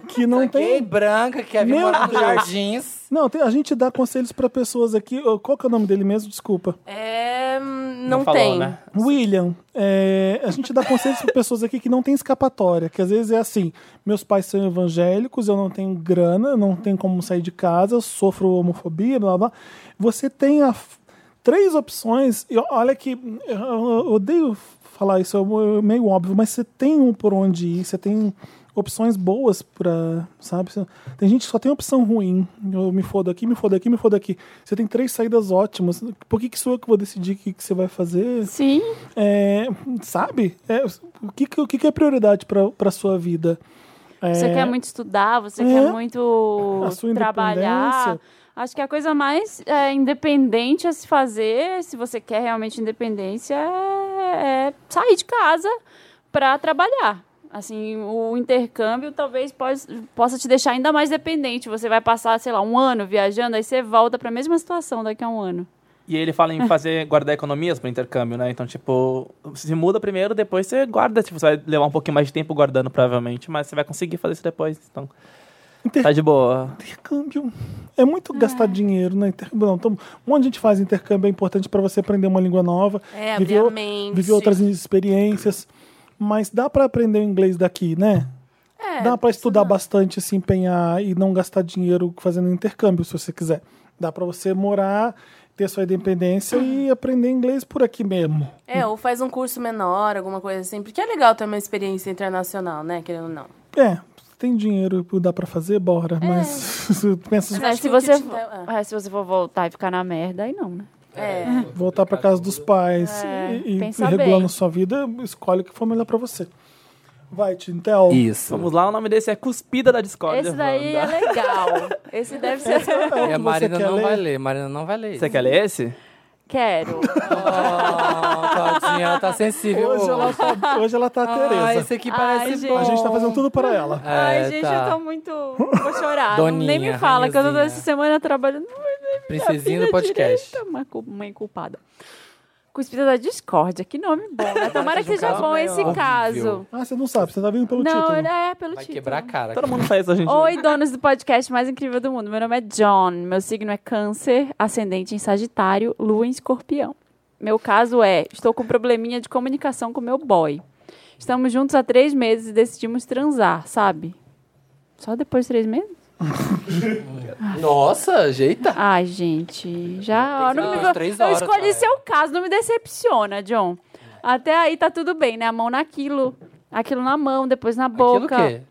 B: que não
I: Tá
C: Gay
B: tem.
C: branca que havia
B: Meu
C: morado nos
B: Deus.
C: jardins.
B: Não, tem- a gente dá conselhos pra pessoas aqui. Ô, Qual que é o nome dele mesmo? Desculpa.
I: É, hum, não,
D: falou,
I: tem.
D: né?
B: William, é, a gente dá conselhos para pessoas aqui que não têm escapatória, que às vezes é assim: meus pais são evangélicos, eu não tenho grana, eu não tenho como sair de casa, eu sofro homofobia, blá blá. blá. Você tem a f- três opções, e olha que eu- eu odeio falar isso, é meio óbvio, mas você tem um por onde ir, você tem opções boas para, sabe? Você- Tem gente que só tem opção ruim. Eu me fodo aqui, me fodo aqui, me fodo aqui. Você tem três saídas ótimas. Por que que sou eu que vou decidir o que, que você vai fazer?
A: Sim.
B: É, sabe? É, o que, que- o que que é prioridade para sua vida? É,
A: Você quer muito estudar, você
B: É.
A: quer muito
B: A sua
A: trabalhar.
B: independência.
A: Acho que a coisa mais é, independente a se fazer, se você quer realmente independência, é, é sair de casa para trabalhar. Assim, o intercâmbio talvez pos- possa te deixar ainda mais dependente. Você vai passar, sei lá, um ano viajando, aí você volta para a mesma situação daqui a um ano.
D: E ele fala em fazer, guardar economias pro intercâmbio, né? Então, tipo, se muda primeiro, depois você guarda. Tipo, você vai levar um pouquinho mais de tempo guardando, provavelmente, mas você vai conseguir fazer isso depois. Então,
B: Inter-
D: tá de boa.
B: Intercâmbio. É muito
I: Ah.
B: gastar dinheiro, né? Intercâmbio, não. Então, um monte de gente faz intercâmbio, é importante para você aprender uma língua nova.
I: É, abrir
B: viver,
I: a mente.
B: viver outras experiências. Mas dá para aprender o inglês daqui, né?
I: É,
B: dá para estudar bastante, se empenhar e não gastar dinheiro fazendo intercâmbio, se você quiser. Dá para você morar ter sua independência e aprender inglês por aqui mesmo.
I: É, ou faz um curso menor, alguma coisa assim. Porque é legal ter uma experiência internacional, né? Querendo ou não.
B: É, se tem dinheiro e dá pra fazer, bora.
A: É.
B: Mas se pensa
A: Mas
I: acho
A: se
I: que ah. o
A: você,
I: kit
A: for-
I: dela-
A: é, se você for voltar e ficar na merda, aí não, né?
I: É.
B: em voltar pra casa dos pais
A: É,
B: e, e
A: pensa
B: regulando
A: bem.
B: sua vida, escolhe o que for melhor pra você. Vai, Tintel.
C: Isso.
D: Vamos lá, o nome desse é Cuspida da Discord.
A: Esse daí é legal. Esse deve ser.
B: É o
C: E
B: que
C: a
B: você
C: Marina
B: quer
C: não
B: ler?
C: vai ler, Marina não vai
A: é
C: ler.
D: Você quer ler esse?
A: Quero.
C: Oh, tadinha, ela tá sensível.
B: Hoje ela tá, hoje ela tá a
C: Ah,
B: Tereza.
C: esse aqui parece
A: gente.
C: bom.
B: A gente tá fazendo tudo pra ela.
A: Ai,
C: É,
A: gente,
C: tá.
A: eu tô muito. Vou chorar.
C: Doninha,
A: Nem me fala, que eu tô
C: rainhazinha.
A: essa semana trabalhando.
C: Princesinha do
A: Filha
C: podcast.
A: direita, uma cu- mãe culpada. Cuspida da discórdia, que nome bom, né? Tomara que
C: seja um
A: seja
C: caso
A: bom
C: meio
A: esse
C: horrível.
A: caso.
B: Ah, você não sabe, você tá vindo pelo
A: Não,
B: título.
A: é pelo
C: Vai
A: título.
C: quebrar a cara.
D: Todo mundo faz isso hoje em dia.
A: Oi, donos do podcast mais incrível do mundo. Meu nome é John, meu signo é câncer, ascendente em sagitário, lua em escorpião. Meu caso é, estou com um probleminha de comunicação com meu boy. Estamos juntos há três meses e decidimos transar, sabe? Só depois de três meses?
C: Nossa, jeita.
A: Ai, gente, já.
C: Tem que
A: não
C: ser
A: me-
C: umas três
A: eu
C: horas,
A: escolhi
C: cara.
A: seu caso, não me decepciona, John. Até aí tá tudo bem, né? A mão naquilo, aquilo na mão, depois na
C: Aquilo
A: boca.
C: quê?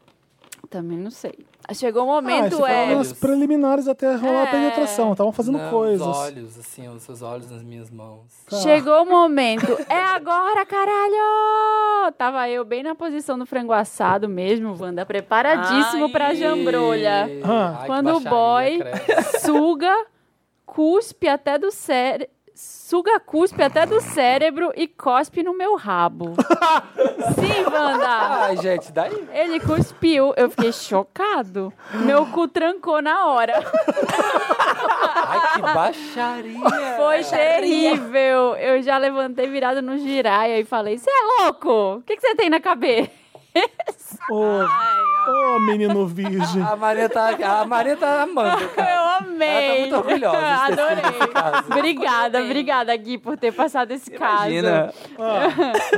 A: Também não sei. Chegou o
B: Ah,
A: momento,
B: isso
A: é.
B: foi nas preliminares até rolar a
A: É.
B: penetração. Estavam fazendo
C: Não,
B: coisas.
C: Os olhos, assim, os seus olhos nas minhas mãos.
B: Tá.
A: Chegou o momento. É agora, caralho! Tava eu bem na posição do frango assado mesmo, Wanda, preparadíssimo pra jambrolha.
C: Ih,
B: Ah.
C: ai, que
A: Quando o
C: baixaria,
A: boy-
C: credo.
A: Suga, cuspe até do cérebro. Suga, cuspe até do cérebro e cospe no meu rabo. Sim, Wanda!
C: Ai, gente, daí.
A: Ele cuspiu, eu fiquei chocado. Meu cu trancou na hora.
C: Ai, que baixaria.
A: Foi terrível. Eu já levantei virado no giraia e falei: Você é louco? O que você tem na cabeça?
B: Ô, ô, menino virgem.
C: A Maria tá, a Maria tá amando, cara.
A: Eu amei.
C: Ela tá muito orgulhosa de ter feito esse
A: Adorei.
C: caso.
A: Obrigada, obrigada, Gui, por ter passado esse
D: Imagina.
A: caso.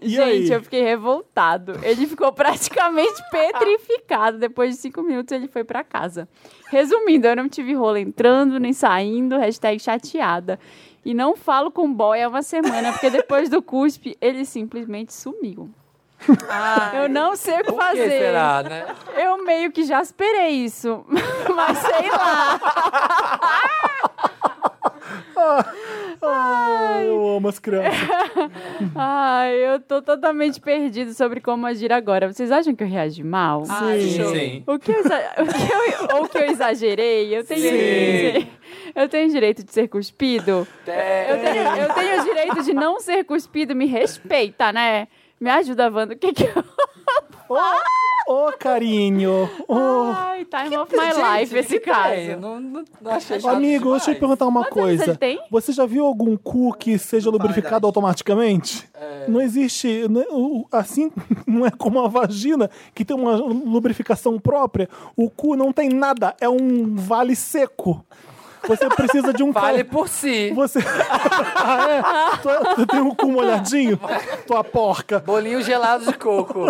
B: E
A: Gente,
B: aí?
A: eu fiquei revoltado. Ele ficou praticamente petrificado. Depois de cinco minutos, ele foi pra casa. Resumindo, eu não tive rolo entrando nem saindo, hashtag chateada. E não falo com boy há uma semana, porque depois do cuspe, ele simplesmente sumiu. eu não sei o que
C: Por
A: fazer.
C: que será, né?
A: Eu meio que já esperei isso, mas sei lá.
B: Ai, eu amo as crianças.
A: Ai, eu tô totalmente perdido sobre como agir agora. Vocês acham que eu reagi mal?
C: Sim.
A: O que eu, exa- o que eu- ou que eu exagerei? Eu tenho, eu tenho direito de ser cuspido? Eu tenho, eu tenho direito de não ser cuspido. Me respeita, né? Me ajuda, Wanda. O que que eu...
B: Ô, carinho. Ô,
A: Ai, time of my life esse
C: Eu
A: caso.
C: não, não, não achei chato
B: amigo, deixa eu te
C: demais.
B: perguntar uma
A: Quantos anos
B: coisa.
A: ele tem?
B: Você já viu algum cu que seja lubrificado automaticamente? Não existe. né, o- o- Assim, não é como a vagina, que tem uma lubrificação própria. O cu não tem nada, é um vale seco. Você precisa de um
C: Fale
B: ca-
C: por si.
B: Você. ah, é? Tu, tu tem um cu molhadinho? Tua porca.
C: Bolinho gelado de coco.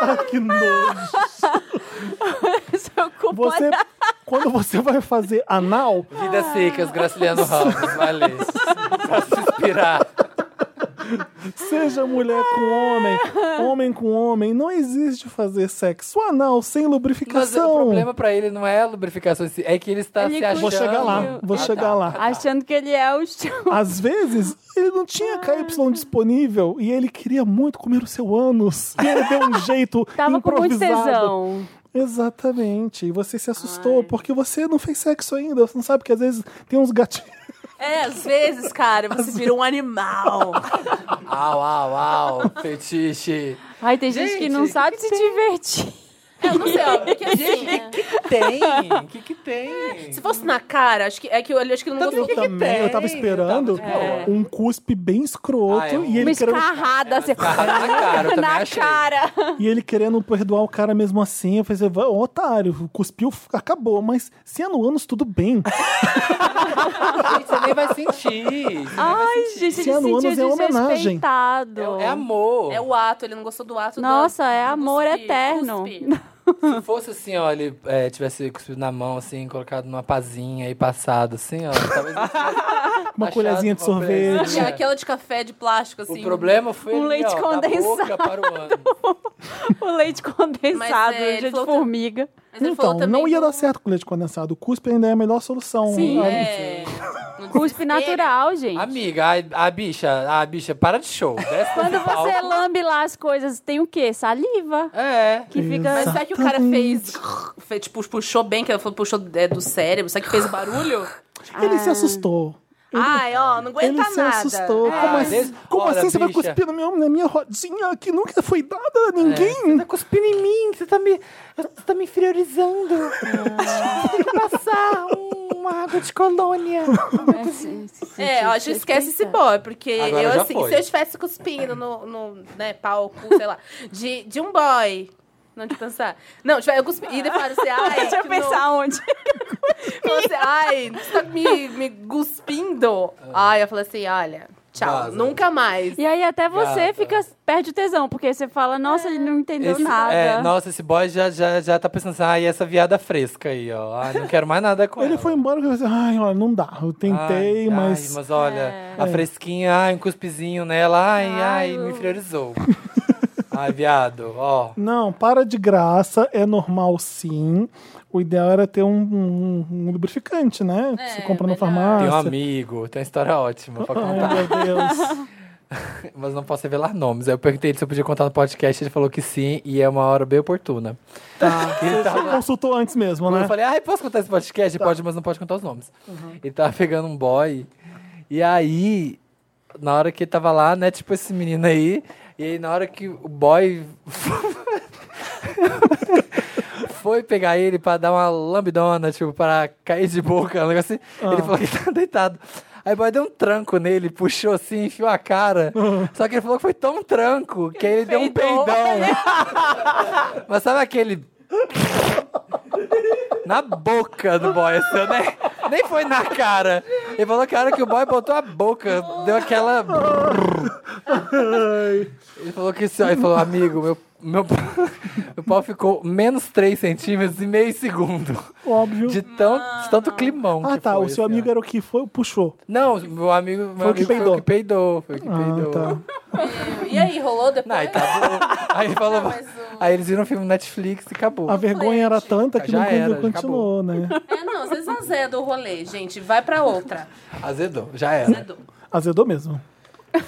B: Ai, que nojo.
A: Seu cu
B: Você.
A: pode-
B: Quando você vai fazer anal,
C: Vida secas, Graciliano Ramos. Valeu. Pra se inspirar.
B: Seja mulher com homem,
C: Ah.
B: homem com homem, não existe fazer sexo anal sem
C: Mas é
B: lubrificação.
C: o problema pra ele não é a lubrificação em si, é que ele está
A: Ele
C: se achando.
B: Vou chegar lá, vou
C: Ah, tá.
B: chegar lá.
A: Achando que ele é o chão.
B: Às vezes, ele não
C: Ah.
B: tinha KY disponível e ele queria muito comer o seu ânus. E ele deu um jeito
A: Tava com muito
B: improvisado.
A: tesão.
B: Exatamente. E você se assustou porque você não fez sexo ainda. Você não sabe que às vezes tem uns gatinhos.
I: É, às vezes, cara, você vira um animal.
C: Au, au, au. Fetiche.
A: Ai, tem gente, que não
C: Gente,
A: sabe se divertir.
I: Eu não sei, ó, porque assim,
C: O que, que tem? O que, que tem?
I: se fosse na cara, acho que é que eu acho que eu não
B: Eu
I: gostei.
B: também, eu tava
C: tem?
B: esperando
C: Eu tava de boa.
B: um cuspe bem escroto
C: Ah, é um-
B: e,
A: Uma
B: ele querendo,
A: escarrada, assim.
C: Cara, Tá na cara, eu também
A: na
C: achei.
A: cara.
B: e ele querendo perdoar o cara mesmo assim. Eu falei, assim, "Vai, ô, otário, cuspiu, f- acabou. Mas se é no ânus, tudo bem.
C: Gente, você nem vai sentir.
I: né?
A: Ai, gente, ele se
B: Luana
A: sentiu
B: fez é uma homenagem.
A: desrespeitado.
C: É amor.
I: É o ato, ele não gostou do ato. do-
A: Nossa, é
I: do
A: amor
I: cuspir,
A: eterno.
I: cuspir.
C: Se fosse assim, ó, ele é, tivesse cuspido na mão, assim, colocado numa pazinha e passado, assim, ó. Talvez não tivesse
B: Uma
C: achado
B: colherzinha de
C: uma colher.
B: sorvete.
I: E É aquela de café de plástico, assim.
C: O problema foi
A: Um
C: ali,
A: leite
C: ó, da boca
A: condensado.
C: para o ano.
A: o leite condensado,
I: Mas, é, ele
A: gente,
I: falou que-
A: formiga.
I: Mas ele falou
B: Então,
I: também
B: não ia
I: do-
B: dar certo com leite condensado. O cuspe ainda é a melhor solução.
A: Sim.
B: Ah,
I: É. no
A: Cuspe
I: desespero.
A: natural, gente.
C: Amiga, a, a bicha, a bicha, para de show. Desce
A: Quando
C: desse
A: você é
C: palco.
A: lambe lá as coisas, tem o quê? Saliva.
C: É.
A: Que fica.
I: Mas será que o cara fez, fez tipo, puxou bem, que ele falou, puxou é, do cérebro, será que fez barulho?
B: Ele se assustou.
I: Ai, ó, não Ah. aguenta
B: ele
I: nada. É.
B: se assustou. Como
C: Ah,
B: assim,
C: des-
B: como
C: Ora,
B: assim você vai
C: bicha.
B: cuspir na minha, na minha rodinha que nunca foi dada a ninguém?
C: Tá cuspindo em mim, você tá me. Você tá me inferiorizando.
A: Ah.
C: Tem que passar uma água de colônia.
I: É, ó, a gente esquece esse boy, é porque
C: Agora
I: eu,
C: já
I: assim,
C: foi.
I: se eu estivesse cuspindo no, no né, palco, sei lá, de, de um boy. Não de pensar. Não, tipo, eu cuspi. E depois você, ai.
A: Deixa eu
I: É, que
A: pensar onde.
I: não- Falou assim, ai, você tá me, me cuspindo. Ai, eu falei assim, olha, tchau,
C: Ah. Vaza.
I: nunca mais.
A: E aí até você
C: Gata.
A: fica perde o tesão, porque você fala, nossa, ele não entendeu
C: Esse-
A: nada.
C: é, nossa, esse boy já, já, já tá pensando assim, ai, essa viada fresca aí, ó. Ai, não quero mais nada com
B: Ele
C: ela.
B: foi embora porque eu falei, ai, olha, não dá. Eu tentei,
C: É, Ai,
B: mas. É.
C: ai, mas olha,
A: É.
C: a fresquinha, ai, um cuspizinho nela, ai, ai, me inferiorizou. ai, viado, ó.
B: Não, para de graça, é normal sim. O ideal era ter um, um- um lubrificante, né?
C: É,
B: que você compra na farmácia.
C: Tem um amigo, tem uma história ótima pra contar.
B: Ai, meu Deus.
C: Mas não posso revelar nomes. Aí eu perguntei ele se eu podia contar no podcast, ele falou que sim, e é uma hora bem oportuna.
B: Tá.
C: Ele tá tava-
B: Você consultou antes mesmo,
C: Eu
B: né?
C: falei, ai, posso contar esse podcast? Pode, mas não pode contar os nomes. Ele tava pegando um boy. E aí, na hora que ele tava lá, né, tipo esse menino aí, e aí na hora que o boy foi pegar ele pra dar uma lambidona, tipo, pra cair de boca, um negócio assim, ele falou que ele tava deitado. Aí o boy deu um tranco nele, puxou assim, enfiou a cara. Só que ele falou que foi tão tranco que ele deu um
A: Peidou.
C: peidão. Mas sabe aquele na boca do boy, assim, ó, né? Nem foi na cara. Ele falou que a hora que o boy botou a boca, deu aquela. Ele falou que assim, ó, ele falou, amigo, meu, meu, pau- meu pau ficou menos 3 centímetros e meio segundo.
B: Óbvio.
C: De, tão, de tanto climão.
B: Ah,
C: que
B: tá.
C: foi,
B: O seu
C: assim,
B: amigo
C: ó.
B: era o que foi, puxou.
C: Não, meu amigo, meu
B: Foi o que
C: amigo foi o
B: peidou.
C: que peidou. Foi o que
B: Ah,
C: peidou.
B: tá.
I: E aí, rolou
C: Não,
I: depois?
C: aí acabou. Aí ele falou. Aí eles viram um filme no Netflix e acabou.
B: A vergonha era tanta que
C: Já
B: não
C: era, já
B: continuou, né?
I: É, não, vocês azedam o rolê, gente. Vai pra outra.
C: Azedou, já era.
I: Azedou.
B: Azedou mesmo.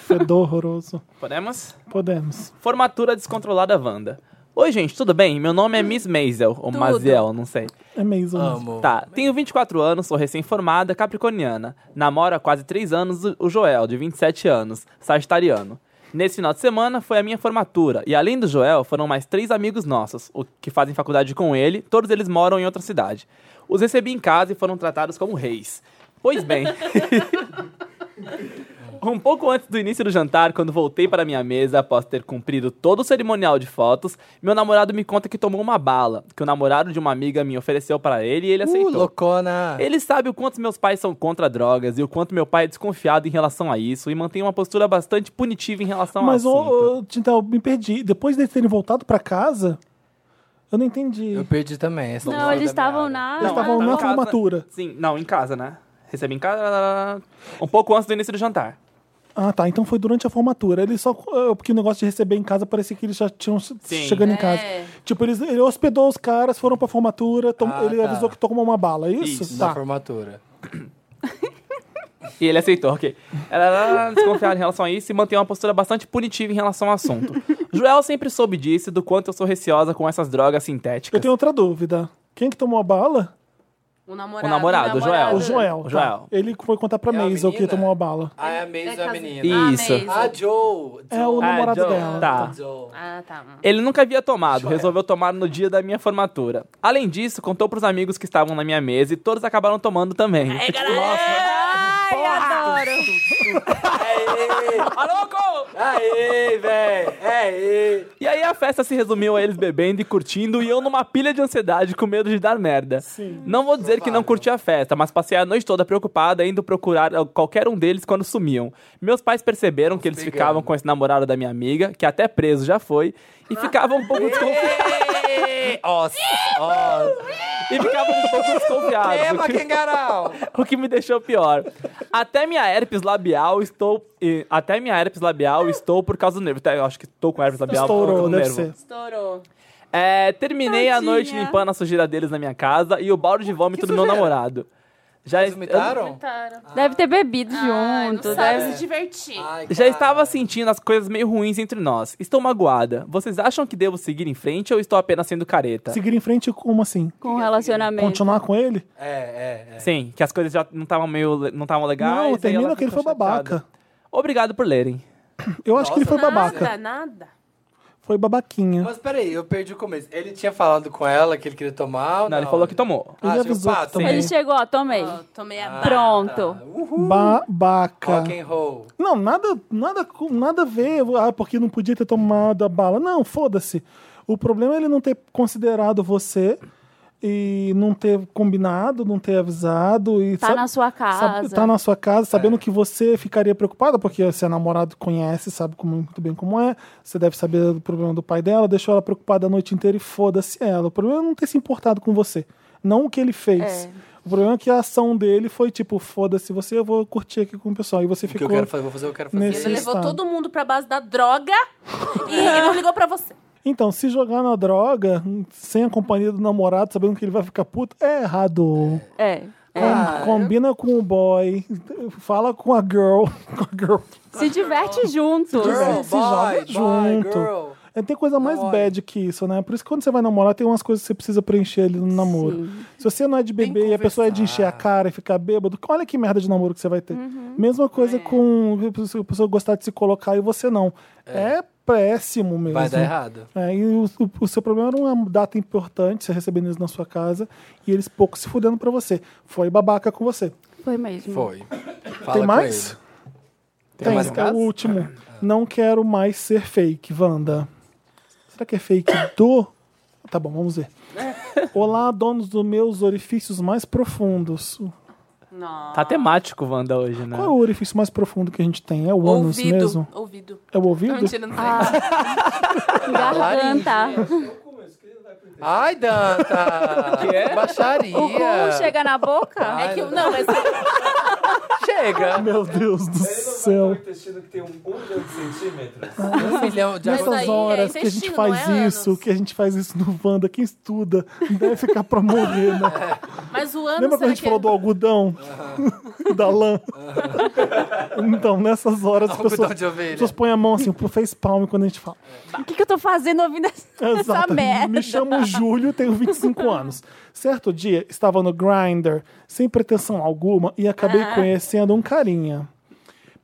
B: Fedor horroroso.
D: Podemos?
B: Podemos.
D: Formatura descontrolada Wanda. Oi, gente, tudo bem? Meu nome é Miss Maisel, ou Maziel, não sei.
B: É mesmo.
C: Amo.
D: Tá, tenho 24 anos, sou recém-formada, capricorniana. Namoro há quase 3 anos o- o Joel, de 27 anos, sagitariano. Nesse final de semana foi a minha formatura, e além do Joel, foram mais três amigos nossos, o que fazem faculdade com ele, todos eles moram em outra cidade. Os recebi em casa e foram tratados como reis. Pois bem. Um pouco antes do início do jantar, quando voltei para minha mesa após ter cumprido todo o cerimonial de fotos, meu namorado me conta que tomou uma bala, que o namorado de uma amiga me ofereceu para ele e ele
C: Uh,
D: aceitou.
C: loucona.
D: Ele sabe o quanto meus pais são contra drogas e o quanto meu pai é desconfiado em relação a isso e mantém uma postura bastante punitiva em relação
C: Então,
B: Mas,
D: ao
C: assim,
D: assunto.
B: ô, ô, Tintel, me perdi. Depois de terem voltado pra casa, eu não entendi.
C: Eu perdi também. essa
A: Não,
C: música
A: eles
C: da minha
A: estavam
C: área.
A: na.
B: Eles estavam
A: Ah,
B: na
D: é, tá em casa-
B: formatura.
D: Sim, não, em casa, né? Recebi em casa um pouco antes do início do jantar.
B: Ah, tá. Então foi durante a formatura. Ele só. ah, Porque o negócio de receber em casa parecia que eles já tinham che-
D: Sim.
B: chegando em
I: É.
B: casa. Tipo, eles, ele hospedou os caras, foram pra formatura, tom-
C: Ah,
B: ele
C: tá.
B: avisou que tomou uma bala, é isso?
D: Isso,
C: Na
B: tá.
C: formatura.
D: E ele aceitou, ok. Ela era desconfiada em relação a isso e mantém uma postura bastante punitiva em relação ao assunto. Joel sempre soube disso e do quanto eu sou receosa com essas drogas
B: Eu
D: sintéticas.
B: tenho outra dúvida. Quem que tomou a bala?
I: O namorado.
D: O namorado, o
I: Ah,
D: Joel.
B: O Joel.
D: O
B: tá.
D: Joel.
B: Ele foi contar pra
C: É a
B: Maisel que
C: menina?
B: tomou a bala.
C: Ah, é a Maisel, a menina.
D: Isso.
I: Ah, mesmo.
C: A Joe. Ah,
B: É o namorado
D: Joe,
B: dela.
D: Tá.
C: Joe.
I: Ah, tá.
D: Ele nunca havia tomado, resolveu tomar no dia da minha formatura. Além disso, contou pros amigos que estavam na minha mesa e todos acabaram tomando também.
I: É, galera!
A: Ai, adoro.
D: Aê!
C: É,
D: Alô, gol!
C: Aê, véi! Aê!
D: E aí a festa se resumiu a eles bebendo e curtindo e eu numa pilha de ansiedade com medo de dar merda. Sim. Não vou dizer que não curti a festa, mas passei a noite toda preocupada indo procurar qualquer um deles quando sumiam. Meus pais perceberam que eles
C: pegando.
D: ficavam com esse namorado da minha amiga, que até preso já foi, e ficavam um pouco desconfiados.
C: Ó, ó,
D: E ficavam um pouco desconfiados.
C: Ema Kengarau!
D: O que me deixou pior. Até minha herpes labial estou. e- Até minha herpes labial estou por causa do nervo. Até Eu acho que estou com herpes labial por causa
B: Estourou,
D: do
B: deve
D: nervo.
B: ser.
I: Estourou.
D: É, terminei a
A: Tadinha.
D: noite limpando a sujeira deles na minha casa e o balde de vômito do meu namorado. Já,
C: Vocês vomitaram?
I: Tentaram.
A: Deve ter bebido
I: Ai, Ah, não
A: junto.
I: sabe
C: É.
A: deve-
I: se divertir.
C: Ai,
D: já
C: cara.
D: estava sentindo as coisas meio ruins entre nós. Estou magoada. Vocês acham que devo seguir em frente ou estou apenas sendo careta?
B: Seguir em frente como assim?
A: Com relacionamento.
B: Continuar com ele?
C: É, é, é.
D: Sim, que as coisas já não estavam meio le- não estavam legais. aí
B: não,
D: ela
B: termina que ele foi
D: ficou chateada.
B: babaca.
D: Obrigado por lerem.
B: Eu acho que ele foi babaca.
A: é
I: Nada, nada.
B: Foi babaquinha.
C: Mas peraí, eu perdi o começo. Ele tinha falado com ela que ele queria tomar? ou
D: Não, ele falou que tomou.
B: Ele
C: Ah,
B: avisou
C: avisou
B: que
C: pato.
B: tomou.
A: Ele chegou, ó, tomei.
I: Ó, tomei
B: Ah.
I: a barra.
A: Pronto.
B: Babaca.
C: Rock and roll.
B: Não, nada, nada, com- nada a ver. Ah, porque não podia ter tomado a bala. Não, foda-se. O problema é ele não ter considerado você e não ter combinado, não ter avisado. E
A: Tá
B: sabe-
A: na sua
B: sabe-
A: casa.
B: tá na sua casa, sabendo
C: É.
B: que você ficaria preocupada, porque se a namorada conhece, sabe como- muito bem como é. Você deve saber do problema do pai dela, deixou ela preocupada a noite inteira e foda-se ela. O problema é não ter se importado com você. Não o que ele fez. O problema é que a ação dele foi tipo, foda-se você, eu vou curtir aqui com o pessoal. E você
C: O que
B: ficou.
C: eu quero fazer, vou fazer, o que eu quero fazer. é
B: Nesse-
I: Ele levou
B: Estado.
I: todo mundo pra base da droga e não ligou pra você.
B: Então, se jogar na droga, sem a companhia do namorado, sabendo que ele vai ficar puto, é errado.
A: É.
B: Com- combina com o boy, fala com a girl. Com a girl.
A: Se diverte junto.
B: Girl,
C: Girl, boy,
B: se joga
C: boy,
B: junto.
C: girl.
B: É, Tem coisa mais
C: Namora.
B: bad que isso, né? Por isso que quando você vai namorar, tem umas coisas que você precisa preencher ali no namoro. Se você não é de beber e a pessoa é de encher a cara e ficar bêbado, olha que merda de namoro que você vai ter. Mesma coisa com se a pessoa gostar de se colocar e você não. É, péssimo mesmo.
C: Vai dar errado.
B: É, e o, o- o seu problema era uma data importante, você recebendo eles na sua casa e eles pouco se fudendo pra você. Foi babaca com você.
A: Foi mesmo.
C: Foi. Fala
B: Tem
C: com
B: mais?
C: ele. Tem mais um
B: é
C: Ah,
B: o
C: casos?
B: último. Não quero mais ser fake, Wanda. Será que é fake do. Tá bom, vamos ver. Olá, donos dos meus orifícios mais profundos.
I: Nossa.
D: Tá temático o Wanda hoje, né?
B: Qual é o orifício mais profundo que a gente tem? É o ânus
I: Ouvido.
B: mesmo?
I: Ouvido.
B: É o ouvido?
I: Não, mentira, não sei.
A: Garganta.
C: Ai, Danta! que é? Baixaria!
A: O cu chega na boca?
I: É que eu- não, mas
C: Chega!
B: Meu Deus do céu.
J: intestino que tem um milhão de centímetros.
C: Um milhão de
I: Mas
C: agora.
B: Nessas
I: aí é
B: horas que a gente
I: intestino,
B: faz
I: não é
B: isso,
I: ânus?
B: que a gente faz isso no Wanda, quem estuda deve ficar pra morrer, né?
I: Mas o ano é?
B: Lembra quando a gente falou do algodão? da lã? então, nessas horas, as
C: Algodão
B: pessoas,
C: de ovelha.
B: as pessoas põem a mão assim pro face palm quando a gente fala.
A: O que, que eu tô fazendo ouvindo essa, essa
B: Exato.
A: merda?
B: Me chamo Júlio, tenho 25 anos. Certo dia, estava no Grindr, sem pretensão alguma, e acabei
I: Ah.
B: conhecendo um carinha.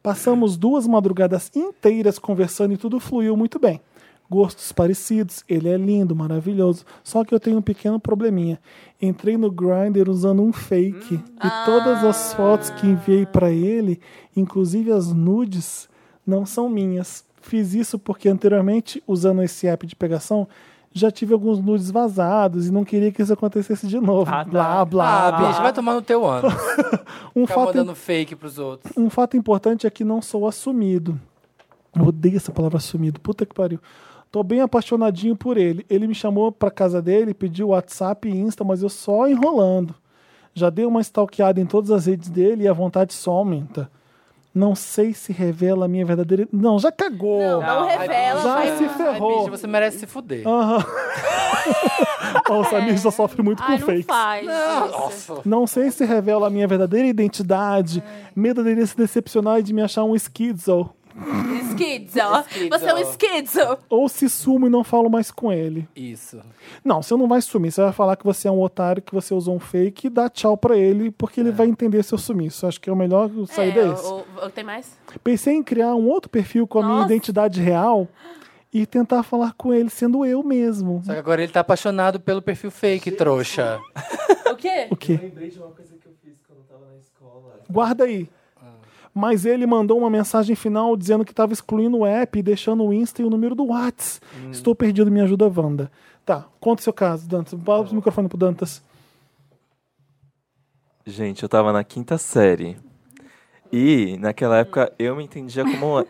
B: Passamos duas madrugadas inteiras conversando e tudo fluiu muito bem. Gostos parecidos, ele é lindo, maravilhoso. Só que eu tenho um pequeno probleminha. Entrei no Grindr usando um fake.
C: Ah.
B: E todas as fotos que enviei pra ele, inclusive as nudes, não são minhas. Fiz isso porque anteriormente, usando esse app de pegação, já tive alguns nudes vazados e não queria que isso acontecesse de novo.
D: Ah, tá.
B: Blá, blá,
C: Ah,
B: blá.
C: bicho, vai tomar no teu ano.
B: Um
C: Ficar
B: fato
C: mandando fake pros outros.
B: um fato importante é que não sou assumido. Eu odeio essa palavra assumido. Puta que pariu. Tô bem apaixonadinho por ele. Ele me chamou pra casa dele, pediu WhatsApp e Insta, mas eu só enrolando. Já dei uma stalkeada em todas as redes dele e a vontade só aumenta. Não sei se revela a minha verdadeira. Não, já cagou.
I: Não revela,
B: já
I: vai.
B: se
C: Ai, bicho,
B: ferrou. Ah.
C: você merece se fuder.
B: Ó, o Samir já sofre muito
A: Ai,
B: com
A: não
B: fake.
A: faz.
C: Nossa.
B: Não sei se revela a minha verdadeira identidade. Medo dele se decepcionar e de me achar um schizo.
I: Esquizo. Você é um esquizo.
B: Ou se sumo e não falo mais com ele.
C: Isso.
B: Não, você não vai sumir. Você vai falar que você é um otário, que você usou um fake e dá tchau pra ele, porque ele vai entender se eu sumir. Isso eu acho que é o melhor sair
I: é,
B: desse.
I: o, o, tem mais?
B: Pensei em criar um outro perfil com a minha
I: Nossa.
B: identidade real e tentar falar com ele sendo eu mesmo.
C: Só que agora ele tá apaixonado pelo perfil fake, trouxa.
I: O quê?
B: O quê?
I: É.
J: Lembrei de uma coisa que eu fiz quando eu tava na escola.
B: Guarda aí. mas ele mandou uma mensagem final dizendo que estava excluindo o app e deixando o Insta e o número do Whats. Estou perdido, me ajuda, Wanda. Tá, conta o seu caso, Dantas. Passa o microfone pro Dantas.
G: Gente, eu tava na quinta série. E
B: Hum.
G: naquela época eu me entendia como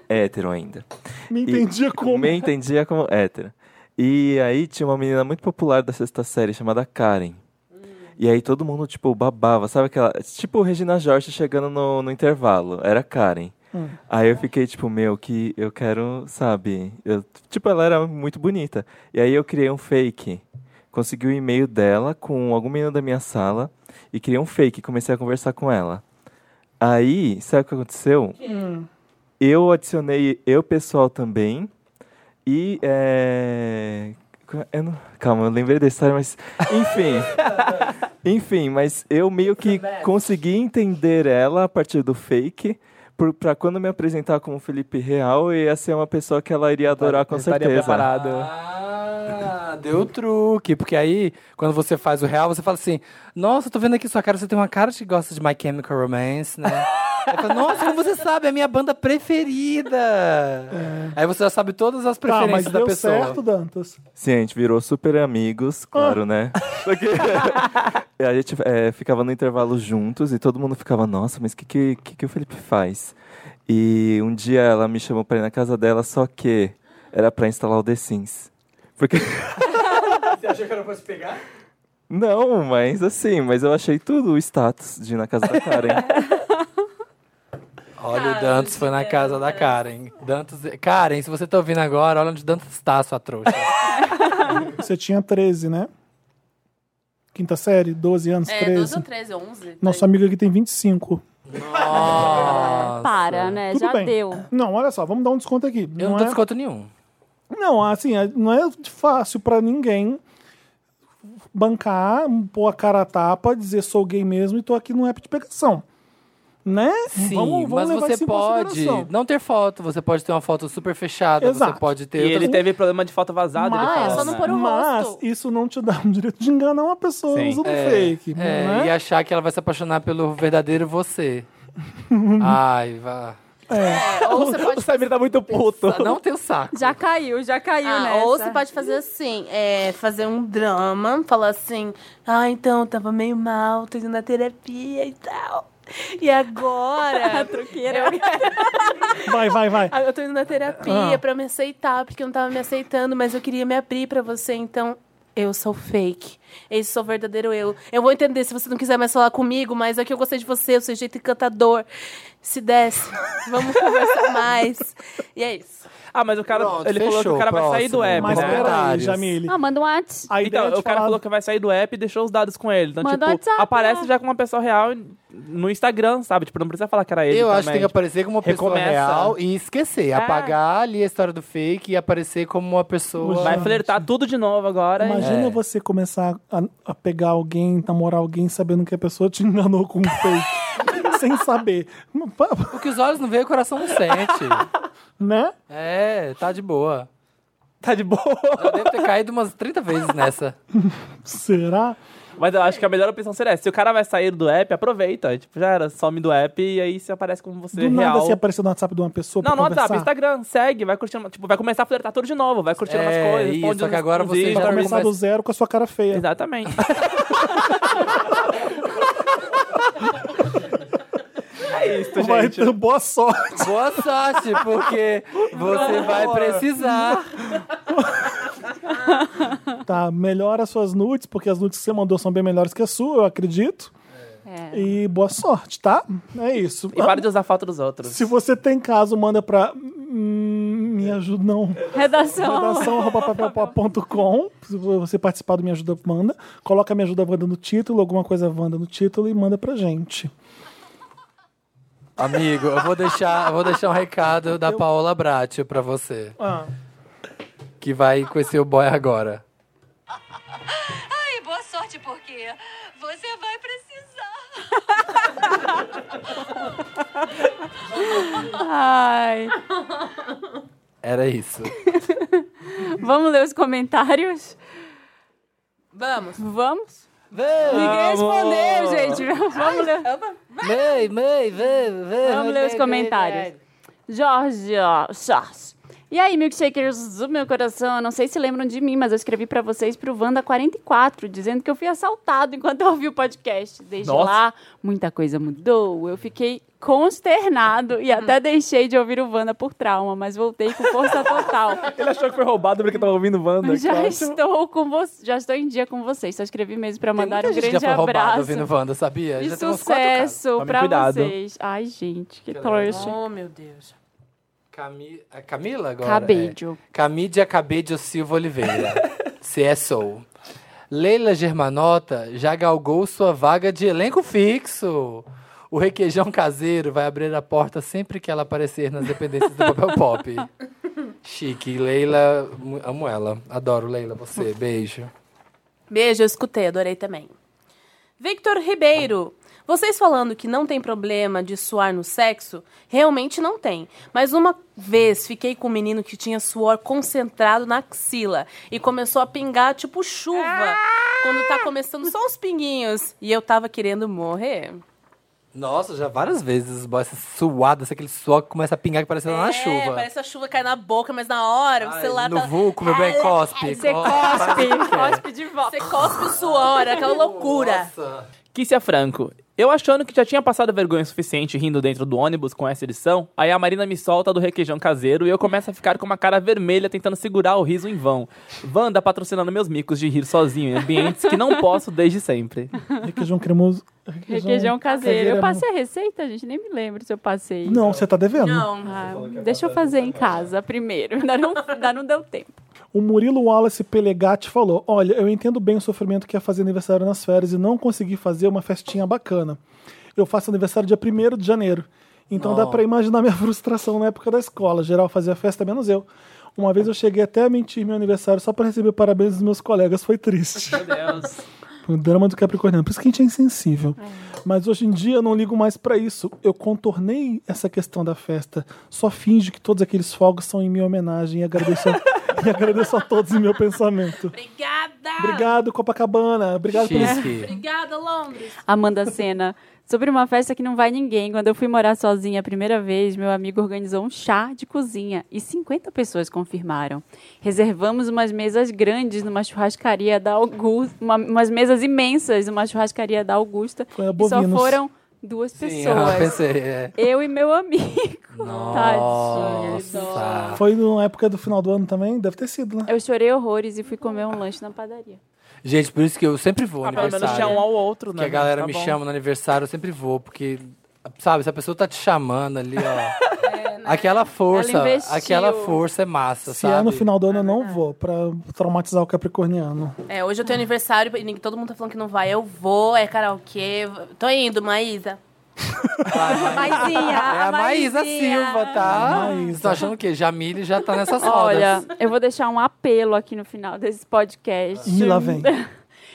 G: hétero ainda.
B: Me entendia como?
G: Me entendia como hétero. E aí tinha uma menina muito popular da sexta série chamada Karen.
B: Hum.
G: E aí todo mundo, tipo, babava, sabe aquela. Tipo Regina George chegando no, no intervalo. Era Karen.
B: Hum.
G: Aí eu fiquei, tipo, meu, que eu quero, sabe? Eu, tipo, ela era muito bonita. E aí eu criei um fake. Consegui o e-mail dela com algum menino da minha sala e criei um fake. Comecei a conversar com ela. Aí, sabe o que aconteceu?
C: Hum.
G: Eu adicionei eu pessoal também. E é. eu não- Calma, eu lembrei da história, mas. Enfim. enfim, mas eu meio que consegui entender ela a partir do fake. por- Pra quando me apresentar como Felipe Real, eu ia ser uma pessoa que ela iria adorar com
C: estaria
G: certeza.
C: preparado. Ah, deu truque. Porque aí, quando você faz o real, você fala assim: Nossa, tô vendo aqui sua cara, você tem uma cara que gosta de My Chemical Romance, né? Aí fala, Nossa, como você sabe, é a minha banda preferida. Aí você já sabe todas as
B: Tá, mas
C: preferências da
B: deu
C: pessoa.
B: certo, Dantas.
G: Sim, a gente virou super amigos, claro, né? Só que a gente é, ficava no intervalo juntos e todo mundo ficava, nossa, mas o que, que, que, que o Felipe faz? E um dia ela me chamou pra ir na casa dela, só que era pra instalar o The Sims. Porque.
J: Você achou que eu não fosse pegar?
G: Não, mas assim, mas eu achei tudo o status de ir na casa da Karen.
C: Olha, o Dantas foi na casa da Karen. Dantas... Karen, se você tá ouvindo agora, olha onde Dantas tá, sua trouxa.
B: Você tinha 13, né? Quinta série, 12 anos,
I: É,
B: 13.
I: 12 ou 13, 11.
B: Nosso amigo aqui tem 25.
A: Para, né?
I: É,
B: Tudo
A: Já
B: bem.
A: deu.
B: Não, olha só, vamos dar um desconto aqui.
C: Eu não
B: é...
C: dou desconto nenhum.
B: Não, assim, é- não é fácil pra ninguém bancar, pôr a cara a tapa, dizer sou gay mesmo e tô aqui num app de pegação. Né?
C: Sim,
B: Vamos- vamos
C: mas
B: levar isso
C: você
B: em
C: pode
B: consideração.
C: não ter foto, você pode ter uma foto super fechada,
B: Exato.
C: você pode
D: E
C: ter.
D: ele
C: outras-
D: teve problema de foto vazada, ele
B: Mas- é
D: falou,
I: É só não
D: né?
I: pôr o
B: Mas
I: rosto.
B: isso não te dá o direito de enganar uma pessoa
D: Sim.
B: usando
C: É,
B: fake.
C: é,
B: né?
C: E achar que ela vai se apaixonar pelo verdadeiro você. Ai, vá.
I: É, ou você
D: O
I: pode.
D: Samir tá muito puto.
C: Não tem o saco.
A: Já caiu, já caiu,
I: Ah,
A: nessa.
I: ou você pode fazer assim, é, fazer um drama, falar assim, ah, então, tava meio mal, tô indo na terapia e tal. E agora,
A: Truqueira.
B: Vai, vai, vai.
I: Ah, Eu tô indo na terapia
B: Ah.
I: pra me aceitar, porque eu não tava me aceitando, mas eu queria me abrir pra você, então eu sou fake. Esse sou o verdadeiro eu. Eu vou entender se você não quiser mais falar comigo, mas é que eu gostei de você, o seu jeito encantador. Se desce, vamos conversar mais. E é isso.
D: Ah, mas o cara.
C: Pronto,
D: ele falou que
C: fechou,
D: o cara vai sair do
C: próximo.
D: app,
B: Mas
D: né?
C: Comentários.
B: peraí, Jamile.
A: Ah, manda um WhatsApp.
B: A ideia
D: Então,
B: de
D: o cara
B: falar-
D: falou que vai sair do app e deixou os dados com ele. Então,
A: Manda
D: tipo,
A: WhatsApp,
D: aparece
A: né?
D: já com uma pessoa real no Instagram, sabe? Tipo, não precisa falar que era ele.
C: Eu acho que tem
D: também.
C: que aparecer como uma pessoa
D: Recomeça.
C: real e esquecer.
B: Ah.
C: Apagar ali a história do fake e aparecer como uma pessoa.
D: Vai flertar tudo de novo agora. e-
B: Imagina você começar a, a pegar alguém, namorar alguém, sabendo que a pessoa te enganou com um fake. sem saber.
C: O que os olhos não veem, o coração não sente.
B: Né?
C: é, tá de boa.
D: Tá de boa.
C: Eu devo ter caído umas 30 vezes nessa.
B: Será?
D: Mas eu acho que a melhor opção seria essa. Se o cara vai sair do app, aproveita. Tipo, já era, some do app e aí você aparece como você
B: Do nada
D: é real.
B: se apareceu no WhatsApp de uma pessoa
D: Não,
B: pra
D: no WhatsApp,
B: conversar.
D: Instagram, segue, vai curtindo. Tipo, vai começar a flertar tudo de novo, vai curtindo
C: É,
D: umas coisas.
C: isso,
D: responde
C: só que
D: uns-
C: agora
D: uns
C: você
D: vídeos.
C: já
B: Vai começar do
C: Mas-
B: zero com a sua cara feia.
D: Exatamente. é isso, gente.
B: Vai ter boa sorte.
C: Boa sorte, porque você vai precisar.
B: Tá, melhora as suas nudes, porque as nudes que você mandou são bem melhores que a sua, eu acredito.
A: É.
B: E boa sorte, tá? É isso.
D: E para de usar foto dos outros.
B: Se você tem caso, manda pra. hum, me ajuda, não.
A: Redação.
B: redação.papelpop.com Se você participar do Me Ajuda Manda, coloca Me Ajuda Wanda no título, alguma coisa Wanda no título e manda pra gente.
C: Amigo, eu vou deixar, eu vou deixar um recado da Paola Bratio pra você, que vai conhecer o boy agora.
E: Ai, boa sorte, porque você vai precisar.
A: Ai.
C: Era isso.
A: Vamos ler os comentários?
I: Vamos.
A: Vamos? Ninguém respondeu, gente. Vamos ler.
C: Mãe, mãe, vamos, vamos.
A: Vamos ler os comentários. Jorge, ó, Jorge. E aí, milkshakers do meu coração, eu não sei se lembram de mim, mas eu escrevi pra vocês pro Wanda44, dizendo que eu fui assaltado enquanto eu ouvi o podcast. Desde
K: Nossa.
A: lá, muita coisa mudou. Eu fiquei consternado e
C: Hum.
A: até deixei de ouvir o Wanda por trauma, mas voltei com força total.
D: Ele achou que foi roubado porque tava ouvindo Wanda.
A: já
D: claro.
A: estou com vocês, já estou em dia com vocês. Só escrevi mesmo pra mandar um
C: Muita gente já
A: grande
C: foi roubado
A: abraço.
C: ouvindo Wanda, sabia?
A: E
C: já tem uns quatro casos.
A: sucesso
C: Tome
A: pra
C: cuidado.
A: vocês. Ai, gente, que
C: Que
A: torce.
C: legal.
I: Oh, meu Deus.
C: Cami... A Camila agora?
A: Cabedio.
C: É. Camídia Cabedio Silva Oliveira. CSO. Leila Germanota já galgou sua vaga de elenco fixo. O requeijão caseiro vai abrir a porta sempre que ela aparecer nas dependências do papel pop. Chique. Leila, mu- amo ela. Adoro, Leila, você. Beijo.
I: Beijo, eu escutei, adorei também. Victor Ribeiro. Vocês falando que não tem problema de suar no sexo, realmente não tem. Mas uma vez fiquei com um menino que tinha suor concentrado na axila e começou a pingar tipo chuva. Quando tá começando só uns pinguinhos. E eu tava querendo morrer.
C: Nossa, já várias vezes os boys suadas, aquele suor que começa a pingar que parece lá na
I: É,
C: chuva.
I: parece a chuva cai na boca, mas na hora, você lá
C: No
I: tá...
C: vulco, meu bem, cospe.
I: Você
C: cospe.
A: cospe de volta.
I: Você cospe o suor, aquela é loucura.
D: Kícia Franco. Eu achando que já tinha passado vergonha suficiente rindo dentro do ônibus com essa edição, aí a Marina me solta do requeijão caseiro e eu começo a ficar com uma cara vermelha tentando segurar o riso em vão. Wanda patrocinando meus micos de rir sozinho em ambientes que não posso desde sempre.
B: Requeijão cremoso.
A: Requeijão caseiro. Eu
B: é
A: passei a receita, gente. Nem me lembro se eu passei.
B: Não, você tá devendo.
A: Ah, deixa eu fazer em casa primeiro. Ainda não, ainda não deu tempo.
B: O Murilo Wallace Pelegatti falou: Olha, eu entendo bem o sofrimento que é fazer aniversário nas férias e não conseguir fazer uma festinha bacana. Eu faço aniversário dia 1 de janeiro. Então dá
L: Não.
B: pra imaginar minha frustração na época da escola. Geral fazia festa, menos eu. Uma vez eu cheguei até a mentir meu aniversário só pra receber parabéns dos meus colegas. Foi triste.
D: Meu Deus.
B: Tipo, O drama do Capricorniano. Por isso que a gente é insensível. Mas hoje em dia eu não ligo mais pra isso. Eu contornei essa questão da festa. Só finge que todos aqueles fogos são em minha homenagem e agradeço a, e agradeço a todos em meu pensamento.
I: Obrigada!
B: Obrigado, Copacabana. Obrigado por
I: Obrigada, Londres.
A: Amanda Sena. Sobre uma festa que não vai ninguém. Quando eu fui morar sozinha a primeira vez, meu amigo organizou um chá de cozinha e 50 pessoas confirmaram. Reservamos umas mesas grandes numa churrascaria da Augusta, uma- umas mesas imensas numa churrascaria da Augusta.
C: Foi a
A: e só
C: Bovinos.
A: foram duas
C: Sim,
A: pessoas.
C: eu pensei, é.
A: Eu e meu amigo. Tadinho. ele
C: Nossa.
B: Foi na época do final do ano também? Deve ter sido, né?
A: Eu chorei horrores e fui comer um lanche na padaria.
C: Gente, por isso que eu sempre vou ao
D: Ah, pelo menos
C: aniversário.
D: tinha um ao outro, né,
C: Que a
D: gente?
C: galera
D: Tá
C: me
D: bom.
C: chama no aniversário, eu sempre vou, porque, sabe, se a pessoa tá te chamando ali, ó. Aquela força,
B: Ela investiu.
C: aquela força é massa,
B: Se
C: sabe?
B: é no final do ano, eu não vou, pra traumatizar o Capricorniano.
I: É, hoje eu tenho aniversário e ninguém- todo mundo tá falando que não vai. Eu vou, é karaokê. v- Tô indo, Maísa.
A: Maisinha,
C: É a Maísa
A: Maisinha.
C: Silva, tá? Tô achando o quê? Jamile já tá nessas rodas.
A: Olha, eu vou deixar um apelo aqui no final desse podcast.
C: Ih, lá vem.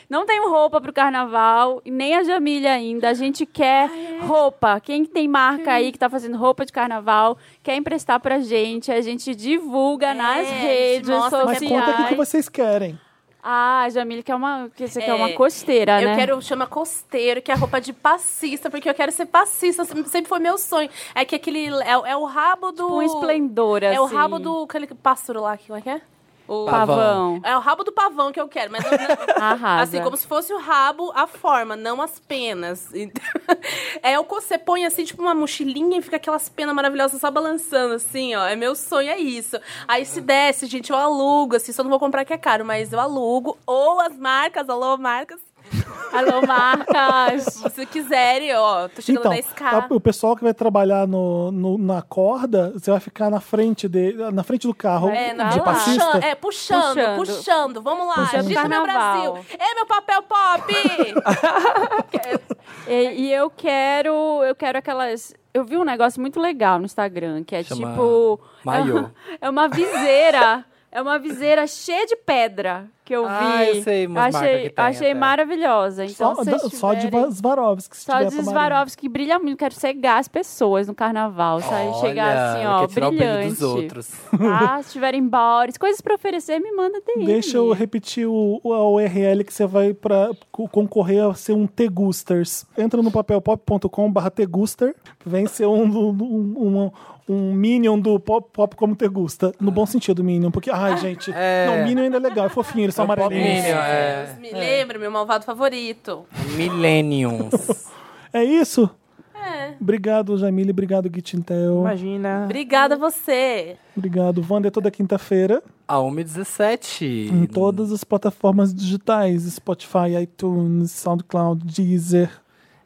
A: Não tenho roupa pro carnaval, e nem a Jamília ainda. A gente
C: Ah,
A: quer
C: é?
A: roupa. Quem tem marca aí que tá fazendo roupa de carnaval, quer emprestar pra gente. A gente
C: É,
A: divulga nas redes
I: mostra
A: sociais.
B: Mas conta
C: tá
B: aqui o que vocês querem.
A: Ah, a Jamília quer uma, que você
I: É,
A: quer uma costeira,
I: eu
A: né?
I: quero chamar costeiro, que é a roupa de passista, porque eu quero ser passista, sem- sempre foi meu sonho. É que aquele. É, é o rabo do.
A: Tipo um esplendor,
I: É o
A: assim.
I: rabo do. Aquele pássaro lá, que- como é que é? O
A: Pavão.
I: É o rabo do pavão que eu quero, mas.
A: Arrasa.
I: Assim, como se fosse o rabo, a forma, não as penas. Então, é o que você põe assim, tipo uma mochilinha e fica aquelas penas maravilhosas só balançando, assim, ó. É meu sonho, é isso. Aí
A: Uhum.
I: se desce, gente, eu alugo, assim, só não vou comprar que é caro, mas eu alugo. Ou as marcas, alô, marcas.
A: Alô, marcas.
I: Se quiserem, ó, tô chegando
B: Então,
I: na
B: a-
I: escada.
B: o pessoal que vai trabalhar no, no- na corda, você vai ficar na frente de, na frente do carro
I: É, na-
B: de
I: lá.
B: passista.
I: Puxando, é, puxando, puxando,
A: Puxando.
I: Vamos lá,
A: Puxando
I: agita meu
A: é carnaval.
I: Brasil. É meu papel pop!
A: E, e eu quero, eu quero aquelas. Eu vi um negócio muito legal no Instagram, que é
C: Chama
A: tipo.
C: maiô.
A: É uma viseira. É uma viseira cheia de pedra que eu vi.
C: Ah, eu sei umas marcas
A: achei
C: que tem
A: achei
C: até.
A: maravilhosa. Então,
B: só,
A: se vocês
B: da- só de
A: tiverem-
B: Svarovski. se
A: Só
B: tiver
A: de
B: pra
A: Swarovski, que brilha muito. Quero cegar as pessoas no carnaval, sabe? Chegar assim,
C: Olha,
A: ó,
C: quer tirar o brilho
A: brilhante.
C: dos outros.
A: Ah, se tiverem bares, coisas pra oferecer, me manda DM.
B: Deixa eu repetir o, o- a URL que você vai para concorrer a ser um Tegusters. Entra no papelpop.com/barra Teguster, vem ser um, um, um, um Minion do Pop, pop como Tegusta. No bom sentido, Minion, porque, ai, gente.
C: É.
B: Não, Minion ainda é legal, é fofinho, eles são
C: É o Pop
B: amarelinhos.
C: Minion, é.
I: Me lembra, meu malvado favorito.
C: Millenniums.
B: É isso? É. Obrigado, Jamile. Obrigado, Gitintel.
D: Imagina.
I: Obrigada a você.
B: Obrigado, Wander. Toda quinta-feira,
C: A 1h17.
B: em todas as plataformas digitais: Spotify, iTunes, SoundCloud, Deezer.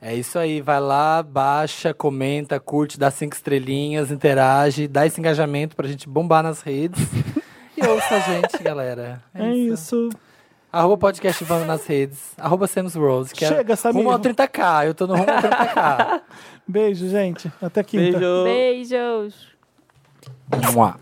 C: É isso aí, vai lá, baixa, comenta, curte, dá cinco estrelinhas, interage, dá esse engajamento pra gente bombar nas redes. e ouça a gente, galera. É,
B: É isso.
C: isso. Arroba podcast Wanda nas redes. Arroba Sam's Rose, que
B: Chega,
C: é
B: Samir.
C: rumo ao 30k. Eu tô no rumo ao 30k.
B: Beijo, gente. Até quinta.
D: Beijo.
A: Beijos.
C: Mua.